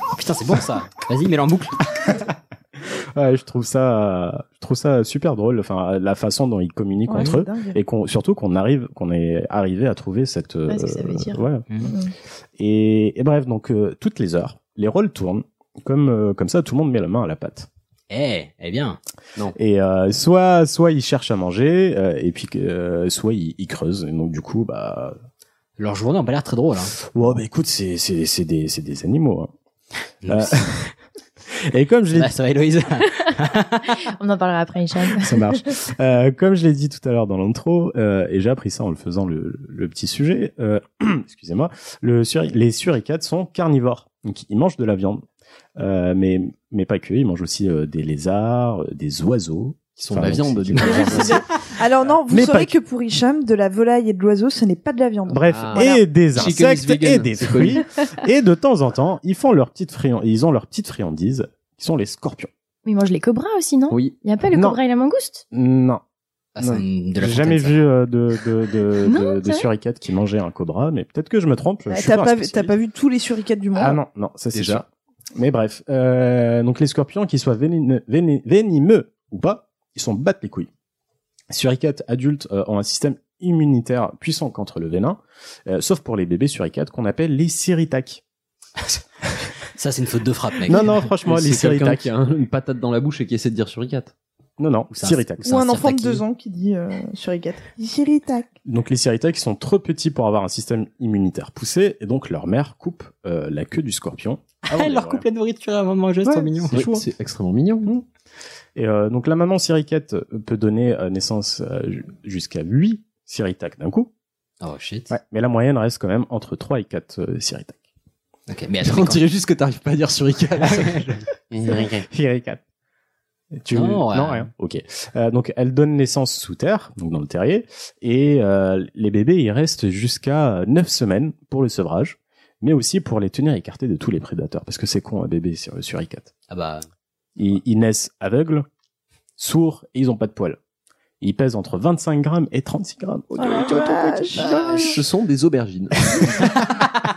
Oh, Putain, c'est bon ça. Vas-y, mets-le en boucle. Ouais, je trouve ça, euh, je trouve ça super drôle. Enfin, la façon dont ils communiquent Ouais, entre c'est eux dingue. et qu'on, surtout qu'on arrive, qu'on est arrivé à trouver cette. euh, Ouais, ce que ça veut dire. ouais. Et, et bref, donc euh, toutes les heures, les rôles tournent. Comme euh, comme ça, tout le monde met la main à la pâte. Eh, eh bien. Non. Et euh, soit soit ils cherchent à manger euh, et puis que, euh, soit ils, ils creusent. Et donc du coup, bah. Leur journée n'a pas l'air très drôle. hein. Ouais, bah écoute, c'est c'est c'est des c'est des animaux. hein. Euh, et comme je l'ai Bah, ça va, Héloïse. [laughs] On en parlera après, Hicham. ça marche. Euh, comme je l'ai dit tout à l'heure dans l'intro, euh, et j'ai appris ça en le faisant le, le petit sujet, euh, [clears throat] excusez-moi, le suri- les suricates sont carnivores. Donc ils mangent de la viande, Euh, mais, mais pas que, ils mangent aussi euh, des lézards, euh, des oiseaux. Qui sont de la viande, du coup. [laughs] Alors non, vous Mais pas saurez que pour Hicham, de la volaille et de l'oiseau, ce n'est pas de la viande. Bref, Ah. et des Chicken is insectes vegan, et des c'est fruits. et de temps en temps, ils font leur petite friand- ils ont leur petite friandise, qui sont les scorpions. Mais ils mangent les cobras aussi, non Oui. Il n'y a pas le Non. cobra et la mangouste Non. [laughs] Ah, c'est Non. une- de la J'ai fontaine, jamais ça. vu euh, de, de, de, [laughs] Non, de- de c'est vrai suricate qui mangeait un cobra, mais peut-être que je me trompe. je Bah, suis T'as pas un pas, spécialiste. t'as pas vu tous les suricates du monde Ah non, non, ça c'est Déjà. sûr. Mais bref, euh, donc les scorpions, qu'ils soient vénéneux- véné- venimeux ou pas, ils sont battent les couilles. Les Suricates adultes euh, ont un système immunitaire puissant contre le vénin, euh, sauf pour les bébés suricates qu'on appelle les siritaques. Ça, c'est une faute de frappe, mec. Non, non, franchement, les c'est quelqu'un siritaques. qui a un- une patate dans la bouche et qui essaie de dire suricate. Non, non, c'est un- siritaques. Ou un enfant de deux ans qui dit euh, suricate. Suricates. Donc les siritaques sont trop petits pour avoir un système immunitaire poussé, et donc leur mère coupe euh, la queue du scorpion. avant de Elle leur l'ouvrir. coupe la nourriture avant de manger, c'est Ouais, trop mignon. c'est Oui, chaud. hein. c'est- extrêmement mignon. Et euh, donc la maman siricate peut donner euh, naissance euh, ju- jusqu'à 8 siritaques d'un coup. Oh shit. Ouais, mais la moyenne reste quand même entre 3 et 4 euh, siritaques. Ok, mais On attends, dirait juste que t'arrives pas à dire suricate. Siricate. Tu... Non, ouais. rien. Ok. Euh, donc elle donne naissance sous terre, donc dans le terrier, et euh, les bébés ils restent jusqu'à 9 semaines pour le sevrage, mais aussi pour les tenir écartés de tous les prédateurs, parce que c'est con un bébé sur suricate. Ah bah, Ils, ils naissent aveugles, sourds et ils ont pas de poils. Ils pèsent entre 25 grammes et 36 grammes. Oh, la tu vois, ton petit- Ah, Ce sont des aubergines. Ah,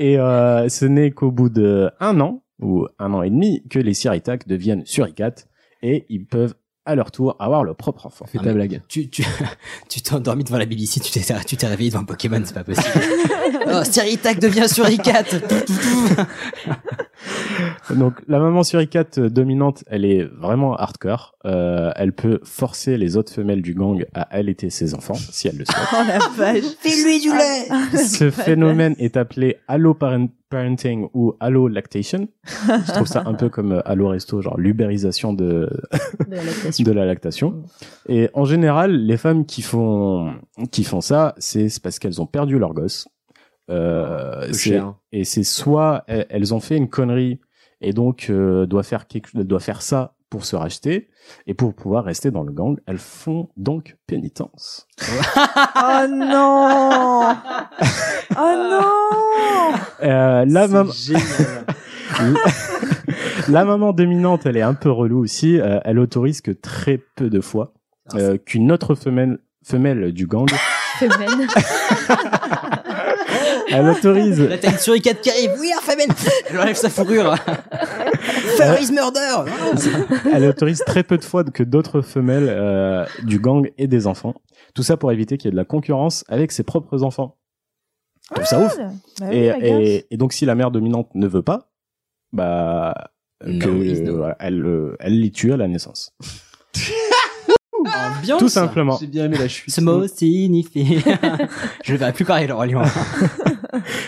Et euh, ce n'est qu'au bout de un an ou un an et demi que les siritaques deviennent suricates et ils peuvent à leur tour avoir leur propre [laughs] enfant. Fais ta blague. tu tu [laughs] tu t'es endormi devant la BBC, tu t'es tu t'es réveillé devant un Pokémon, c'est pas [laughs] possible. oh, Siritac devient Suricate. Donc la maman suricate euh, dominante, elle est vraiment hardcore. Euh, elle peut forcer les autres femelles du gang à allaiter ses enfants si elle le souhaite. Oh la vache. Fais-lui du lait. [laughs] Ce phénomène est appelé allo-parenting ou allo-lactation. Je trouve ça un peu comme euh, allo-resto, genre [laughs] l'ubérisation de, De la lactation. de la lactation. Et en général, les femmes qui font, qui font ça, c'est c'est parce qu'elles ont perdu leur gosse. Euh, Peu c'est- cher. hein. et c'est soit elles, elles ont fait une connerie et donc euh, doivent faire quelque, doivent faire ça pour se racheter et pour pouvoir rester dans le gang, elles font donc pénitence. Oh non Oh non Euh, la maman, [laughs] la maman dominante, elle est un peu relou aussi. euh, elle autorise que très peu de fois Ah, euh, qu'une autre femelle femelle du gang, Femelle. [laughs] elle autorise Là, t'as une Suricate qui arrive. Oui, Arfamen. Elle enlève sa [laughs] fourrure. Fur is murder. Elle autorise très peu de fois que d'autres femelles euh, du gang aient des enfants. Tout ça pour éviter qu'il y ait de la concurrence avec ses propres enfants. Je trouve ça ouf. Bah oui, Et, la gueule. et- et donc, si la mère dominante ne veut pas, bah, No, que, it's no. voilà, elle, euh, elle les tue à la naissance. Ambiance. Tout simplement. J'ai bien aimé la chute. Ah, Ce mot signifie. [laughs] Je vais plus parler, Laurent Lyon.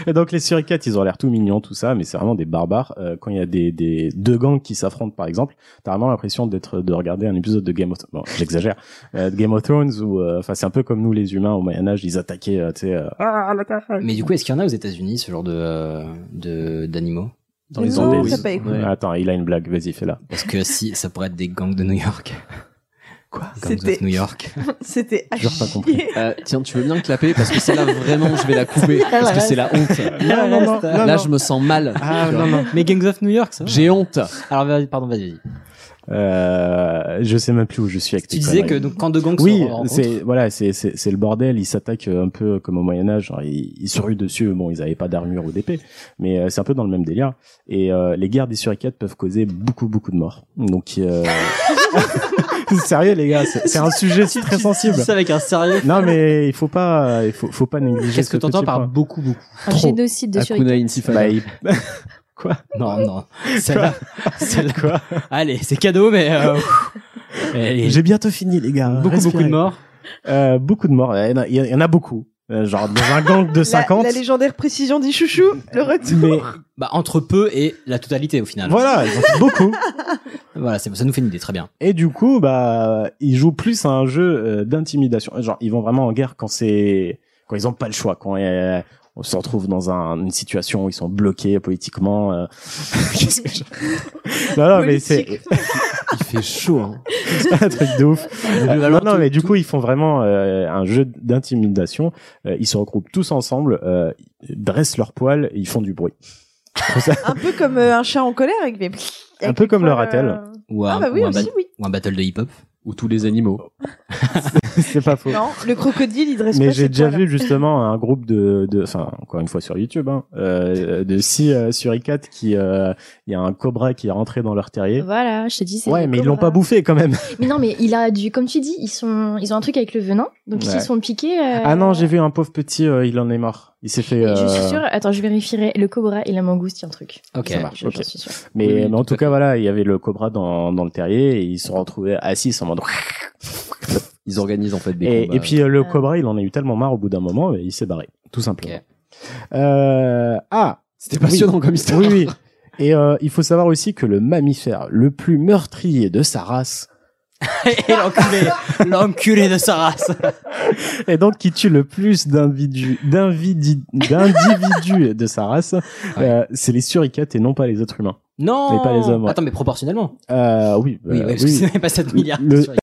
Et donc, les suricates, ils ont l'air tout mignons, tout ça, mais c'est vraiment des barbares. Euh, quand il y a des, des- deux gangs qui s'affrontent, par exemple, t'as vraiment l'impression d'être, de regarder un épisode de Game of Thrones. Bon, j'exagère. Euh, de Game of Thrones où, euh, enfin, c'est un peu comme nous, les humains, au Moyen-Âge, ils attaquaient, euh, tu sais, euh, [laughs] Mais du coup, est-ce qu'il y en a aux États-Unis ce genre de euh, de d'animaux dans Mais les non, Andes. t'as pas écouté. Ouais. Ah, Attends, il a une blague, vas-y, fais-la. Parce que si, ça pourrait être des gangs de New York. Quoi Gangs C'était- of New York. C'était à J'ai pas [laughs] chier. compris. Euh, tiens, tu veux bien clapper parce que celle-là vraiment, je vais la couper parce que c'est la honte. Non, non, non, non, Là, non. je me sens mal. Ah, Tu vois. non, non. Mais Gangs of New York, ça va. J'ai honte. Alors, vas-y, pardon, vas-y. vas-y. Euh, je sais même plus où je suis avec Tu tes disais conneries. que donc, quand De Gong se oui, rencontre- c'est voilà, c'est c'est c'est le bordel. Ils s'attaquent un peu comme au Moyen Âge. Genre, ils, ils se ruent dessus. Bon, ils avaient pas d'armure ou d'épée, mais euh, c'est un peu dans le même délire. Et euh, les guerres des suricates peuvent causer beaucoup beaucoup de morts. Donc [laughs] euh... [laughs] Sérieux les gars, c'est c'est un sujet très sensible. dis ça avec un sérieux. Non mais il faut pas, il faut, faut pas négliger. Qu'est-ce que t'entends t'entends par beaucoup, beaucoup Un génocide [laughs] de suricates. Bah, il- Quoi Non, non. [laughs] [laughs] Celle-là. Celle-là. Quoi Allez, c'est cadeau, mais. [laughs] euh, allez. J'ai bientôt fini, les gars. Beaucoup, beaucoup de morts. Euh, beaucoup de morts. Il y en a- il y en a beaucoup. Euh, Genre dans un gang de 50. La, la légendaire précision dit chouchou, le retour. [laughs] Mais Bah, entre peu et la totalité, au final. voilà, ils en font beaucoup. Voilà, c'est- ça nous fait une idée, très bien. Et du coup, bah, ils jouent plus à un jeu euh, d'intimidation. Genre, ils vont vraiment en guerre quand c'est quand ils ont pas le choix, quand euh, on se retrouve dans un- une situation où ils sont bloqués politiquement. euh. [laughs] Qu'est-ce que je- Non, non, mais c'est Il fait chaud, hein. [laughs] un truc [laughs] de ouf. Ah, Mais bah, Euh, alors, non, non, tout- mais du coup, ils font vraiment euh, un jeu d'intimidation. Euh, ils se regroupent tous ensemble, euh, ils dressent leurs poils et ils font du bruit. [laughs] Un peu comme euh, un chat en colère avec mes. un peu comme le ratel. Ou Ah bah oui, ou un aussi, bat- oui. ou un battle de hip-hop. Ou tous les animaux. C'est pas faux. Non, le crocodile, il dresse Mais pas ses j'ai déjà poils. vu justement un groupe de, de, enfin encore une fois sur YouTube, hein, euh, de six euh, suricates qui, euh, il y a un cobra qui est rentré dans leur terrier. Voilà, je te dis. c'est Ouais, le mais ils l'ont pas cobra. bouffé quand même. Mais non, mais il a du, comme tu dis, ils sont, ils ont un truc avec le venin, donc ils Ouais. se sont piqués. euh, Ah non, j'ai vu un pauvre petit, euh, il en est mort. Il s'est fait. et Je suis euh, sûre, attends, je vérifierai. Le cobra et la mangouste, il y a un truc. Ok. Ça marche, Je- j'en ok. suis sûre. Mais, Oui, mais en tout tout cas, voilà, il y avait le cobra dans, dans le terrier et ils se sont retrouvés assis en mode. Ils organisent en fait des Et, combats. et puis euh, le cobra, il en a eu tellement marre au bout d'un moment, et il s'est barré, tout simplement. Euh, ah, c'était passionnant oui. comme histoire. Oui, oui. Et euh, il faut savoir aussi que le mammifère le plus meurtrier de sa race, [laughs] Et l'enculé, l'enculé de sa race. et donc qui tue le plus d'individus d'invidi- [laughs] d'individus de sa race, euh, c'est les suricates et non pas les êtres humains. Non. Mais pas les hommes, ouais. Attends, mais proportionnellement. Euh, oui, Oui, euh, ouais, parce que sinon, il n'y a pas 7 milliards. Le- sur les-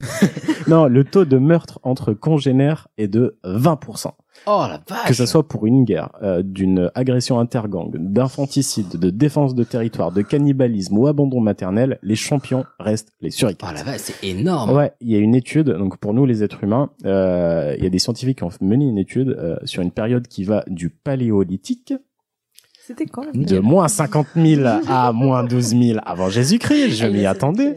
non, le taux de meurtre entre congénères est de 20%. Oh la vache. que ce soit pour une guerre, euh, d'une agression intergang, d'infanticide, de défense de territoire, de cannibalisme ou abandon maternel, les champions restent les Oh suricates. la vache, c'est énorme. Ouais, il y a une étude, donc pour nous les êtres humains, euh, il y a des scientifiques qui ont mené une étude euh, sur une période qui va du paléolithique, C'était quand même de moins 50 000 à moins 12 000 avant Jésus-Christ, je m'y attendais,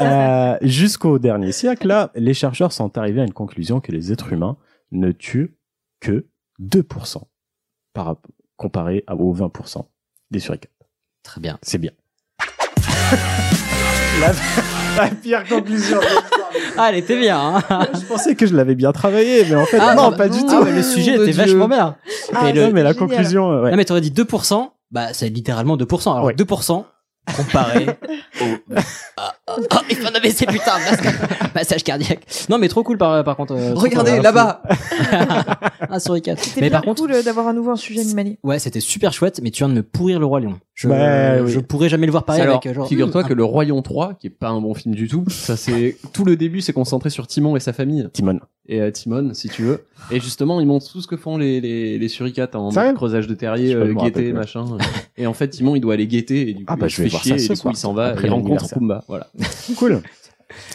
Euh, jusqu'au dernier siècle, là, les chercheurs sont arrivés à une conclusion que les êtres humains ne tuent que 2% par, rapp- comparé à- aux 20% des suricates. Très bien. C'est bien. la, la pire conclusion. Ah, elle était bien. Hein Je pensais que je l'avais bien travaillé, mais en fait, non, pas du Ah, tout. mais le sujet Mon était Dieu. vachement bien. Ah, Et Non, le- mais la génial. conclusion, euh, ouais. Non, mais t'aurais dit 2%, bah c'est littéralement 2%. Alors Ouais. 2% [laughs] comparé au. Oh, Ah, ah, ah, il faut en abaisser, putain, [laughs] massacre. massage cardiaque. Non, mais trop cool par, par contre. euh, trop cool. Regardez, là-bas [laughs] Un sur les quatre. C'était Mais bien par contre. cool euh, d'avoir à nouveau un sujet animalier. Ouais, c'était super chouette, mais tu viens de me pourrir le Roi Lion. Je, Bah, oui. je pourrais jamais le voir pareil Alors, avec euh, genre. figure-toi hum, que Le Royaume 3, qui est pas un bon film du tout, ça c'est tout le début, c'est concentré sur Timon et sa famille Timon. et euh, Timon, si tu veux. Et justement, ils montrent tout ce que font les les, les suricates en Sérieux creusage de terrier, Je peux euh, me guetter, rappeler. machin. Et en fait, Timon, il doit aller guetter et du coup, Ah bah, il je se vais fait voir chier ça et ce du coup, soir, il s'en va après et rencontre l'anniversaire. Pumba. Voilà. Cool.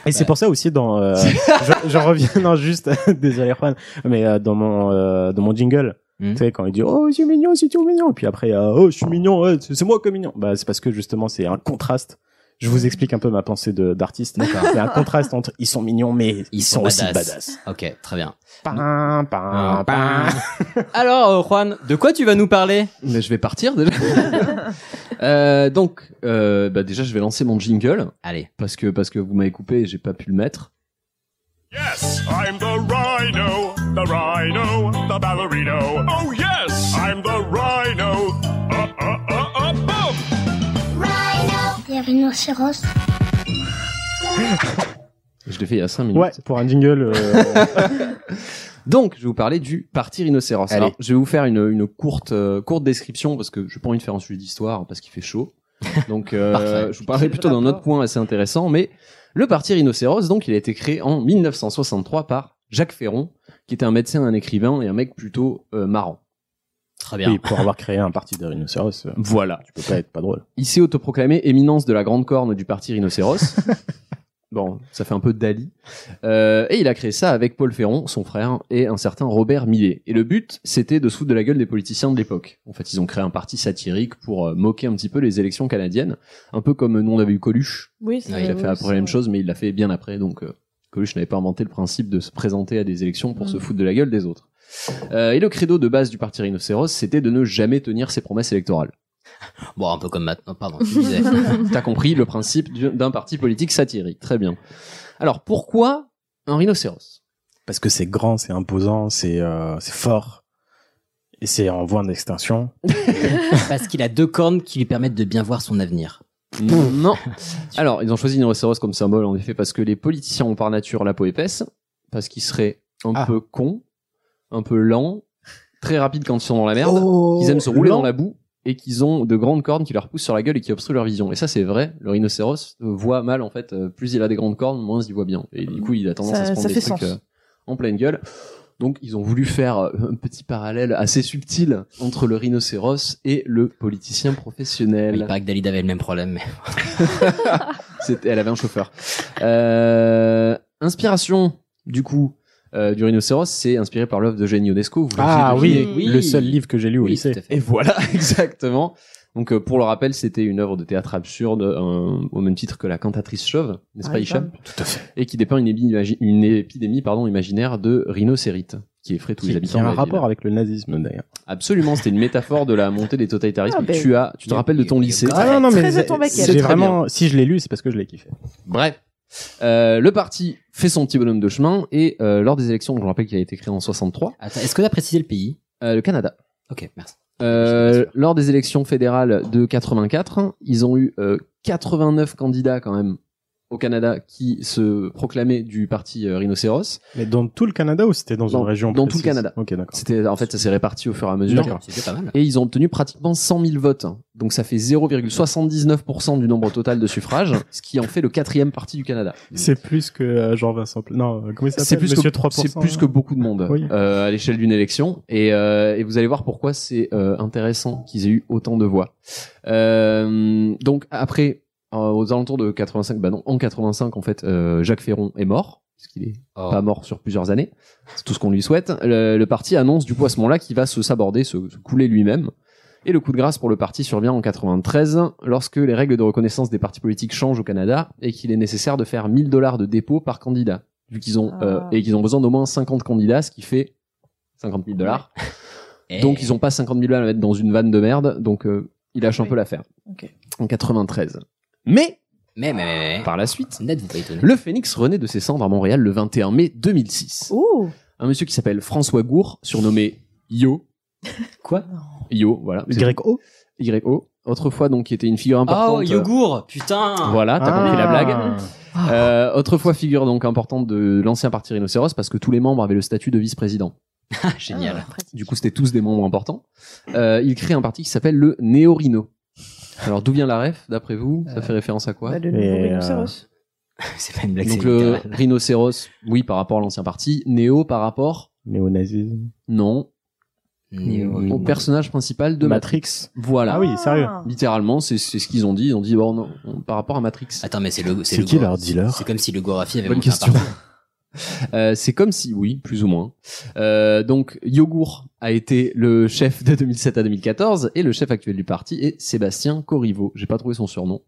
Et c'est pour ça aussi dans [laughs] euh, je, je reviens non juste [laughs] désolé Juan mais euh, dans mon euh, dans mon jingle Mhm. tu sais quand il dit oh c'est mignon c'est tout mignon puis après euh, oh je suis mignon ouais, c'est c'est moi qui est mignon bah c'est parce que justement c'est un contraste je vous explique un peu ma pensée de d'artiste D'accord. c'est un contraste entre ils sont mignons mais ils sont aussi badass. badass Ok, très bien. Pam, pam, Ah, pam. [laughs] Alors, euh, Juan, de quoi tu vas nous parler Mais je vais partir déjà. [laughs] Euh, donc, euh, bah déjà, je vais lancer mon jingle Allez. parce que parce que vous m'avez coupé et j'ai pas pu le mettre. Yes, I'm the rhino, the rhino, the ballerino. Oh, yes, I'm the rhino. Uh, uh, uh, uh, boom! Il y avait une rhinocéros. Je l'ai fait il y a 5 minutes. ouais pour un jingle [laughs] euh, Donc, je vais vous parler du parti rhinocéros. Allez. Alors, je vais vous faire une, une courte, euh, courte description parce que je n'ai pas envie de faire un sujet d'histoire parce qu'il fait chaud. Donc, euh, Parfait. je vous parlerai plutôt d'un autre point assez intéressant. Mais le parti rhinocéros, donc, il a été créé en 1963 par Jacques Ferron, qui était un médecin, un écrivain et un mec plutôt euh, marrant. Très bien. Oui, pour avoir créé un parti des rhinocéros. euh, Voilà. Tu peux pas être pas drôle. Il s'est autoproclamé éminence de la grande corne du parti rhinocéros. bon, ça fait un peu Dali. Euh, et il a créé ça avec Paul Ferron, son frère, et un certain Robert Millet. Et le but, c'était de se foutre de la gueule des politiciens de l'époque. En fait, ils ont créé un parti satirique pour euh, moquer un petit peu les élections canadiennes. Un peu comme euh, nous, on avait eu Coluche. Oui, c'est il vrai, a fait oui, après la c'est même vrai. chose, mais il l'a fait bien après. Donc, euh, Coluche n'avait pas inventé le principe de se présenter à des élections pour Mm. se foutre de la gueule des autres. Euh, et le credo de base du parti rhinocéros, c'était de ne jamais tenir ses promesses électorales. Bon, un peu comme maintenant, pardon, [laughs] tu [laughs] disais. [laughs] T'as compris le principe du- d'un parti politique satirique. Très bien. Alors, pourquoi un rhinocéros Parce que c'est grand, c'est imposant, c'est euh, c'est fort. Et c'est en voie d'extinction. Parce qu'il a deux cornes qui lui permettent de bien voir son avenir. Non. [laughs] Alors, ils ont choisi le rhinocéros comme symbole, en effet, parce que les politiciens ont par nature la peau épaisse, parce qu'ils seraient un peu cons, un peu lents, très rapides quand ils sont dans la merde, Oh, qu'ils aiment se rouler lents. dans la boue, et qu'ils ont de grandes cornes qui leur poussent sur la gueule et qui obstruent leur vision. Et ça, c'est vrai. Le rhinocéros voit mal, en fait. euh, Plus il a des grandes cornes, moins il voit bien. Et du coup, il a tendance Ça- à se prendre ça fait des trucs sens. euh, en pleine gueule. Donc, ils ont voulu faire euh, un petit parallèle assez subtil entre le rhinocéros et le politicien professionnel. Il paraît que Dalida avait le même problème, mais C'était- elle avait un chauffeur. Euh, inspiration, du coup, euh, du rhinocéros, c'est inspiré par l'œuvre de Genio Desco. Vous l'avez Ah oui, deviné. le seul livre que j'ai lu au Oui, lycée. tout à fait. Et voilà, [laughs] exactement. Donc, euh, pour le rappel, c'était une œuvre de théâtre absurde, euh, au même titre que la cantatrice chauve, n'est-ce Ah, pas, il Hicham parle. Tout à fait. Et qui dépeint une, ébi- imagi- une épidémie pardon, imaginaire de rhinocérite, qui effraie tous les Qui, qui habitants. de a un la ville. rapport avec le nazisme d'ailleurs. Absolument, c'était une métaphore de la montée des totalitarismes. Ah, ben, tu, as, tu te rappelles de ton lycée Ah non, non, mais Très à ton baquet. j'ai Très bien. vraiment, si je l'ai lu, c'est parce que je l'ai kiffé. Bref. Euh, le parti fait son petit bonhomme de chemin et euh, lors des élections, je rappelle qu'il a été créé en 63, Attends, est-ce que t'as précisé le pays euh, le Canada. Ok, merci. Euh, lors des élections fédérales de 84, ils ont eu euh, 89 candidats quand même au Canada qui se proclamaient du parti euh, rhinocéros. Mais dans tout le Canada ou c'était dans, Dans- une région dans tout le précise Canada. Ok, d'accord. C'était en fait ça s'est réparti au fur et à mesure. D'accord. C'était pas mal. Et ils ont obtenu pratiquement 100 000 votes. Donc ça fait 0,79% du nombre total de suffrages, ce qui en fait le quatrième parti du Canada. C'est plus que euh, Jean-Vincent. Pla- Non, euh, comment il s'appelle C'est plus, Monsieur que, 3%. c'est plus que beaucoup de monde hein. Oui. euh, à l'échelle d'une élection. Et, euh, et vous allez voir pourquoi c'est euh, intéressant qu'ils aient eu autant de voix. Euh, donc après, euh, aux alentours de 85, bah non, en 85 en fait, euh, Jacques Ferron est mort, parce qu'il est Oh. pas mort sur plusieurs années. C'est tout ce qu'on lui souhaite. Le, le parti annonce du coup à ce moment-là qu'il va se saborder, se, se couler lui-même. Et le coup de grâce pour le parti survient en 93, lorsque les règles de reconnaissance des partis politiques changent au Canada et qu'il est nécessaire de faire 1000 dollars de dépôt par candidat, vu qu'ils ont euh, Ah. et qu'ils ont besoin d'au moins 50 candidats, ce qui fait 50 000 dollars. Eh, Donc ils ont pas 50 000 dollars à mettre dans une vanne de merde, donc euh, ils lâchent un Oui. peu l'affaire. Ok. En 93. Mais Mais, mais, mais, mais. par la suite, N'êtes-vous pas étonné le phénix renaît de ses cendres à Montréal le 21 mai 2006 Oh un monsieur qui s'appelle François Gour, surnommé Yo. Quoi Yo, voilà. Y-O. Y-O. Autrefois, donc, qui était une figure importante. euh, Oh, yogourt Putain Voilà, t'as Ah. compris la blague. Euh, autrefois, figure donc importante de l'ancien parti rhinocéros parce que tous les membres avaient le statut de vice-président. Ah, Génial. Du coup, c'était tous des membres importants. Euh, il crée un parti qui s'appelle le Néo-Rhino. Alors, d'où vient la ref, d'après vous Ça fait référence à quoi Bah, Le Et, nouveau euh, rhinocéros. C'est pas une blague, Donc, c'est le littéral. rhinocéros, oui, par rapport à l'ancien parti. Néo, par rapport, Néo-nazisme. non, Néo- au personnage principal de Matrix. Matrix. Voilà. Ah oui, sérieux. Littéralement, c'est c'est ce qu'ils ont dit. Ils ont dit, bon, non, on- par rapport à Matrix. Attends, mais c'est le. C'est le qui Gor- leur dealer C'est comme si le Gorafi avait Bonne monté un question. parti. Euh, c'est comme si, oui, plus ou moins. Euh, donc, Yogourt a été le chef de 2007 à 2014 et le chef actuel du parti est Sébastien Corriveau. J'ai pas trouvé son surnom.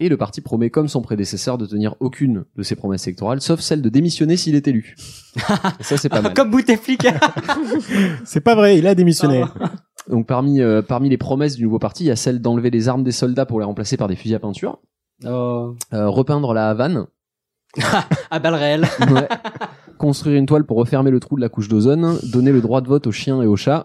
Et le parti promet, comme son prédécesseur, de tenir aucune de ses promesses électorales, sauf celle de démissionner s'il est élu. Et ça, c'est pas mal. Comme Bouteflika [laughs] C'est pas vrai, il a démissionné. Ah. Donc parmi euh, parmi les promesses du nouveau parti, il y a celle d'enlever les armes des soldats pour les remplacer par des fusils à peinture, Oh. euh, repeindre la Havane, À balles réelles. Ouais. [laughs] construire une toile pour refermer le trou de la couche d'ozone, donner le droit de vote aux chiens et aux chats,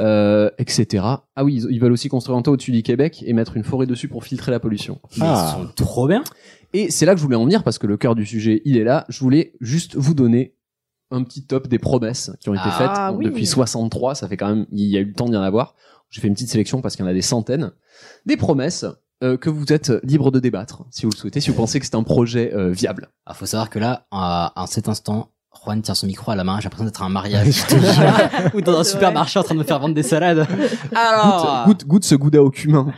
euh, etc. Ah oui, ils, ils veulent aussi construire un toit au-dessus du Québec et mettre une forêt dessus pour filtrer la pollution. Mais Ah. Ils sont trop bien. Et c'est là que je voulais en venir parce que le cœur du sujet, il est là. Je voulais juste vous donner un petit top des promesses qui ont été Ah, faites oui. depuis 63. Ça fait quand même, il y a eu le temps d'y en avoir. J'ai fait une petite sélection parce qu'il y en a des centaines. Des promesses euh, que vous êtes libre de débattre si vous le souhaitez, si vous pensez que c'est un projet euh, viable. Ah, faut savoir que là, à, à cet instant, Juan tient son micro à la main, j'ai l'impression d'être à un mariage, je te jure. [laughs] ou dans un supermarché en train de me faire vendre des salades. Ah. Alors, Goûte, goûte, goûte ce gouda au cumin.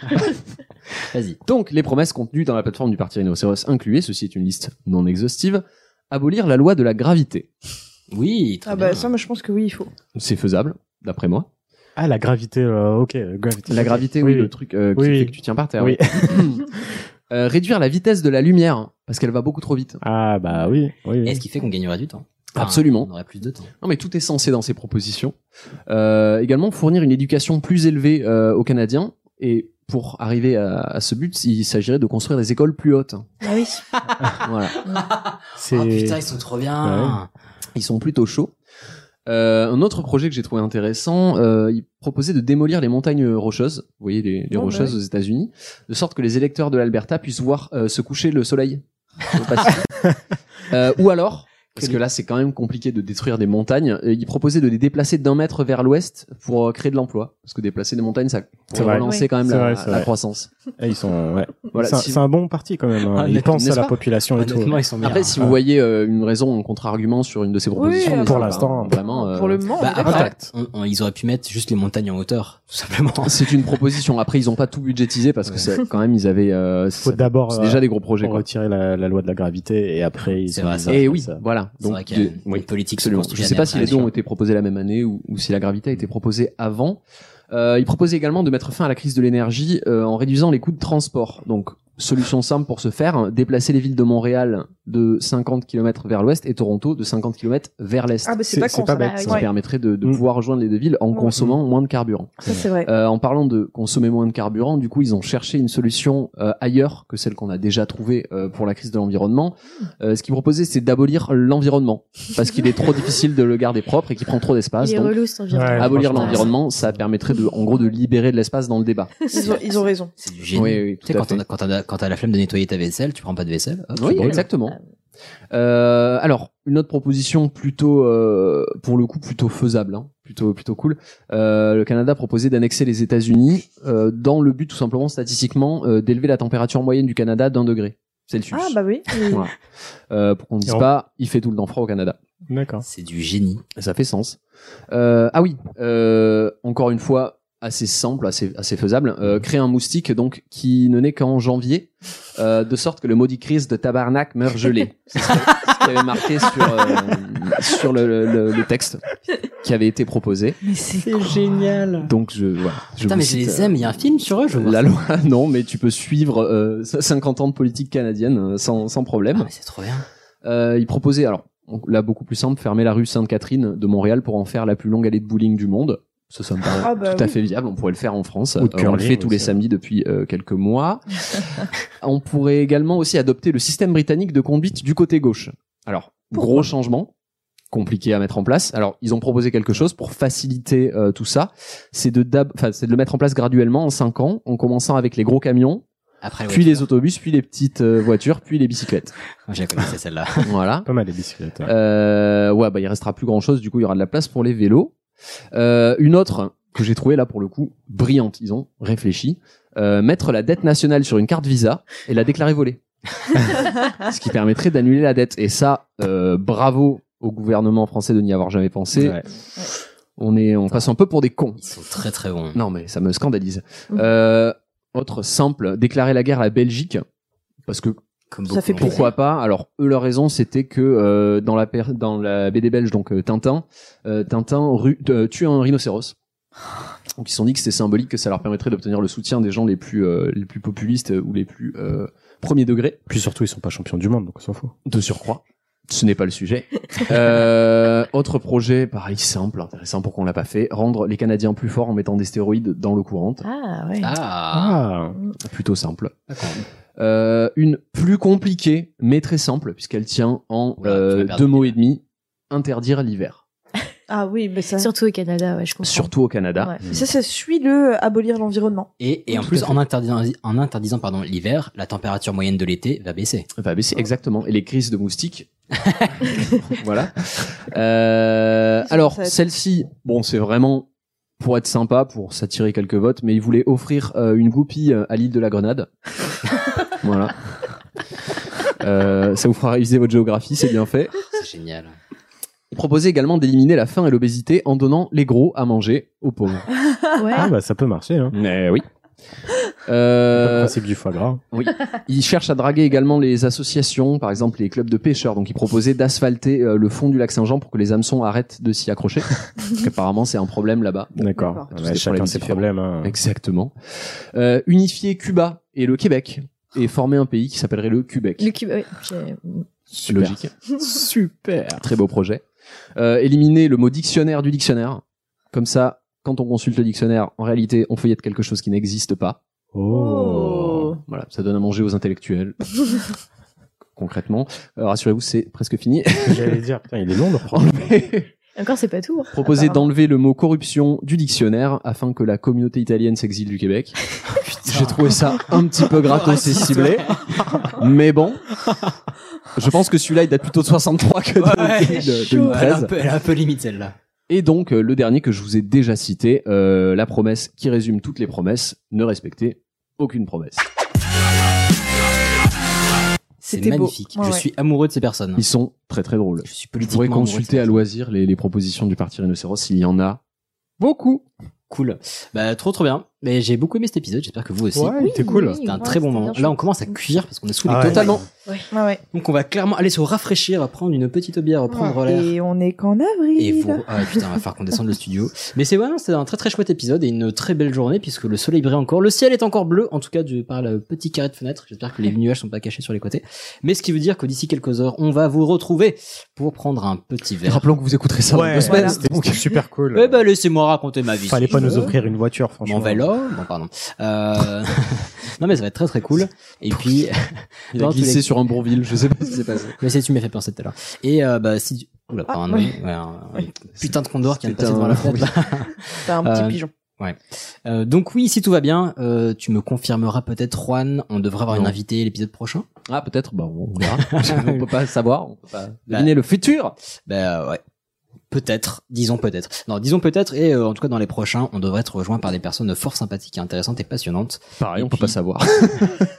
Vas-y. Donc, les promesses contenues dans la plateforme du Parti Rhinocéros incluées, ceci est une liste non exhaustive, abolir la loi de la gravité. Oui, Ah bah ça, moi je pense que oui, il faut. C'est faisable, d'après moi. Ah, la gravité, euh, ok, gravité. La gravité, oui, le truc euh, qui Oui, fait oui. que tu tiens par terre. Oui. [laughs] Euh, réduire la vitesse de la lumière, hein, parce qu'elle va beaucoup trop vite. Ah, bah oui, oui. Et ce qui fait qu'on gagnerait du temps. Enfin, Absolument. On aurait plus de temps. Non, mais tout est censé dans ces propositions. Euh, également, fournir une éducation plus élevée euh, aux Canadiens. Et pour arriver à, à ce but, il s'agirait de construire des écoles plus hautes. Ah oui. Voilà. C'est- Oh putain, ils sont trop bien. Ils sont plutôt chauds. Euh, un autre projet que j'ai trouvé intéressant, euh, il proposait de démolir les montagnes rocheuses, vous voyez les, les Oh, bah rocheuses oui. aux États-Unis, de sorte que les électeurs de l'Alberta puissent voir euh, se coucher le soleil. au [laughs] Pacifique. Euh, ou alors, parce que là c'est quand même compliqué de détruire des montagnes, euh, il proposait de les déplacer d'un mètre vers l'ouest pour euh, créer de l'emploi, parce que déplacer des montagnes ça C'est pourrait vrai. relancer Oui. quand même C'est la, vrai, c'est la vrai. croissance. Et ils sont, ouais. Voilà, c'est un- si- c'est un bon parti quand même. hein. Ah, Ils honnêtement, pensent à n'est-ce la pas population et tout. Honnêtement, ils sont bien. Après, si vous voyez euh, une raison, un contre-argument sur une de ces propositions, pour n'hésitez pas, l'instant, hein, vraiment, euh, Pour le moment, on Bah, est après, d'accord. intact. on- on- ils auraient pu mettre juste les montagnes en hauteur, tout [laughs] simplement. C'est une proposition. Après, ils ont pas tout budgétisé parce que c'est- quand même, ils avaient. euh, Faut c'est d'abord c'est euh, déjà des gros projets. pour quoi. retirer la, la loi de la gravité et après ils C'est ont vrai, mis ça. Et comme Eh oui, ça. voilà. C'est Donc, vrai qu'il y a de- une oui, politique se absolument. construit Je sais jamais pas si les après, deux bien ont sûr. été proposés la même année ou, ou si la gravité a été proposée avant. Euh, ils proposaient également de mettre fin à la crise de l'énergie euh, en réduisant les coûts de transport. Donc, solution simple pour ce faire hein, déplacer les villes de Montréal de 50 km vers l'ouest et Toronto de 50 km vers l'est. Ah bah C'est- c'est pas c'est con pas ça. bête, ça. Ça Ouais. permettrait de, de Mm. pouvoir rejoindre les deux villes en Ouais. consommant Mm. moins de carburant. Ça c'est vrai. Euh, en parlant de consommer moins de carburant, du coup, ils ont cherché une solution euh, ailleurs que celle qu'on a déjà trouvée euh, pour la crise de l'environnement. Euh, ce qu'ils proposaient, c'est d'abolir l'environnement parce qu'il [laughs] est trop difficile de le garder propre et qu'il prend trop d'espace. Il est Donc, relou cet environnement. Ouais. abolir franchement, l'environnement, ça permettrait de, en gros, de libérer de l'espace dans le débat. Ils ont, ils ont raison. C'est du génie. Oui, oui, tu sais, tout à quand t'en as- quand t'as quand t'as la flemme de nettoyer ta vaisselle, tu prends pas de vaisselle. hop, Oui, tu brûles. exactement. Euh, alors, une autre proposition plutôt, euh, pour le coup, plutôt faisable, hein, plutôt, plutôt cool. Euh, le Canada proposait d'annexer les États-Unis euh, dans le but, tout simplement, statistiquement, euh, d'élever la température moyenne du Canada d'un degré Celsius. Ah bah oui. Voilà. Euh, pour qu'on ne dise Et on- pas, il fait tout le temps froid au Canada. D'accord. C'est du génie. Ça fait sens. Euh, ah oui, euh, encore une fois, assez simple, assez, assez faisable. Euh, créer un moustique donc qui ne naît qu'en janvier, euh, de sorte que le maudit Christ de Tabarnak [laughs] meurt gelé. C'est ce que- ce qui avait marqué sur, euh, sur le, le- le texte qui avait été proposé. Mais c'est génial. Donc je, voilà, je Putain, vous mais je cite, les euh, aime, il y a un film sur eux, je vois. la loi, [laughs] non, mais tu peux suivre euh, 50 ans de politique canadienne euh, sans, sans Ah, problème. mais c'est trop bien. Euh, il proposait, alors donc là beaucoup plus simple, fermer la rue Sainte-Catherine de Montréal pour en faire la plus longue allée de bowling du monde. Ça, ça me paraît Ah bah tout à oui. fait viable. On pourrait le faire en France. Ou de Euh, on le curling fait tous les aussi. samedis depuis euh, [laughs] quelques mois. on pourrait également aussi adopter le système britannique de conduite du côté gauche. Alors, gros changement compliqué à mettre en place. Alors, ils ont proposé quelque chose pour faciliter euh, tout ça. C'est de, dab- enfin, c'est de le mettre en place graduellement en cinq ans, en commençant avec les gros Ah camions, Après, puis les autobus, puis les petites euh, voitures, puis les [laughs] bicyclettes. J'ai connaissais celle-là. voilà. Pas mal les bicyclettes. hein. ouais. Euh, ouais, bah il restera plus grand chose. Du coup, il y aura de la place pour les vélos. Euh, une autre que j'ai trouvée là pour le coup brillante. Ils ont réfléchi. Euh, mettre la dette nationale sur une carte Visa et la déclarer volée, ce qui permettrait d'annuler la dette. Et ça, euh, bravo au gouvernement français de n'y avoir jamais pensé. Ouais. On est, on passe un peu pour des cons. Ils sont très très bons. Non, mais ça me scandalise. Euh, autre simple, déclarer la guerre à la Belgique, parce que Comme Ça beaucoup fait l'ont pourquoi pas Alors eux, leur raison, c'était que euh, dans la per- dans la BD belge, donc euh, Tintin, euh, Tintin ru- euh, tue un rhinocéros. Donc ils se sont dit que c'était symbolique, que ça leur permettrait d'obtenir le soutien des gens les plus euh, les plus populistes euh, ou les plus euh, premier degré Puis surtout ils sont pas champions du monde donc on s'en fout. de surcroît. Ce n'est pas le sujet. Euh, autre projet, pareil simple, intéressant pour qu'on l'a pas fait, rendre les Canadiens plus forts en mettant des stéroïdes dans l'eau courante. Ah ouais. Ah, Ah, Plutôt simple. Euh, une plus compliquée, mais très simple, puisqu'elle tient en Oula, tu euh, vas perdre deux mots et l'hiver. demi. Interdire l'hiver. Ah oui, mais ça. Surtout au Canada, ouais, je comprends. Surtout au Canada. Ouais. Mais Ça, ça suit le euh, abolir l'environnement. Et, et en Tout plus, à fait. en interdisant, en interdisant pardon l'hiver, la température moyenne de l'été va [laughs] baisser. Enfin, mais c'est exactement. Et les crises [laughs] de moustiques. [laughs] voilà. Euh, Ça, alors, ça va être- celle-ci, bon, c'est vraiment pour être sympa, pour s'attirer quelques votes, mais ils voulaient offrir euh, une goupille euh, à l'île de [laughs] la Grenade. voilà. Euh, ça vous fera réviser votre géographie, c'est bien fait. C'est génial. Il proposait également d'éliminer la faim et l'obésité en donnant les gros à manger aux [laughs] pauvres. Ouais. Ah bah ça peut marcher. Hein. Mais Eh oui. Le Euh, principe du foie gras. oui. Il cherche à draguer également les associations, par exemple les clubs de pêcheurs. Donc il proposait d'asphalter euh, le fond du lac Saint-Jean pour que les hameçons arrêtent de s'y accrocher. parce qu'apparemment c'est un problème là-bas. Bon, D'accord. tous Ouais, des chacun problèmes ses différents. problèmes. hein. Exactement. Euh, unifier Cuba et le Québec et former un pays qui s'appellerait le Québec. Le cube, ouais, j'ai- C'est Logique. [laughs] Super. Très beau projet. Euh, éliminer le mot dictionnaire du dictionnaire. Comme ça, quand on consulte le dictionnaire, en réalité, on feuillette quelque chose qui n'existe pas. Oh. Voilà, ça donne à manger aux intellectuels. Concrètement, Euh, rassurez-vous, c'est presque fini. [laughs] J'allais dire, putain, il est long le Oh, programme. Enlever- Encore, c'est pas tout. hein. Proposer Apparemment. d'enlever le mot corruption du dictionnaire afin que la communauté italienne s'exile du Québec. J'ai trouvé ça un petit peu gratos et ciblé, mais bon. Je pense que celui-là, il date plutôt de 63 que de, Ouais, de- de chaud. Elle est un 2013. peu- elle est un peu limite celle-là. Et donc, euh, le dernier que je vous ai déjà cité, euh, la promesse qui résume toutes les promesses, ne respectez aucune promesse. C'est C'était beau. magnifique. Ouais, je ouais. suis amoureux de ces personnes. Ils sont très très drôles. Je suis Vous pourrez politiquement consulter amoureux à de ces loisir les, les propositions du Parti Rhinocéros s'il y en a beaucoup. Cool. Bah, trop trop bien. Mais j'ai beaucoup aimé cet épisode. J'espère que vous aussi. Ouais, il était Oui, cool. oui, C'était un ouais, très bon c'était moment. bien Là, chouette. on commence à cuire parce qu'on est sous les Ah ouais. tomates. Totalement. Ouais, Ah ouais. Donc, on va clairement aller se rafraîchir, à prendre une petite bière, prendre l'air. Et on est qu'en avril. Oh Et vous, ah putain, va falloir qu'on descende le studio. Mais c'est ouais, non, c'était un très très chouette épisode et une très belle journée puisque le soleil brille encore. Le ciel est encore bleu, en tout cas de, par le petit carré de fenêtre. [laughs] J'espère que les nuages sont pas cachés sur les côtés. Mais ce qui veut dire que d'ici quelques heures, on va vous retrouver pour prendre un petit [laughs] verre. Rappelons que vous écouterez ça dans Ouais, deux semaines. bah, voilà. c'était c'était super cool. Eh ben, laissez-moi raconter ma vie. Fallait si pas je nous veux. offrir une voiture, franchement. Mon vélo, bon pardon. Euh... [laughs] non mais ça va être très très cool. Et [laughs] puis, Il a Dans tous glissé les- sur un brouville, je sais pas ce qui s'est passé. mais si tu m'as fait penser tout à l'heure. Et euh, bah si, tu- oula, Ah, pardon, ouais. ouais, un- un putain de condor qui vient de C'était passer devant la un- fenêtre. là. T'as un petit Euh, pigeon. Euh, donc oui, si tout va bien, euh, tu me confirmeras peut-être, Juan, on devrait avoir une Non. invitée l'épisode prochain. [laughs] Ah peut-être, bah on verra. [laughs] on peut pas savoir, on peut pas deviner le futur. Ben bah, euh, ouais. Peut-être, disons peut-être. Non, disons peut-être, et euh, en tout cas dans les prochains, on devrait être rejoint par des personnes fort sympathiques et intéressantes et [laughs] passionnantes. Pareil, on Et peut puis- pas savoir.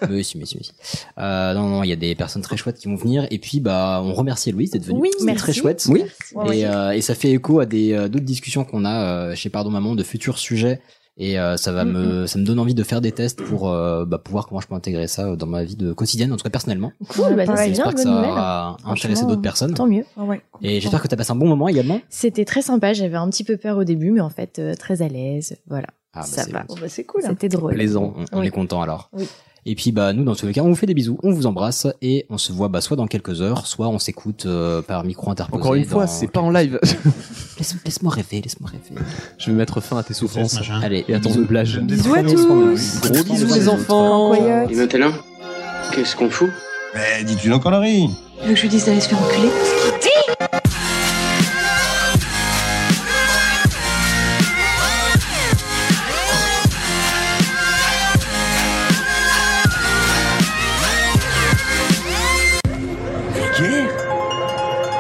mais si, mais si, mais si. Euh, non, non, il y a des personnes très chouettes qui vont venir, et puis bah on remercie Louise d'être venue. Oui, C'était merci. très chouette. Oui. Ouais, ouais. Et, euh, et ça fait écho à des euh, d'autres discussions qu'on a euh, chez Pardon Maman de futurs sujets et euh, ça va Mm, me ça me donne envie de faire des tests pour euh, bah, pour voir comment je peux intégrer ça euh, dans ma vie de quotidienne en tout cas personnellement. Cool, bah, ça, Pareil, c'est bien, J'espère que ça bonne nouvelle. va intéresser Franchement, d'autres personnes Tant mieux. Ah ouais, et j'espère que tu as passé un bon moment également. C'était très sympa. J'avais un petit peu peur au début, mais en fait, euh, très à l'aise. Voilà. Ah, bah, ça c'est va. Bon, bah, c'est cool. hein. C'était drôle. Plaisant. On, on Oui. est content alors. Oui. Et puis bah nous dans tous les cas on vous fait des bisous, on vous embrasse et on se voit bah soit dans quelques heures, soit on s'écoute euh, par micro interposé. Encore une fois, dans- c'est pas en [laughs] live. Laisse- Laisse-moi rêver, laisse-moi rêver. je vais mettre fin à tes souffrances Allez, Hein et à ton bisous. doublage. Bisous à tous. Gros bisous les En enfants. coyote. Et maintenant Qu'est-ce qu'on fout Ben, Mais dis-tu nos conneries Tu veux que je lui dise d'aller se faire enculer Vulgaire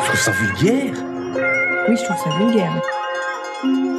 Je trouve ça vulgaire Oui, je trouve ça vulgaire.